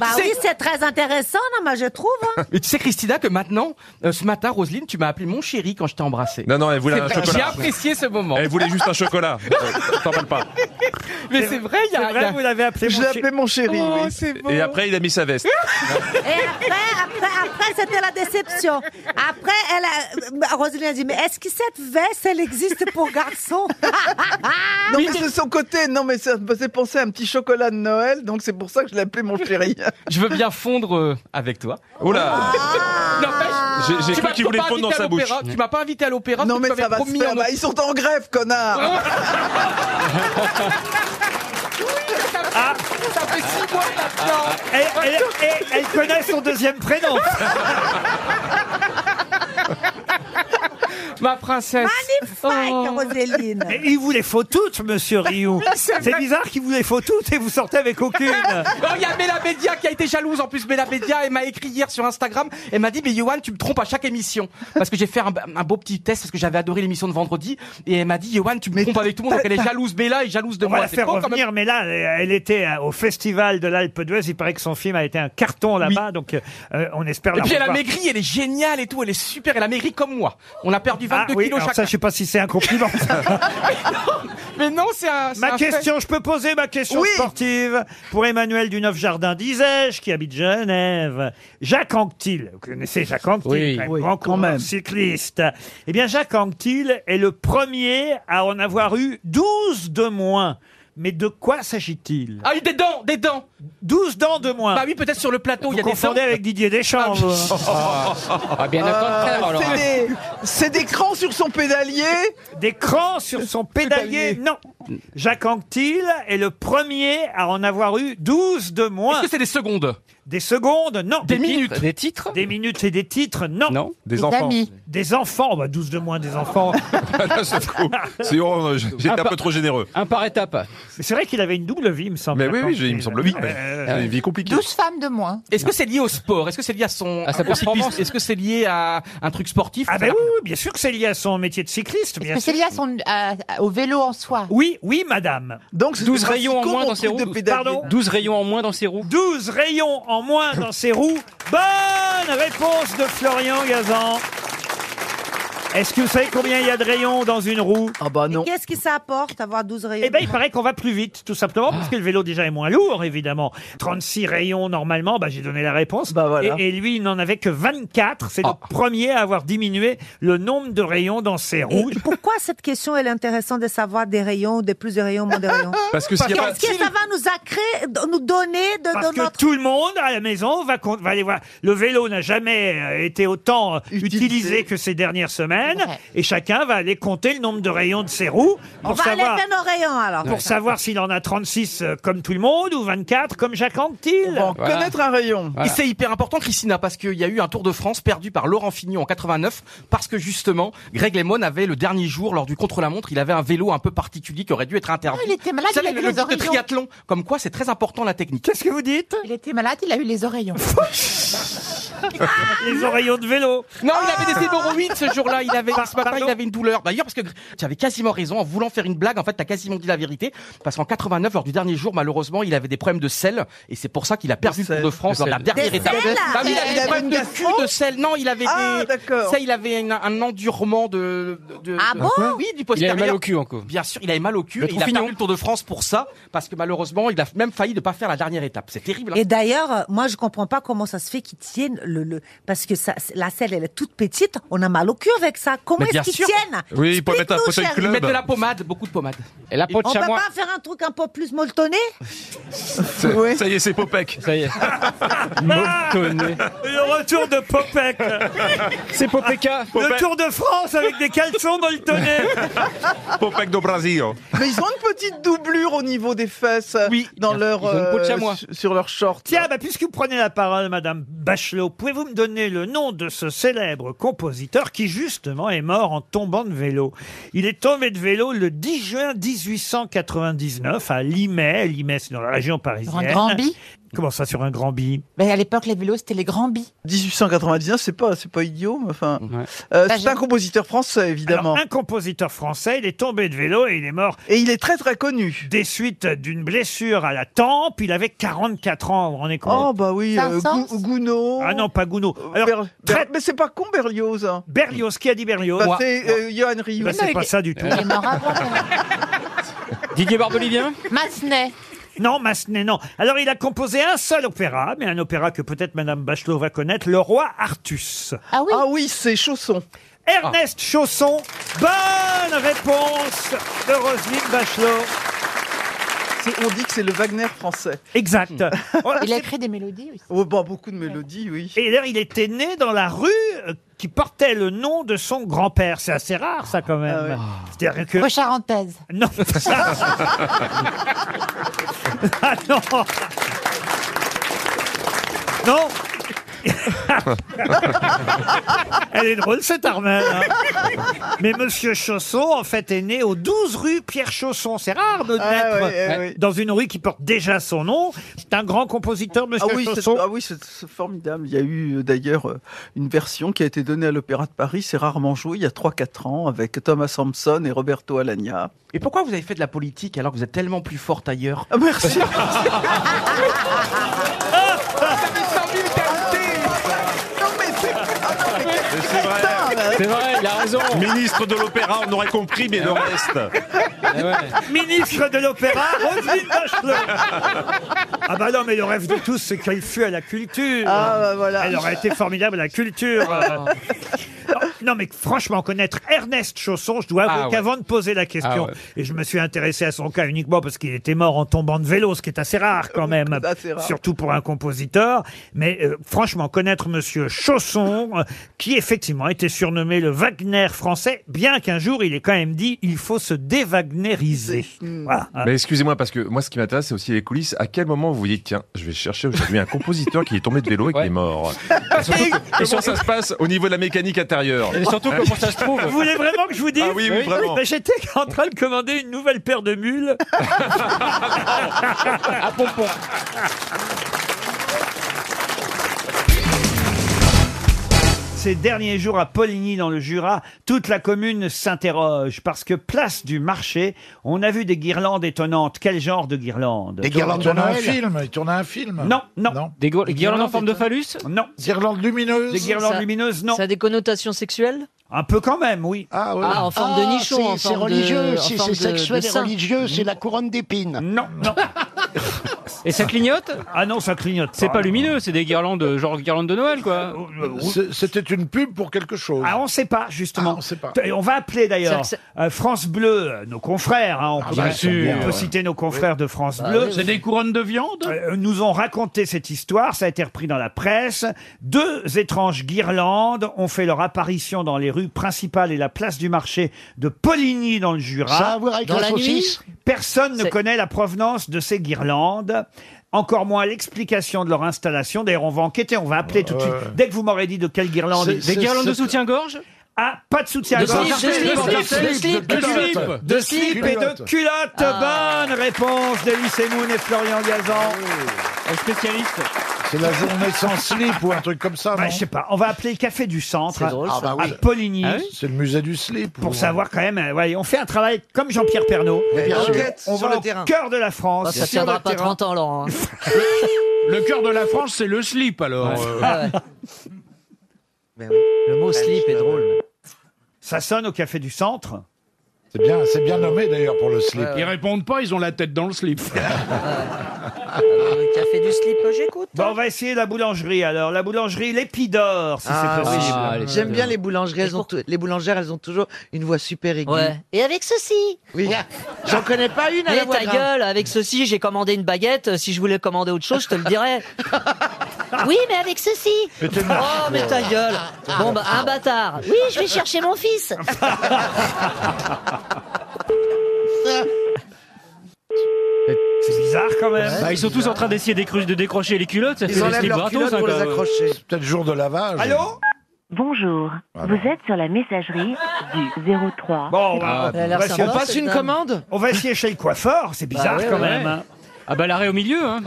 Bah
tu sais-
oui, c'est très intéressant, non, mais je trouve. hein.
Mais tu sais, Christina, que maintenant, euh, ce matin, Roselyne, tu m'as appelé mon chéri quand je t'ai embrassé.
Non, non, elle voulait
C'est
un
vrai,
chocolat.
J'ai apprécié ce moment.
Elle voulait juste un chocolat. Euh, T'emballes pas.
Mais c'est vrai, il y a.
C'est vrai,
il y a-
vous l'avez appelé
Je
mon
l'ai
chéri.
appelé mon chéri.
Oh,
oui.
c'est beau.
Et après, il a mis sa veste.
Et après, après, après, c'était la déception. Après, elle a, bah, Roselyne a dit, mais est-ce que cette veste, elle existe pour garçons
Non mais c'est son côté, non mais ça me faisait penser à un petit chocolat de Noël, donc c'est pour ça que je l'ai appelé mon chéri.
Je veux bien fondre euh, avec toi.
Oula
N'empêche, Ah. tu
J'ai- j'ai cru
m'as
qu'il voulait
pas
fondre dans
invité à
sa bouche.
l'opéra, Tu m'as pas invité à l'opéra.
Non
tu
mais
m'avais
ça va se
promis
faire,
en
bah,
op-
ils sont en grève, connard
Ah. Ça fait six mois maintenant.
Elle, elle- elle- elle connaît son deuxième prénom.
Ma princesse. Oh.
Roselyne.
Mais il vous les faut toutes, monsieur Rioux.
Oui, c'est
C'est
vrai.
bizarre qu'il vous les faut toutes et vous sortez avec aucune.
Non, il y a Mela Bédia qui a été jalouse. En plus, Mela Bédia, elle m'a écrit hier sur Instagram. Elle m'a dit, mais Johan, tu me trompes à chaque émission. Parce que j'ai fait un, un beau petit test parce que j'avais adoré l'émission de vendredi. Et elle m'a dit, Johan, tu me trompes avec tout le monde. Donc elle est jalouse, Mela est jalouse de
On va
moi.
la
C'est
faire
con, quand
revenir,
même.
mais là, elle- elle était euh, au festival de l'Alpe d'Huez. Il paraît que son film a été un carton là-bas, donc euh, on espère
Et
la
puis elle a
revoir.
maigri, elle est géniale et tout, elle est super, elle a maigri comme moi. On a perdu 22
Ah oui,
kilos
alors
chacun.
ça, je sais pas si c'est un compliment.
Mais non, c'est un. c'est
ma
un fait.
question, je peux poser ma question sportive pour Emmanuel Duneuf Jardin, disais-je, qui habite Genève. Jacques Anquetil, vous connaissez Jacques Anquetil,
Oui.
un
Oui,
grand
quand
coureur
même.
cycliste. Eh bien, Jacques Anquetil est le premier à en avoir eu 12 de moins. Mais de quoi s'agit-il
Ah oui, des dents, des dents.
12 dents de moins.
Bah oui, peut-être sur le plateau, il
Vous
y a des dents. Ah,
confondez avec Didier Deschamps. vous, hein.
bien
Euh, c'est des- C'est des, crans sur son pédalier
Des crans sur son pédalier Non. Jacques Anquetil est le premier à en avoir eu 12 de moins.
Est-ce que c'est des secondes
Des secondes Non.
Des minutes
Des titres Des minutes et des titres Non. Non.
Des Des enfants. amis.
Des enfants. Bah, 12 de moins des enfants.
Bah,
Là, ça coupe. C'est oh, j'étais un peu trop généreux.
Un par étape. C'est vrai qu'il avait une double vie, il me semble.
Mais oui, oui, j'ai- il me semble bien.
Euh,
C'est une vie compliquée.
12 femmes de moins.
Est-ce que c'est lié au sport Est-ce que c'est lié à son
À sa
au cyclisme
performance
Est-ce que c'est lié à un truc sportif
Ah ben oui, oui, bien sûr que c'est lié à son métier de cycliste.
Est-ce
bien
que c'est
sûr.
lié à son, à- à- au vélo en soi
Oui, oui, madame.
Donc
12 rayons en moins dans ses roues.
Pardon
12
rayons en moins dans ses roues. 12 rayons en moins dans ses roues. Bonne réponse de Florian Gazan. Est-ce que vous savez combien il y a de rayons dans une roue
Ah bah non.
Qu'est-ce que ça apporte, avoir 12 rayons
Eh ben, il paraît qu'on va plus vite, tout simplement, parce que le vélo déjà est moins lourd, évidemment. 36 rayons normalement, bah, j'ai donné la réponse. et, et lui, il n'en avait que 24. C'est
Ah.
le premier à avoir diminué le nombre de rayons dans ses roues.
Et pourquoi cette question elle est intéressante de savoir des rayons, de plus de rayons, moins de rayons
Parce que s'il y a pas-
Qu'est-ce que ça va nous accréer, nous donner de,
Parce
de notre
que tout le monde à la maison va, con- va aller voir. Le vélo n'a jamais euh, été autant euh, utilisé que ces dernières semaines. Et chacun va aller compter le nombre de rayons de ses roues
On
pour
va
savoir,
aller faire nos rayons alors.
pour savoir s'il en a 36 euh, comme tout le monde ou 24 comme Jacques Anquetil.
Voilà. connaître
un rayon.
Et c'est hyper important, Christina, parce qu'il y a eu un Tour de France perdu par Laurent Fignon en 89, parce que justement, Greg Lemon avait le dernier jour, lors du contre-la-montre, il avait un vélo un peu particulier qui aurait dû être interdit.
Ah, il était malade,
Vous savez,
il avait
le,
les
le
oreillons.
triathlon. Comme quoi, c'est très important la technique.
Qu'est-ce que vous dites
Il était malade, il a eu les oreillons.
Les oreillons de vélo. Ah.
Non, il avait des hémorroïdes ce jour-là. Il avait ce matin,
pardon
il avait une douleur. D'ailleurs, parce que tu avais quasiment raison en voulant faire une blague. En fait, t'as quasiment dit la vérité parce qu'en 89, lors du dernier jour, malheureusement, il avait des problèmes de sel et c'est pour ça qu'il a perdu le Tour de France dans la dernière Des étape. sels Ah oui, il avait Il des avait problèmes une de gastro cul, de sel. Non, il avait Ah, des. d'accord. Ça, il avait une- un endurement de. de- Ah de- bon Oui, du Il postérieur.
avait mal au cul encore.
Bien sûr, il avait mal au cul. Le et il a Troufignon. perdu le Tour de France pour ça parce que malheureusement, il a même failli ne pas faire la dernière étape. C'est terrible. hein.
Et d'ailleurs, euh, moi, je comprends pas comment ça se fait qu'ils tiennent le, le- parce que ça, c'est- la selle, elle est toute petite. On a mal au cul avec ça. Comment
Mais bien
est-ce
sûr.
qu'ils tiennent
Oui, ils peuvent mettre un
Explique-nous,
fauteuil
chérie.
club. Ils mettent de la pommade, beaucoup de pommade. Et la
On peut pas faire un truc un peu plus molletonné
Ça y est, c'est Popek. Ça y est.
Le retour de Popek.
C'est Popeka.
Le
Popek.
Tour de France avec des caleçons molletonnés.
Popek do Brasil.
Mais ils ont une petite doublure au niveau des fesses. Oui. Dans leur. euh, su-
sur leur short. Tiens, bah, puisque vous prenez la parole, Madame Bachelot, pouvez-vous me donner le nom de ce célèbre compositeur qui, justement, est mort en tombant de vélo Il est tombé de vélo le 10 juin 1899 à Limay. Limay, c'est dans la région parisienne.
grand bi
Comment ça, sur un grand bi
Mais à l'époque, les vélos, c'était les grands billes.
1899, c'est pas, c'est pas idiot, mais enfin. Euh, c'est un compositeur français, évidemment.
Alors, un compositeur français, il est tombé de vélo et il est mort.
Et il est très très connu.
Des suites d'une blessure à la tempe, il avait 44 ans, vous vous rendez compte
Oh, bah oui, euh, Gou- Gounod.
Ah non, pas Gounod. Alors,
Ber- Mais c'est pas con, Berlioz. hein.
Berlioz, qui a dit Berlioz
Bah, c'est euh, Johann Rioux.
Bah, c'est pas ça du tout.
Didier Barbelivien
Massenet.
Non, Massenet, non. Alors, il a composé un seul opéra, mais un opéra que peut-être Madame Bachelot va connaître, Le Roi Artus.
Ah oui
Ah oui, c'est Chausson.
Ernest Chausson. Bonne réponse de Roselyne Bachelot.
C'est- On dit que c'est le Wagner français.
Exact. Oh,
Il a écrit des mélodies aussi.
Hum. Oh, bah, beaucoup de mélodies, oui.
Et d'ailleurs, il était né dans la rue euh, qui portait le nom de son grand-père. C'est assez rare, ça,
Ah
quand même. C'est-à-dire que...
Aux Charentaises.
Non. ah non Non Elle est drôle cette Armelle. hein. Mais Monsieur Chausson, en fait, est né au 12 rue Pierre Chausson. C'est rare de
Ah
naître
oui, ah oui.
dans une rue qui porte déjà son nom. C'est un grand compositeur, Monsieur
ah oui, c'est-
Chausson.
ah oui, c'est c'est formidable. Il y a eu euh, d'ailleurs euh, une version qui a été donnée à l'Opéra de Paris, c'est rarement joué, il y a 3-4 ans, avec Thomas Sampson et Roberto Alagna.
Et pourquoi vous avez fait de la politique alors que vous êtes tellement plus forte ailleurs
Merci.
C'est vrai.
C'est vrai, il a raison.
Ministre de l'Opéra, on aurait compris, mais le reste.
Eh
Ministre de l'Opéra, Roselyne Bachelot. Ah bah non, mais le rêve de tous, c'est qu'elle fut à la culture.
Ah, bah voilà.
Elle aurait été formidable à la culture.
Ah.
Euh, non, mais franchement, connaître Ernest Chausson, je dois avouer
Ah ouais.
qu'avant de poser la question,
Ah ouais.
et je me suis intéressé à son cas uniquement parce qu'il était mort en tombant de vélo, ce qui est assez rare quand même,
c'est assez rare.
surtout pour un compositeur. Mais euh, franchement, connaître Monsieur Chausson, euh, qui effectivement était surnommé le Wagner français, bien qu'un jour il ait quand même dit il faut se déwagneriser. Voilà.
Mais excusez-moi, parce que moi, ce qui m'intéresse, c'est aussi les coulisses. À quel moment vous vous dites, tiens, je vais chercher aujourd'hui un compositeur qui est tombé de vélo et qui est mort Et surtout, comment ça se passe au niveau de la mécanique intérieure
Et surtout, comment ça se trouve
Vous voulez vraiment que je vous dise
Ah oui, oui, vraiment.
Ben, J'étais en train de commander une nouvelle paire de mules. à pompon. Ces derniers jours à Poligny dans le Jura, toute la commune s'interroge parce que place du marché, on a vu des guirlandes étonnantes. Quel genre de guirlandes
Des guirlandes de Noël. Un film, il tourne un film.
Non, non.
Des
guirlandes en forme de phallus Non.
Guirlandes lumineuses.
Des guirlandes lumineuses, non.
Ça a des connotations sexuelles
Un peu quand même, oui. Ah,
ouais. Ah, en forme de Ah, nichon, c'est- en c'est forme de- religieux, en si forme c'est de- sexuel de Mm. et sein. religieux, c'est
la couronne d'épines. Non, non. et ça clignote Ah non, ça clignote.
C'est pas
non.
lumineux, c'est des guirlandes, genre guirlandes de Noël, quoi.
C'était une pub pour quelque chose. Ah, on ne sait pas, justement. on Et on va appeler d'ailleurs
C'est-
euh, France Bleu, euh, nos confrères. hein, on
Ah,
peut,
bien sûr.
on peut
Ouais.
citer nos confrères de France
Bah
Bleu.
oui, C'est
des couronnes de viande Euh, Nous ont raconté cette histoire, ça a été repris dans la presse. Deux étranges guirlandes ont fait leur apparition dans les rues principales et la place du marché de Poligny dans le Jura.
Ça a à voir avec Dans la la saucisse nuit
Personne ne connaît la provenance de ces guirlandes. Encore moins l'explication de leur installation. D'ailleurs, on va enquêter, on va appeler
Euh,
tout de suite. Dès que vous m'aurez dit de quelle guirlande.
Des des guirlandes de soutien-gorge
Ah, pas de soutien-gorge.
De slip, de slip, de slip, de slip,
De slip et de culotte. Bonne réponse d'Elise Moon et Florian Gazan. Un spécialiste.
C'est la journée sans slip ou un truc comme ça,
Bah,
non
je sais pas. On va appeler le café du centre
C'est drôle,
à,
ça. Ah bah oui.
à Poligny.
Ah oui C'est le musée du slip.
Pour
ou-
savoir quand même, euh, ouais, on fait un travail comme Jean-Pierre Pernaud.
Mais bien
On-
sûr.
On
Sur
va
le
au
terrain.
cœur de la
Bah, ça
France. Sur Oh, le
tiendra pas
terrain.
30 ans, Laurent. hein. le cœur de la France, c'est le slip, alors. euh.
Ah, Ben Le mot slip est drôle. Ça sonne au café du centre.
C'est bien, c'est bien nommé d'ailleurs pour le slip.
Ils répondent pas, ils ont la tête dans le slip.
Ah, Café du slip, j'écoute. Bon, on va essayer la boulangerie alors. La boulangerie L'Épidore, si
Ah,
c'est possible.
oui. J'aime bien les boulangeries. Elles ont tou- les boulangères, elles ont toujours une voix super aiguë.
Ouais.
Et avec ceci. Oui. J'en connais pas une à
Mais
la voix
ta
grave.
gueule, avec ceci, j'ai commandé une baguette. Si je voulais commander autre chose, je te le dirais. oui, mais avec ceci.
Mais t'es marrant.
oh, mais ta gueule. Bon, bah, un bâtard. Oui, je vais chercher mon fils.
C'est bizarre quand même.
Bah, ils sont tous en train d'essayer d'écru- de décrocher les culottes. ça fait
Ils
des
enlèvent
slips
leurs
gratos,
culottes
hein,
pour
quoi.
les accrocher. C'est peut-être jour de lavage.
Allô
Bonjour, vous êtes sur la messagerie du 03.
Bon,
Ah,
Ah,
bah,
Elle a l'air
on va essayer-
sympa, cette dame.
On va essayer chez le coiffeur, c'est bizarre
Bah ouais,
quand
ouais,
même.
ouais.
hein.
Ah bah l'arrêt au milieu, hein.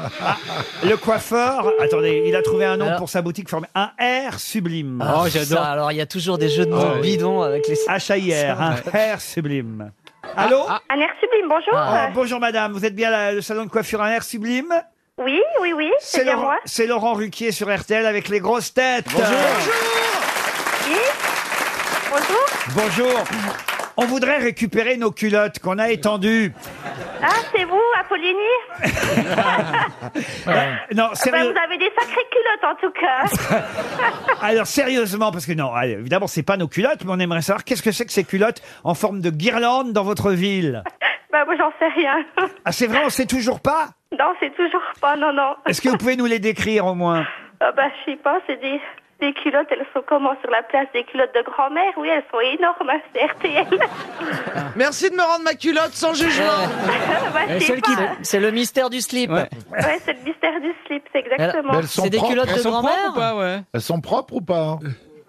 Le coiffeur, attendez, il a trouvé un nom pour sa boutique formée. Un R sublime.
Ah,
Oh, j'adore. Ça, alors, il y a toujours des jeux de mots
Ah, oui.
bidons avec les.
H-I-R, un R sublime. Allô
Ah, Un air sublime, bonjour.
Oh, bonjour madame, vous êtes bien la- le salon de coiffure un air sublime
Oui, oui, oui, c'est bien
Laurent-
moi.
C'est Laurent Ruquier sur RTL avec les grosses têtes.
Oui Bonjour.
Bonjour. On voudrait récupérer nos culottes qu'on a étendues.
Ah, c'est vous, Apolline
Non,
bah,
sérieux-
Vous avez des sacrées culottes, en tout cas.
Alors sérieusement, parce que non, allez, évidemment c'est pas nos culottes, mais on aimerait savoir qu'est-ce que c'est que ces culottes en forme de guirlande dans votre ville.
bah, moi, j'en sais rien.
Ah c'est vrai, on sait toujours pas.
non, c'est toujours pas, Oh, non, non.
Est-ce que vous pouvez nous les décrire au moins
Ah bah, je sais pas, c'est des, des culottes, elles sont comment Sur la place des culottes de grand-mère Oui, elles sont énormes, hein, c'est RTL.
Merci de me rendre ma culotte sans jugement.
Bah, je sais pas.
C'est- C'est le mystère du slip.
Ouais, c'est le mystère du slip, c'est exactement.
C'est des culottes de grand-mère
Elles sont propres ou pas hein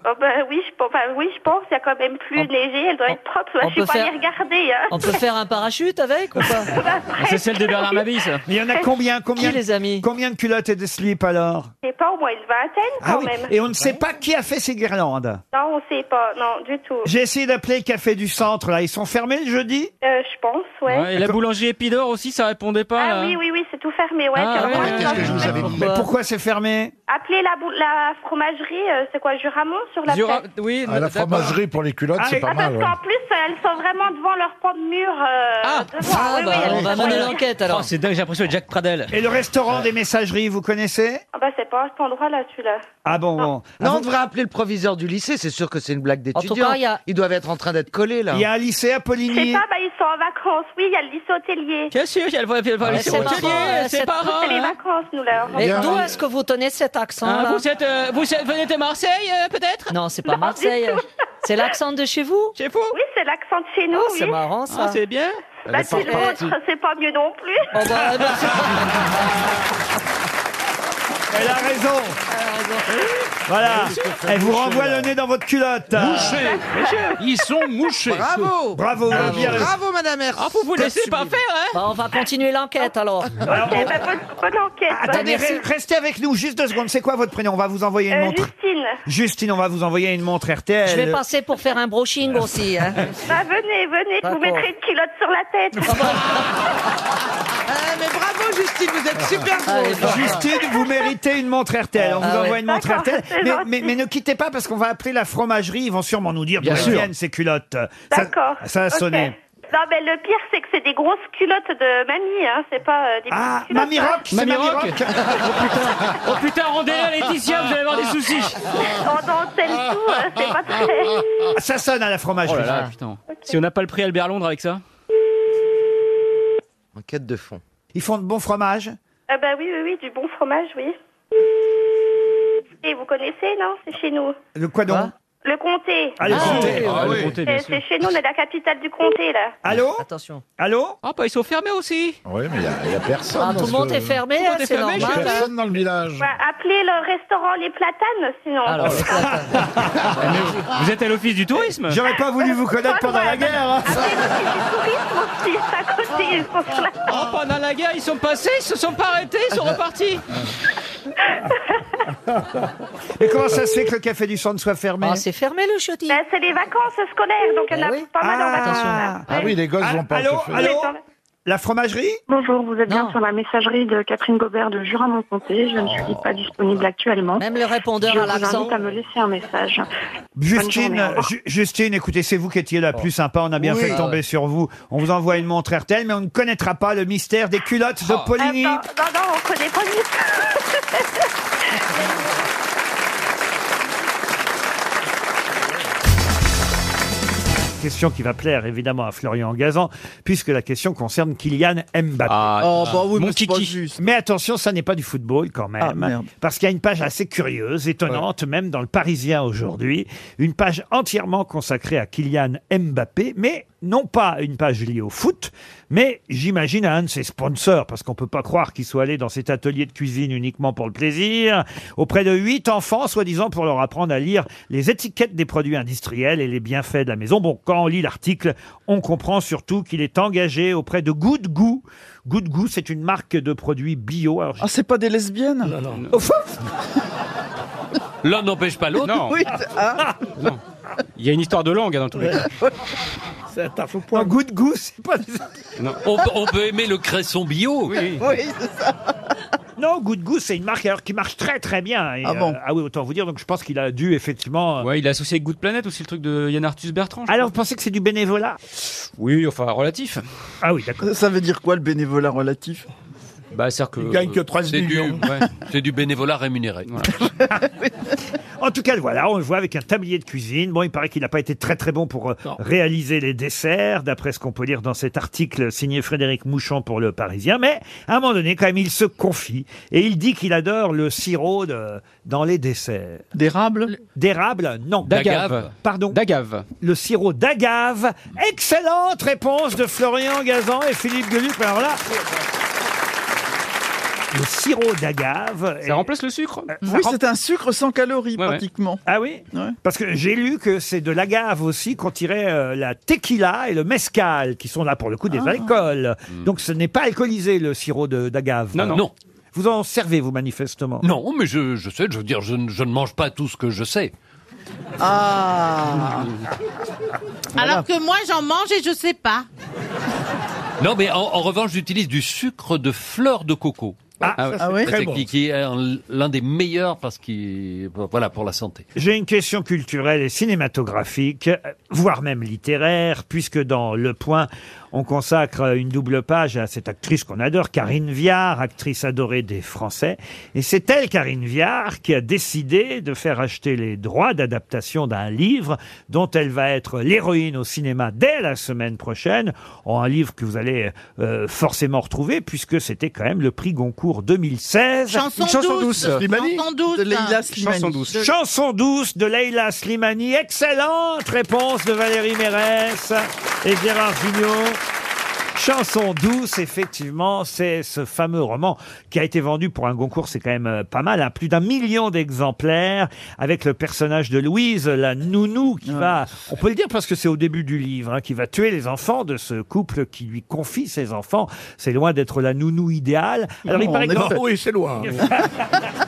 Oh bah oui, je pense, enfin, oui, je pense, il y a quand même plus léger, elle doit être propre,
on
je suis
peut
pas
faire-
allée regarder. Hein.
On peut faire un parachute avec ou pas
Ah, C'est celle de Bernard Mabille, ça.
Il y en a combien combien
Qui, les amis
Combien de culottes et de slips alors Ah
Je sais pas, au moins une vingtaine
Ah
quand
oui,
même.
et on ne sait pas qui a fait ces guirlandes.
Non, on sait pas, non, du tout.
J'ai essayé d'appeler le café du centre là, ils sont fermés le jeudi
Euh, je pense, ouais.
Ouais, et la boulangerie Épidore aussi, ça répondait pas.
Ah
là.
oui, oui, oui, c'est tout fermé, ouais.
Ah,
c'est
ouais,
vraiment
ouais,
ça.
qu'est-ce que je vous avais dit
Mais pourquoi c'est fermé
Appelez la, bou- la fromagerie, euh, c'est quoi, Juramont sur la place
Oui,
À Ah, la fromagerie pour les culottes, c'est pas
Ah, parce
mal. ouais.
qu'en plus, euh, elles sont vraiment devant leur pan de mur. euh, devant.
Ah,
Oui,
bah,
oui,
on
elles
va
sont-
mener l'enquête alors.
Oh, c'est dingue, j'ai l'impression de Jack Pradel.
Et le restaurant des messageries, vous connaissez
Ah bah, c'est pas à cet endroit-là, celui-là.
Ah bon, bon.
Non, on devrait appeler le proviseur du lycée. C'est sûr que c'est une blague
tout
d'étudiant.
cas, il y a-
Ils doivent être en train d'être collés là.
Il y a un lycée
Je
à
sais
Poligny.
pas, bah, ils sont en vacances. Oui, il y a le lycée hôtelier.
Bien sûr, elle va
Ah,
le
c'est
c'est
pas
hôtelier,
bon,
euh, c'est pas
C'est les
hein.
vacances, nous, là.
Mais
Bien.
d'où est-ce que vous tenez cet accent Hein, là vous, êtes, euh, vous êtes- venez de Marseille, euh, peut-être Non, c'est pas
Marseille.
C'est l'accent de chez vous
Chez vous
Oui, c'est l'accent de chez nous.
c'est
oui.
marrant, ça. Oh, Ah, c'est bien. Elle
Bah,
est
c'est le
partie.
nôtre, c'est pas mieux non plus.
bah, eh ben,
Elle a raison.
Ah
Voilà. Elle vous renvoie le nez dans votre culotte.
Mouchés.
Ils sont mouchés.
Bravo.
Bravo. vous avez bien raison.
Madame Hertz. Ah, vous vous laissez pas faire, hein On va continuer l'enquête alors.
Alors, on-
Bonne enquête.
Ah, Attendez,
Merci.
re- restez avec nous juste deux secondes. C'est quoi votre prénom On va vous envoyer une
Euh,
montre.
Justine.
Justine, on va vous envoyer une montre RTL.
Je vais passer pour faire un brushing aussi. Hein.
Bah, venez, venez, je vous
D'accord.
mettrez une culotte sur la tête.
Eh,
mais bravo, Justine, vous êtes super beau.
Justine, vous méritez une montre RTL. On vous
Ah ouais.
envoie une montre
D'accord,
RTL.
c'est
Mais,
gentil.
mais- mais ne quittez pas parce qu'on va appeler la fromagerie. Ils vont sûrement nous dire
Bien
d'où elles
sûr.
viennent ces culottes. Ça-
D'accord.
Ça, a
Ok.
sonné.
Non, mais le pire, c'est que c'est des grosses culottes de mamie, hein. C'est pas euh, des
Ah,
petites culottes.
Mamie Rock, c'est Mamie Mamie Rock. Rock.
Ah. Oh putain, rendez-la
Ah.
à Laetitia, vous allez avoir des soucis.
On enseigne tout, hein, Oh, c'est pas très...
Ça sonne à la fromagerie.
Oh là là, putain. Si on n'a pas le prix Albert Londres avec ça
Enquête de fond.
Ils font de bons fromages
Ah bah oui, oui, oui, du bon fromage, oui. Et vous connaissez, non C'est chez nous.
Le quoi donc
Le comté.
Ah, le Ah, comté. oui. Ah, le
C'est-
comté, bien sûr.
C'est chez nous, on est la capitale du comté, là.
Allô
Attention.
Allô
Ah bah ils sont fermés aussi.
Oui, mais il n'y a, personne.
Ah,
dans
tout le monde
ce-
est fermé,
Tout le
hein,
monde est
c'est
fermé, il y a
normal,
personne dans le village.
Bah, appelez le restaurant Les Platanes, sinon.
Vous êtes à l'office du tourisme
J'aurais pas voulu vous connaître pendant la guerre.
Tourisme aussi, à côté, ils sont sur la-
Oh, pendant la guerre, ils sont passés, ils se sont pas arrêtés, ils sont repartis.
hein. Et comment ça se fait que le café du centre soit fermé
Ah, c'est fermé le chiotti.
Ben,
Eh c'est les vacances scolaires, donc il y en a pas mal en vacances. là.
Ah oui, les gosses
Ah,
vont pas
allô,
au café.
allô La fromagerie
Bonjour, vous êtes bien sur la messagerie de Catherine Gobert de Jura-Mont-Comté. Je ne suis pas disponible actuellement. Même le répondeur
à
Je vous
l'accent.
invite à me laisser un message.
Justine, Ju- Justine, écoutez, c'est vous qui étiez la plus sympa. On a bien
Oui.
fait
Ah
tomber
ouais.
sur vous. On vous envoie une montre RTL, mais on ne connaîtra pas le mystère des culottes
Ah.
de Polini.
Attends, non, non, on connaît pas du
Question qui va plaire évidemment à Florian Gazan, puisque la question concerne Kylian Mbappé.
Ah,
Oh, bah oui,
Mon
mais c'est
kiki.
pas juste.
Mais attention, ça n'est pas du football quand même.
Ah, merde.
Parce qu'il y a une page assez curieuse, étonnante, même dans le Parisien aujourd'hui. Une page entièrement consacrée à Kylian Mbappé, mais non pas une page liée au foot, mais j'imagine à un de ses sponsors, parce qu'on peut pas croire qu'il soit allé dans cet atelier de cuisine uniquement pour le plaisir, auprès de huit enfants, soi-disant pour leur apprendre à lire les étiquettes des produits industriels et les bienfaits de la maison. Bon, quand on lit l'article, on comprend surtout qu'il est engagé auprès de Good Goût. Good Goût, c'est une marque de produits bio. Alors,
Ah, c'est pas des lesbiennes
Au fond
L'un n'empêche pas l'autre.
Oui, ah.
Il y a une histoire de langue hein, dans tous les cas.
C'est un faux
point. Good Goût, c'est pas
On, peut- on peut aimer le cresson bio.
Non, Good Goût, c'est une marque alors, qui marche très très bien. Et,
Ah bon
ah oui, autant vous dire, donc je pense qu'il a dû effectivement... euh,
Ouais, il est associé avec Good Planet aussi, le truc de Yann Arthus Bertrand. je
Alors, vous pensez que c'est du bénévolat
crois. Oui, enfin, relatif.
Ah oui, d'accord.
Ça veut dire quoi le bénévolat relatif
Bah, c'est-à-dire que.
Il
gagne que
3 c'est du, ouais, c'est du bénévolat rémunéré.
En tout cas, voilà, on le voit avec un tablier de cuisine. Bon, il paraît qu'il n'a pas été très très bon pour euh, réaliser les desserts, d'après ce qu'on peut lire dans cet article signé Frédéric Mouchon pour Le Parisien. Mais à un moment donné, quand même, il se confie et il dit qu'il adore le sirop de- dans les desserts. D'érable D'érable, non.
D'agave.
Pardon D'agave. Le sirop d'agave. Excellente réponse de Florian Gazan et Philippe Gueluc. Alors là... Le sirop d'agave. Ça
remplace le sucre
Euh,
Oui, c'est un sucre sans calories
Ouais, ouais.
pratiquement.
Ah oui Parce que j'ai lu que c'est de l'agave aussi qu'on tirait euh, la tequila et le mezcal, qui sont là pour le coup des
Ah.
alcools. Donc ce n'est pas alcoolisé le sirop de- d'agave.
Non, non. Non.
Vous en servez, vous, manifestement.
Non, mais je, je sais, je veux dire, je, ne- je ne mange pas tout ce que je sais.
Ah
Alors que moi, j'en mange et je sais pas.
Non, mais en, en revanche, j'utilise du sucre de fleur de coco.
Ah,
oui,
ça, c'est très
C'est
bon.
qui, qui est un- l'un des meilleurs parce qu'il voilà pour la santé.
J'ai une question culturelle et cinématographique, euh, voire même littéraire, puisque dans Le Point, on consacre une double page à cette actrice qu'on adore, Karine Viard, actrice adorée des Français. Et c'est elle, Karine Viard, qui a décidé de faire acheter les droits d'adaptation d'un livre dont elle va être l'héroïne au cinéma dès la semaine prochaine. En un livre que vous allez euh, forcément retrouver, puisque c'était quand même le prix Goncourt 2016.
Chanson Une chanson douce. douce. Slimani. Chanson douce. hein. De Leïla Slimani.
Chanson douce. Chanson douce de Leïla Slimani. Excellente réponse de Valérie Mérès et Gérard Junior. Chanson douce, effectivement, c'est ce fameux roman qui a été vendu pour un concours, c'est quand même euh, pas mal, à plus d'un million d'exemplaires, avec le personnage de Louise, la nounou, qui va, on peut le dire parce que c'est au début du livre, hein, qui va tuer les enfants de ce couple qui lui confie ses enfants. C'est loin d'être la nounou idéale. Alors il
Non,
paraît
en effet.
que...
Oui, c'est loin.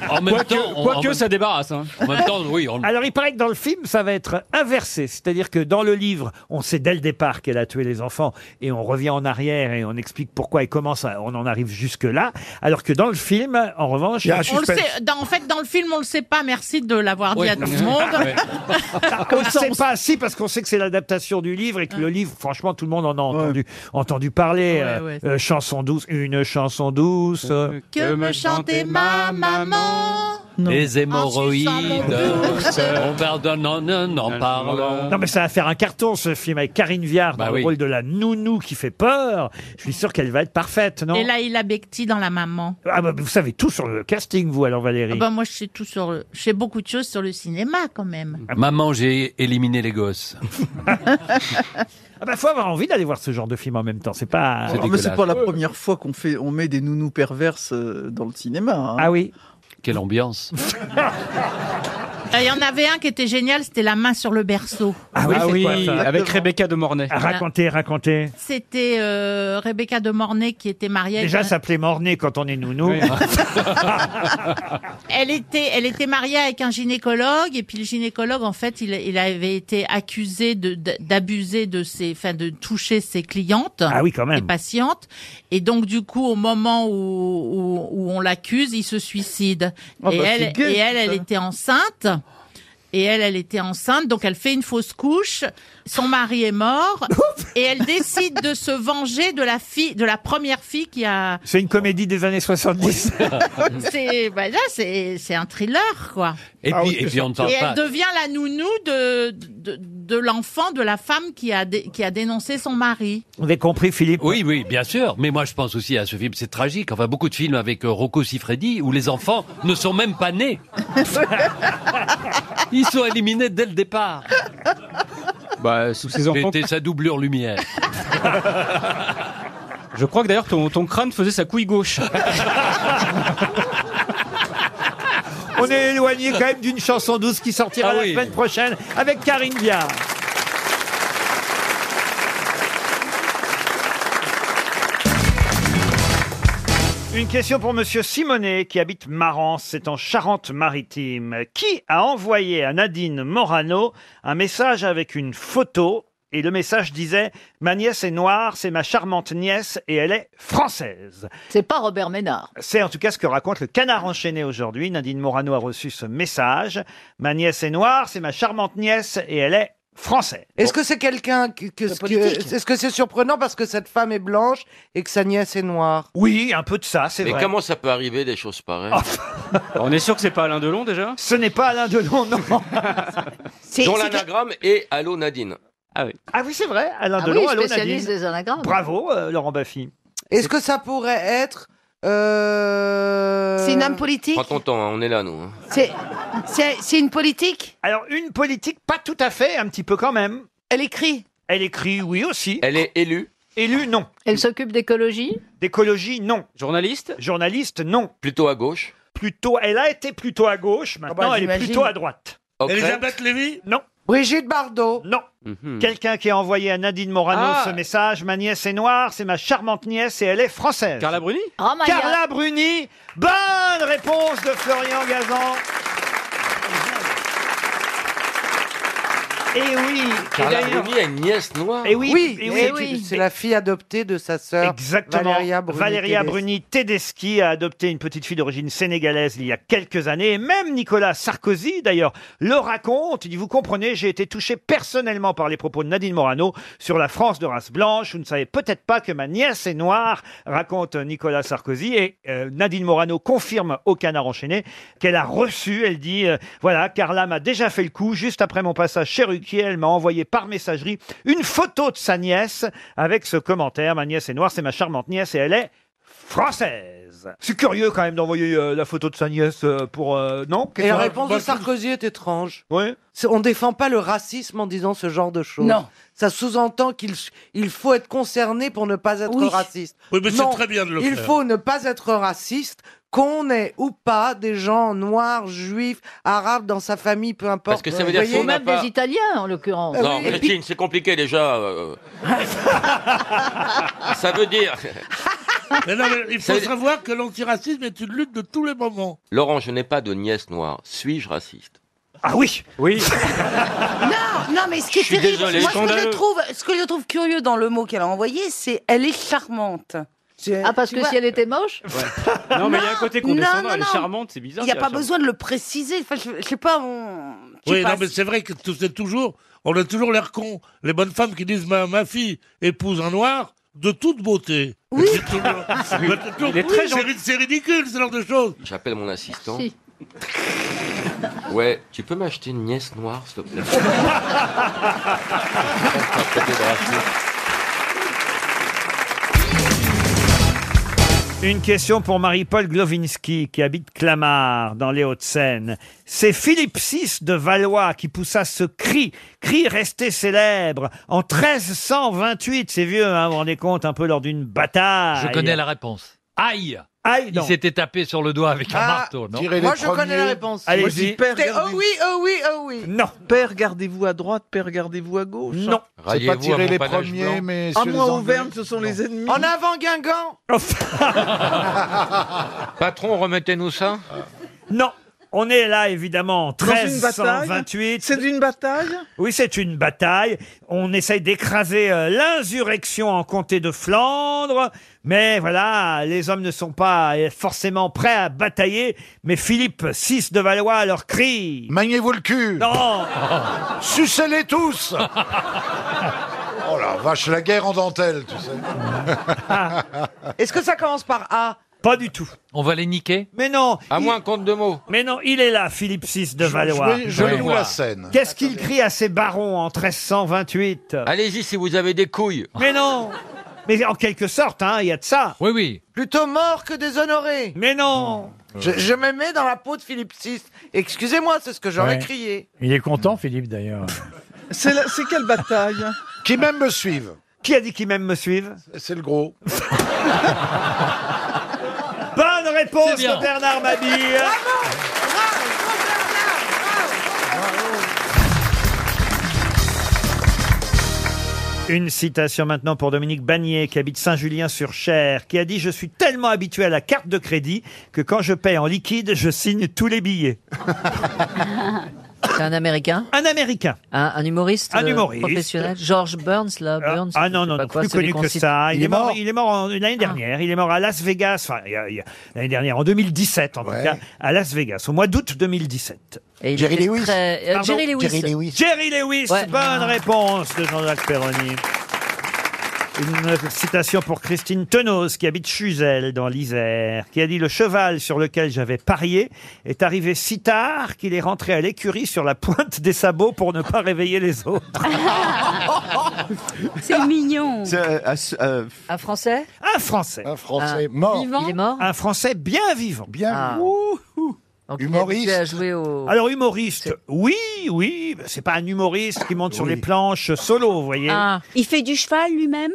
En même
Quoique-
temps, en-
quoique
en même-
ça débarrasse. hein.
En même temps, oui, on-
Alors, il paraît que dans le film, ça va être inversé. C'est-à-dire que dans le livre, on sait dès le départ qu'elle a tué les enfants et on revient en arrière et on explique pourquoi et comment ça, on en arrive jusque-là. Alors que dans le film, en revanche,
on le sait, dans- en fait, dans le film, on le sait pas. Merci de l'avoir dit à tout le monde.
on ne sait pas si parce qu'on sait que c'est l'adaptation du livre et que le livre, franchement, tout le monde en a entendu, entendu parler. euh,
ouais.
euh, chanson douce, une chanson douce. euh,
Que me chantait ma maman
Les hémorroïdes,
le
on pardonne, non, non, n'en parlons.
Non mais ça va faire un carton ce film avec Karine Viard dans
Bah
le
oui.
rôle de la nounou qui fait peur. Je suis sûr qu'elle va être parfaite, non
Et là, il a Becti dans la maman.
Ah bah, vous savez tout sur le casting vous alors Valérie.
Ah bah, moi, je sais tout sur le... je sais beaucoup de choses sur le cinéma quand même.
Maman, j'ai éliminé les gosses.
Ah bah faut avoir envie d'aller voir ce genre de film en même temps, c'est
Ah,
pas
Ah,
Oh, mais c'est pas la première fois qu'on fait, on met des nounous perverses euh, dans le cinéma.
hein.
Ah oui.
Quelle ambiance.
Ah, Il y en avait un qui était génial, c'était La main sur le berceau.
Ah avec Rebecca de Mornay. Ah, racontez, racontez.
C'était euh, Rebecca de Mornay qui était mariée. avec
Déjà
un-
ça s'appelait Mornay quand on est nounou.
Elle était, elle était mariée avec un gynécologue et puis le gynécologue en fait il, il avait été accusé de d- d'abuser de ses, enfin de toucher ses clientes,
Ah oui, quand même.
ses patientes et donc du coup au moment où où, où on l'accuse il se suicide
Ah
et,
bah,
elle,
c'est gay,
et elle
ça.
elle était enceinte. Et elle, elle était enceinte, donc elle fait une fausse couche. Son mari est mort, et elle décide de se venger de la fille, de la première fille qui a,
C'est une comédie des années 70.
c'est bah là, c'est c'est un thriller quoi.
Et
Ah
puis, et puis on ne parle
Et
pas.
elle devient la nounou de de, de l'enfant de la femme qui a dé- qui a dénoncé son mari.
Vous avez compris, Philippe
Oui, oui, bien sûr. Mais moi, je pense aussi à ce film. C'est tragique. Enfin, beaucoup de films avec euh, Rocco Siffredi où les enfants ne sont même pas nés. Ils sont éliminés dès le départ.
Bah, sous ses enfants.
C'était sa doublure lumière.
Je crois que d'ailleurs ton, ton crâne faisait sa couille gauche.
on est éloigné quand même d'une chanson douce qui sortira
Ah
la
oui.
semaine prochaine avec Karine Viard. Une question pour Monsieur Simonet qui habite Marance, c'est en Charente-Maritime. Qui a envoyé à Nadine Morano un message avec une photo et le message disait Ma nièce est noire, c'est ma charmante nièce et elle est française.
C'est pas Robert Ménard.
C'est en tout cas ce que raconte le canard enchaîné aujourd'hui. Nadine Morano a reçu ce message. Ma nièce est noire, c'est ma charmante nièce et elle est française.
Est-ce que c'est quelqu'un que, que- que- est-ce que c'est surprenant parce que cette femme est blanche et que sa nièce est noire
Oui, un peu de ça, c'est
Mais
vrai.
comment ça peut arriver des choses pareilles
On est sûr que c'est pas Alain Delon déjà
Ce n'est pas Alain Delon, non.
Dont l'anagramme est Allô Nadine.
Ah oui.
Ah oui, c'est vrai, Alain
Ah
Delon,
oui,
allô
spécialiste
Nadine.
des anagrammes.
Bravo, euh, Laurent Baffy.
Est-ce que ça pourrait être euh,
C'est une âme politique
Prends ton temps, hein, on est là, nous. hein.
C'est c'est- c'est une politique
Alors, une politique, pas tout à fait, un petit peu quand même.
Elle écrit.
Elle écrit, oui aussi.
Elle est élue
Élue, non.
Elle s'occupe d'écologie
D'écologie, non.
Journaliste
Journaliste, non.
Plutôt à gauche.
Plutôt, elle a été plutôt à gauche, maintenant
bah,
elle est
j'imagine.
plutôt à droite.
Ockrent.
Lévy Non.
Brigitte Bardot
Non.
Hmm.
Quelqu'un qui a envoyé à Nadine Morano
Ah.
ce message. Ma nièce est noire, c'est ma charmante nièce et elle est française.
Carla Bruni
Ramaya.
Carla Bruni. Bonne réponse de Florian Gazan. Et oui.
Carla
d'ailleurs-
Bruni a une nièce noire.
Et oui,
Oui,
eh
et
c'est-
oui.
c'est la fille adoptée de sa sœur
Exactement.
Valéria Bruni.
Valéria
Tedeschi.
Bruni Tedeschi a adopté une petite fille d'origine sénégalaise il y a quelques années. Et même Nicolas Sarkozy, d'ailleurs, le raconte. Il dit, vous comprenez, j'ai été touché personnellement par les propos de Nadine Morano sur la France de race blanche. Vous ne savez peut-être pas que ma nièce est noire, raconte Nicolas Sarkozy. Et euh, Nadine Morano confirme au Canard enchaîné qu'elle a reçu. Elle dit, euh, voilà, Carla m'a déjà fait le coup. Juste après mon passage chez Ruquier, elle m'a envoyé par messagerie une photo de sa nièce avec ce commentaire. Ma nièce est noire, c'est ma charmante nièce et elle est française. C'est curieux quand même d'envoyer euh, la photo de sa nièce euh, pour... euh, non
Et la réponse de Sarkozy est étrange.
Oui.
On défend pas le racisme en disant ce genre de choses.
Non.
Ça sous-entend qu'il il faut être concerné pour ne pas être
Oui.
raciste.
Oui, mais c'est
Non,
très bien de le
Il
faire.
faut ne pas être raciste, qu'on ait ou pas des gens noirs, juifs, arabes dans sa famille, peu importe.
Parce que ça veut dire
Vous
si
voyez Euh,
on n'a
Même
pas-
des Italiens, en l'occurrence.
Non,
Et
Christine, c'est compliqué déjà. euh. ça veut dire.
Mais non, mais il
Ça
faut
veut dire-
savoir que l'antiracisme est une lutte de tous les moments.
Laurent, je n'ai pas de nièce noire. Suis-je raciste
Ah oui
Oui
Ah, Non, non, mais ce qui est
Je suis
terrible,
désolé.
moi, ce que, je
Scandaleux.
trouve, ce que je trouve curieux dans le mot qu'elle a envoyé, c'est elle est charmante.
Ah, parce
Tu
que
vois,
si elle était moche
Non, mais il y a un côté condescendant,
non, non,
elle est
non.
charmante, c'est bizarre.
Il n'y a
qu'elle
pas
soit-
besoin de le préciser. Enfin, je, je sais pas, on. je sais
Oui,
pas.
non, mais c'est vrai que tout- c'est toujours, on a toujours l'air con. Les bonnes femmes qui disent ma, ma fille épouse un noir de toute beauté. Oui.
Il est très gentil.
C'est ridicule ce genre de choses.
J'appelle mon assistant.
Si.
Ouais, tu peux m'acheter une nièce noire, s'il te plaît. Je pense que ça va peut-être racheter.
Une question pour Marie-Paul Glovinski, qui habite Clamart, dans les Hauts-de-Seine. C'est Philippe VI de Valois qui poussa ce cri, cri resté célèbre, en 1328. C'est vieux, hein, vous vous rendez compte, un peu lors d'une bataille.
Je connais la réponse. Aïe
Aïe, Ah,
Il s'était tapé sur le doigt avec un marteau, non
Moi, je connais la réponse.
Allez-y.
C'était Oh oui, oh oui, oh oui.
Non.
Père, gardez-vous à droite, père, gardez-vous à gauche.
Non.
C'est pas tirer les premiers, mais
À
sur les
moi,
Anglais.
Auvergne, ce sont les ennemis.
En avant, Guingamp
Patron, remettez-nous ça
Ah.
Non. On est là, évidemment, en
Dans une bataille
1328.
C'est une bataille
Oui, c'est une bataille. On essaye d'écraser euh, l'insurrection en comté de Flandre. Mais voilà, les hommes ne sont pas euh, forcément prêts à batailler. Mais Philippe VI de Valois leur crie Magnez-vous le cul Non
Sucez-les tous Oh la vache, la guerre en dentelle, tu sais.
Est-ce que ça commence par A
Pas du tout.
On va les niquer
Mais non
À
il-
moins un compte de mots.
Mais non, il est là, Philippe VI de
Je-
Valois.
je- je Ouais. loue la scène.
Qu'est-ce qu'il crie à ses barons en 1328
Allez-y si vous avez des couilles.
Mais non Mais en quelque sorte, hein, il y a de ça.
Oui, oui.
Plutôt mort que déshonoré.
Mais non
Je, je me mets dans la peau de Philippe VI. Excusez-moi, c'est ce que j'aurais
Ouais.
crié.
Il est content, Philippe, d'ailleurs.
C'est la- c'est quelle bataille
Qui même me suivent.
Qui a dit qui même me suivent
C'est le gros.
Bonne réponse
C'est bien.
de Bernard Mabille. Une citation maintenant pour Dominique Bagnier, qui habite Saint-Julien-sur-Cher, qui a dit « Je suis tellement habitué à la carte de crédit que quand je paie en liquide, je signe tous les billets.
C'est un Américain »
Un Américain.
un, un humoriste
Un
euh,
humoriste.
professionnel George Burns, là. Burns,
Ah non,
je sais
non,
pas
non,
quoi,
plus
celui
connu
qu'on
que
cite.
ça. Il, est mort, il est mort en-
Ah.
l'année dernière. Il est mort à Las Vegas. Enfin, il y a- il y a- l'année dernière, en 2017 en tout cas, à Las Vegas, au mois d'août 2017.
Et il Jerry était Lewis. très- euh,
Pardon
Jerry Lewis. Jerry Lewis.
Jerry Lewis,
Ouais.
Bonne
Ah.
réponse de Jean-Jacques Perroni. Une citation pour Christine Tenoz, qui habite Chuzel, dans l'Isère, qui a dit « Le cheval sur lequel j'avais parié est arrivé si tard qu'il est rentré à l'écurie sur la pointe des sabots pour ne pas réveiller les autres. »
C'est mignon.
Un Français
Un Français.
Un
Français Ah, mort. vivant Il est mort
Un Français bien vivant. Bien
Ah.
Humoriste.
À jouer au...
Alors humoriste, oui, oui, mais c'est pas un humoriste qui monte sur les planches solo, vous voyez.
Ah. Il fait du cheval lui-même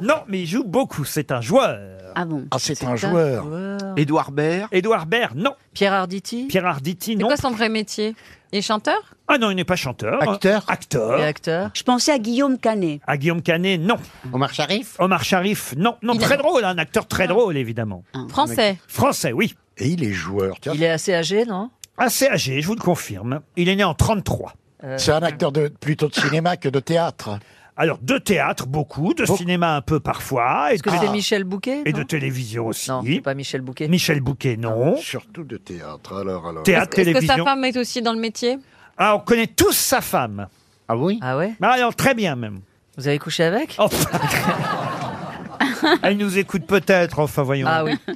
Non, mais il joue beaucoup, c'est un joueur.
Ah bon
c'est
un joueur. joueur.
Édouard Baird Édouard Baird, non.
Pierre Arditi
Pierre Arditi,
C'est
non.
quoi son vrai métier Il est chanteur
Ah non, il n'est pas chanteur.
Acteur
Acteur.
Et
acteur.
Je pensais à Guillaume Canet.
À Guillaume Canet, non. Omar Sharif Omar Sharif, non. Non, très drôle, un acteur très drôle, évidemment.
Français.
Français, oui. Et il est joueur,
Il est assez âgé, non
Assez âgé, je vous le confirme. Il est né en 33.
Euh.
C'est
un acteur de, plutôt de cinéma que de théâtre. Alors, de théâtre, beaucoup, de cinéma un peu parfois.
Est-ce que c'est Michel Bouquet
Ah. Et
non
de télévision aussi.
Non, c'est pas Michel Bouquet.
Michel Bouquet, non.
Surtout de théâtre, alors, alors.
Ah, Théâtre,
Est-ce que sa
télévision.
femme est aussi dans le métier
Ah, on connaît tous sa femme. Ah oui
Ah ouais
alors, très bien même.
Vous avez couché avec
Oh. Elle nous écoute peut-être, enfin voyons.
Ah oui.
Euh,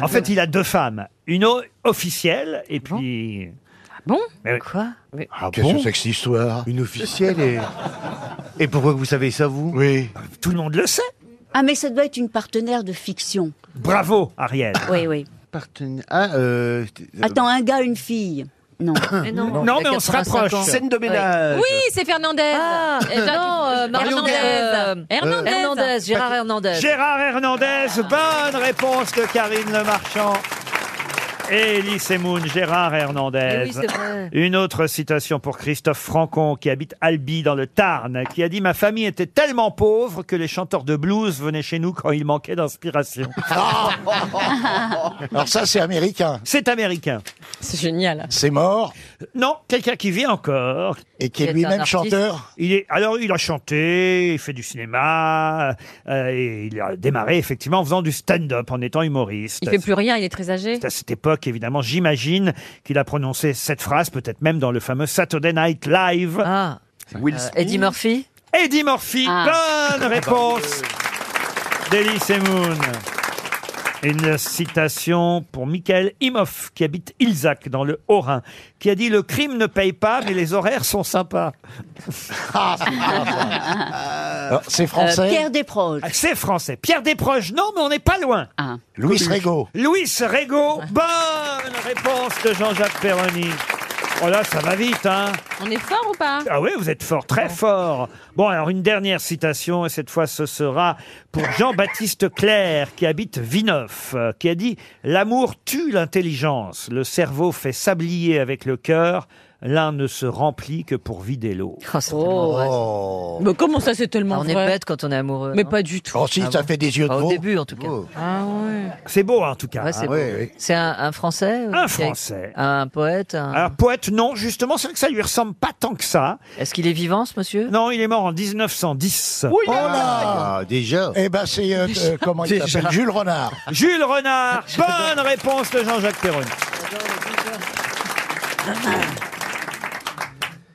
En fait, il a deux femmes. Une o- officielle
Ah
et puis...
Bon
Quoi
Qu'est-ce que c'est que cette histoire Une officielle et... Et pourquoi vous savez ça, vous
Oui. Tout le monde le sait.
Ah, mais ça doit être une partenaire de fiction.
Bravo, Ariel.
Oui, oui.
Partenaire. Ah, euh...
Attends, un gars, une fille. Non. Mais
non. Non, mais on se rapproche. Scène de ménage.
Oui, c'est Fernandez. Eh ben, Euh, non, euh, Mario
Hernandez. Euh,
Hernandez. Hernandez.
Hernandez, Gérard Hernandez. Ah.
Gérard Hernandez, bonne réponse de Karine Le Marchand. Et Elise Moon, Gérard Hernandez.
Eh oui, c'est vrai.
Une autre citation pour Christophe Francon, qui habite Albi dans le Tarn, qui a dit Ma famille était tellement pauvre que les chanteurs de blues venaient chez nous quand ils manquaient d'inspiration.
Ah.
Alors ça, c'est américain.
C'est américain. C'est génial. C'est mort Non, quelqu'un qui vit encore. Et
qui est Qui est lui-même un artiste chanteur
il est, Alors, il a chanté, il fait du cinéma, euh, et il a démarré effectivement en faisant du stand-up, en étant humoriste.
Il fait plus rien, il est très âgé.
C'est à cette époque, évidemment, j'imagine qu'il a prononcé cette phrase, peut-être même dans le fameux Saturday Night Live. Ah.
Euh,
Eddie Murphy
Eddie Murphy, bonne réponse d'Elie Semoun. Une citation pour Michael Imoff, qui habite Ilzac, dans le Haut-Rhin, qui a dit « Le crime ne paye pas, mais les horaires sont sympas
Ah,
C'est
français Euh, Pierre Desproges.
Ah,
Ah.
C'est français. Pierre Desproges, non, mais on n'est pas loin.
Louis Rego.
Louis Rego, bonne réponse de Jean-Jacques Perroni. Oh là, ça va vite, hein
On est fort ou pas
ah oui, vous êtes fort, très fort. Bon, alors une dernière citation, et cette fois ce sera pour Jean-Baptiste Claire, qui habite Vineuf, euh, qui a dit « L'amour tue l'intelligence, le cerveau fait sablier avec le cœur, l'un ne se remplit que pour vider l'autre.
Oh,
Mais comment ça, c'est tellement
On est
vrai
bête quand on est amoureux.
Mais
non
pas du tout.
Oh si, Ah ça bon fait des yeux de Au veau. début, en tout cas.
Ah ouais.
C'est beau, hein, en tout cas.
Ouais,
hein.
c'est beau. C'est un, un français ou
Un
qui a-
Français.
Un poète un-
Alors, poète, non, justement, c'est vrai que ça lui ressemble pas tant que ça.
Est-ce qu'il est vivant, ce monsieur
Non, il est mort en 1910.
oh là
déjà.
Eh ben c'est euh, euh, comment il
Déjà.
s'appelle Jules Renard.
Jules Renard, bonne réponse de Jean-Jacques Perroni.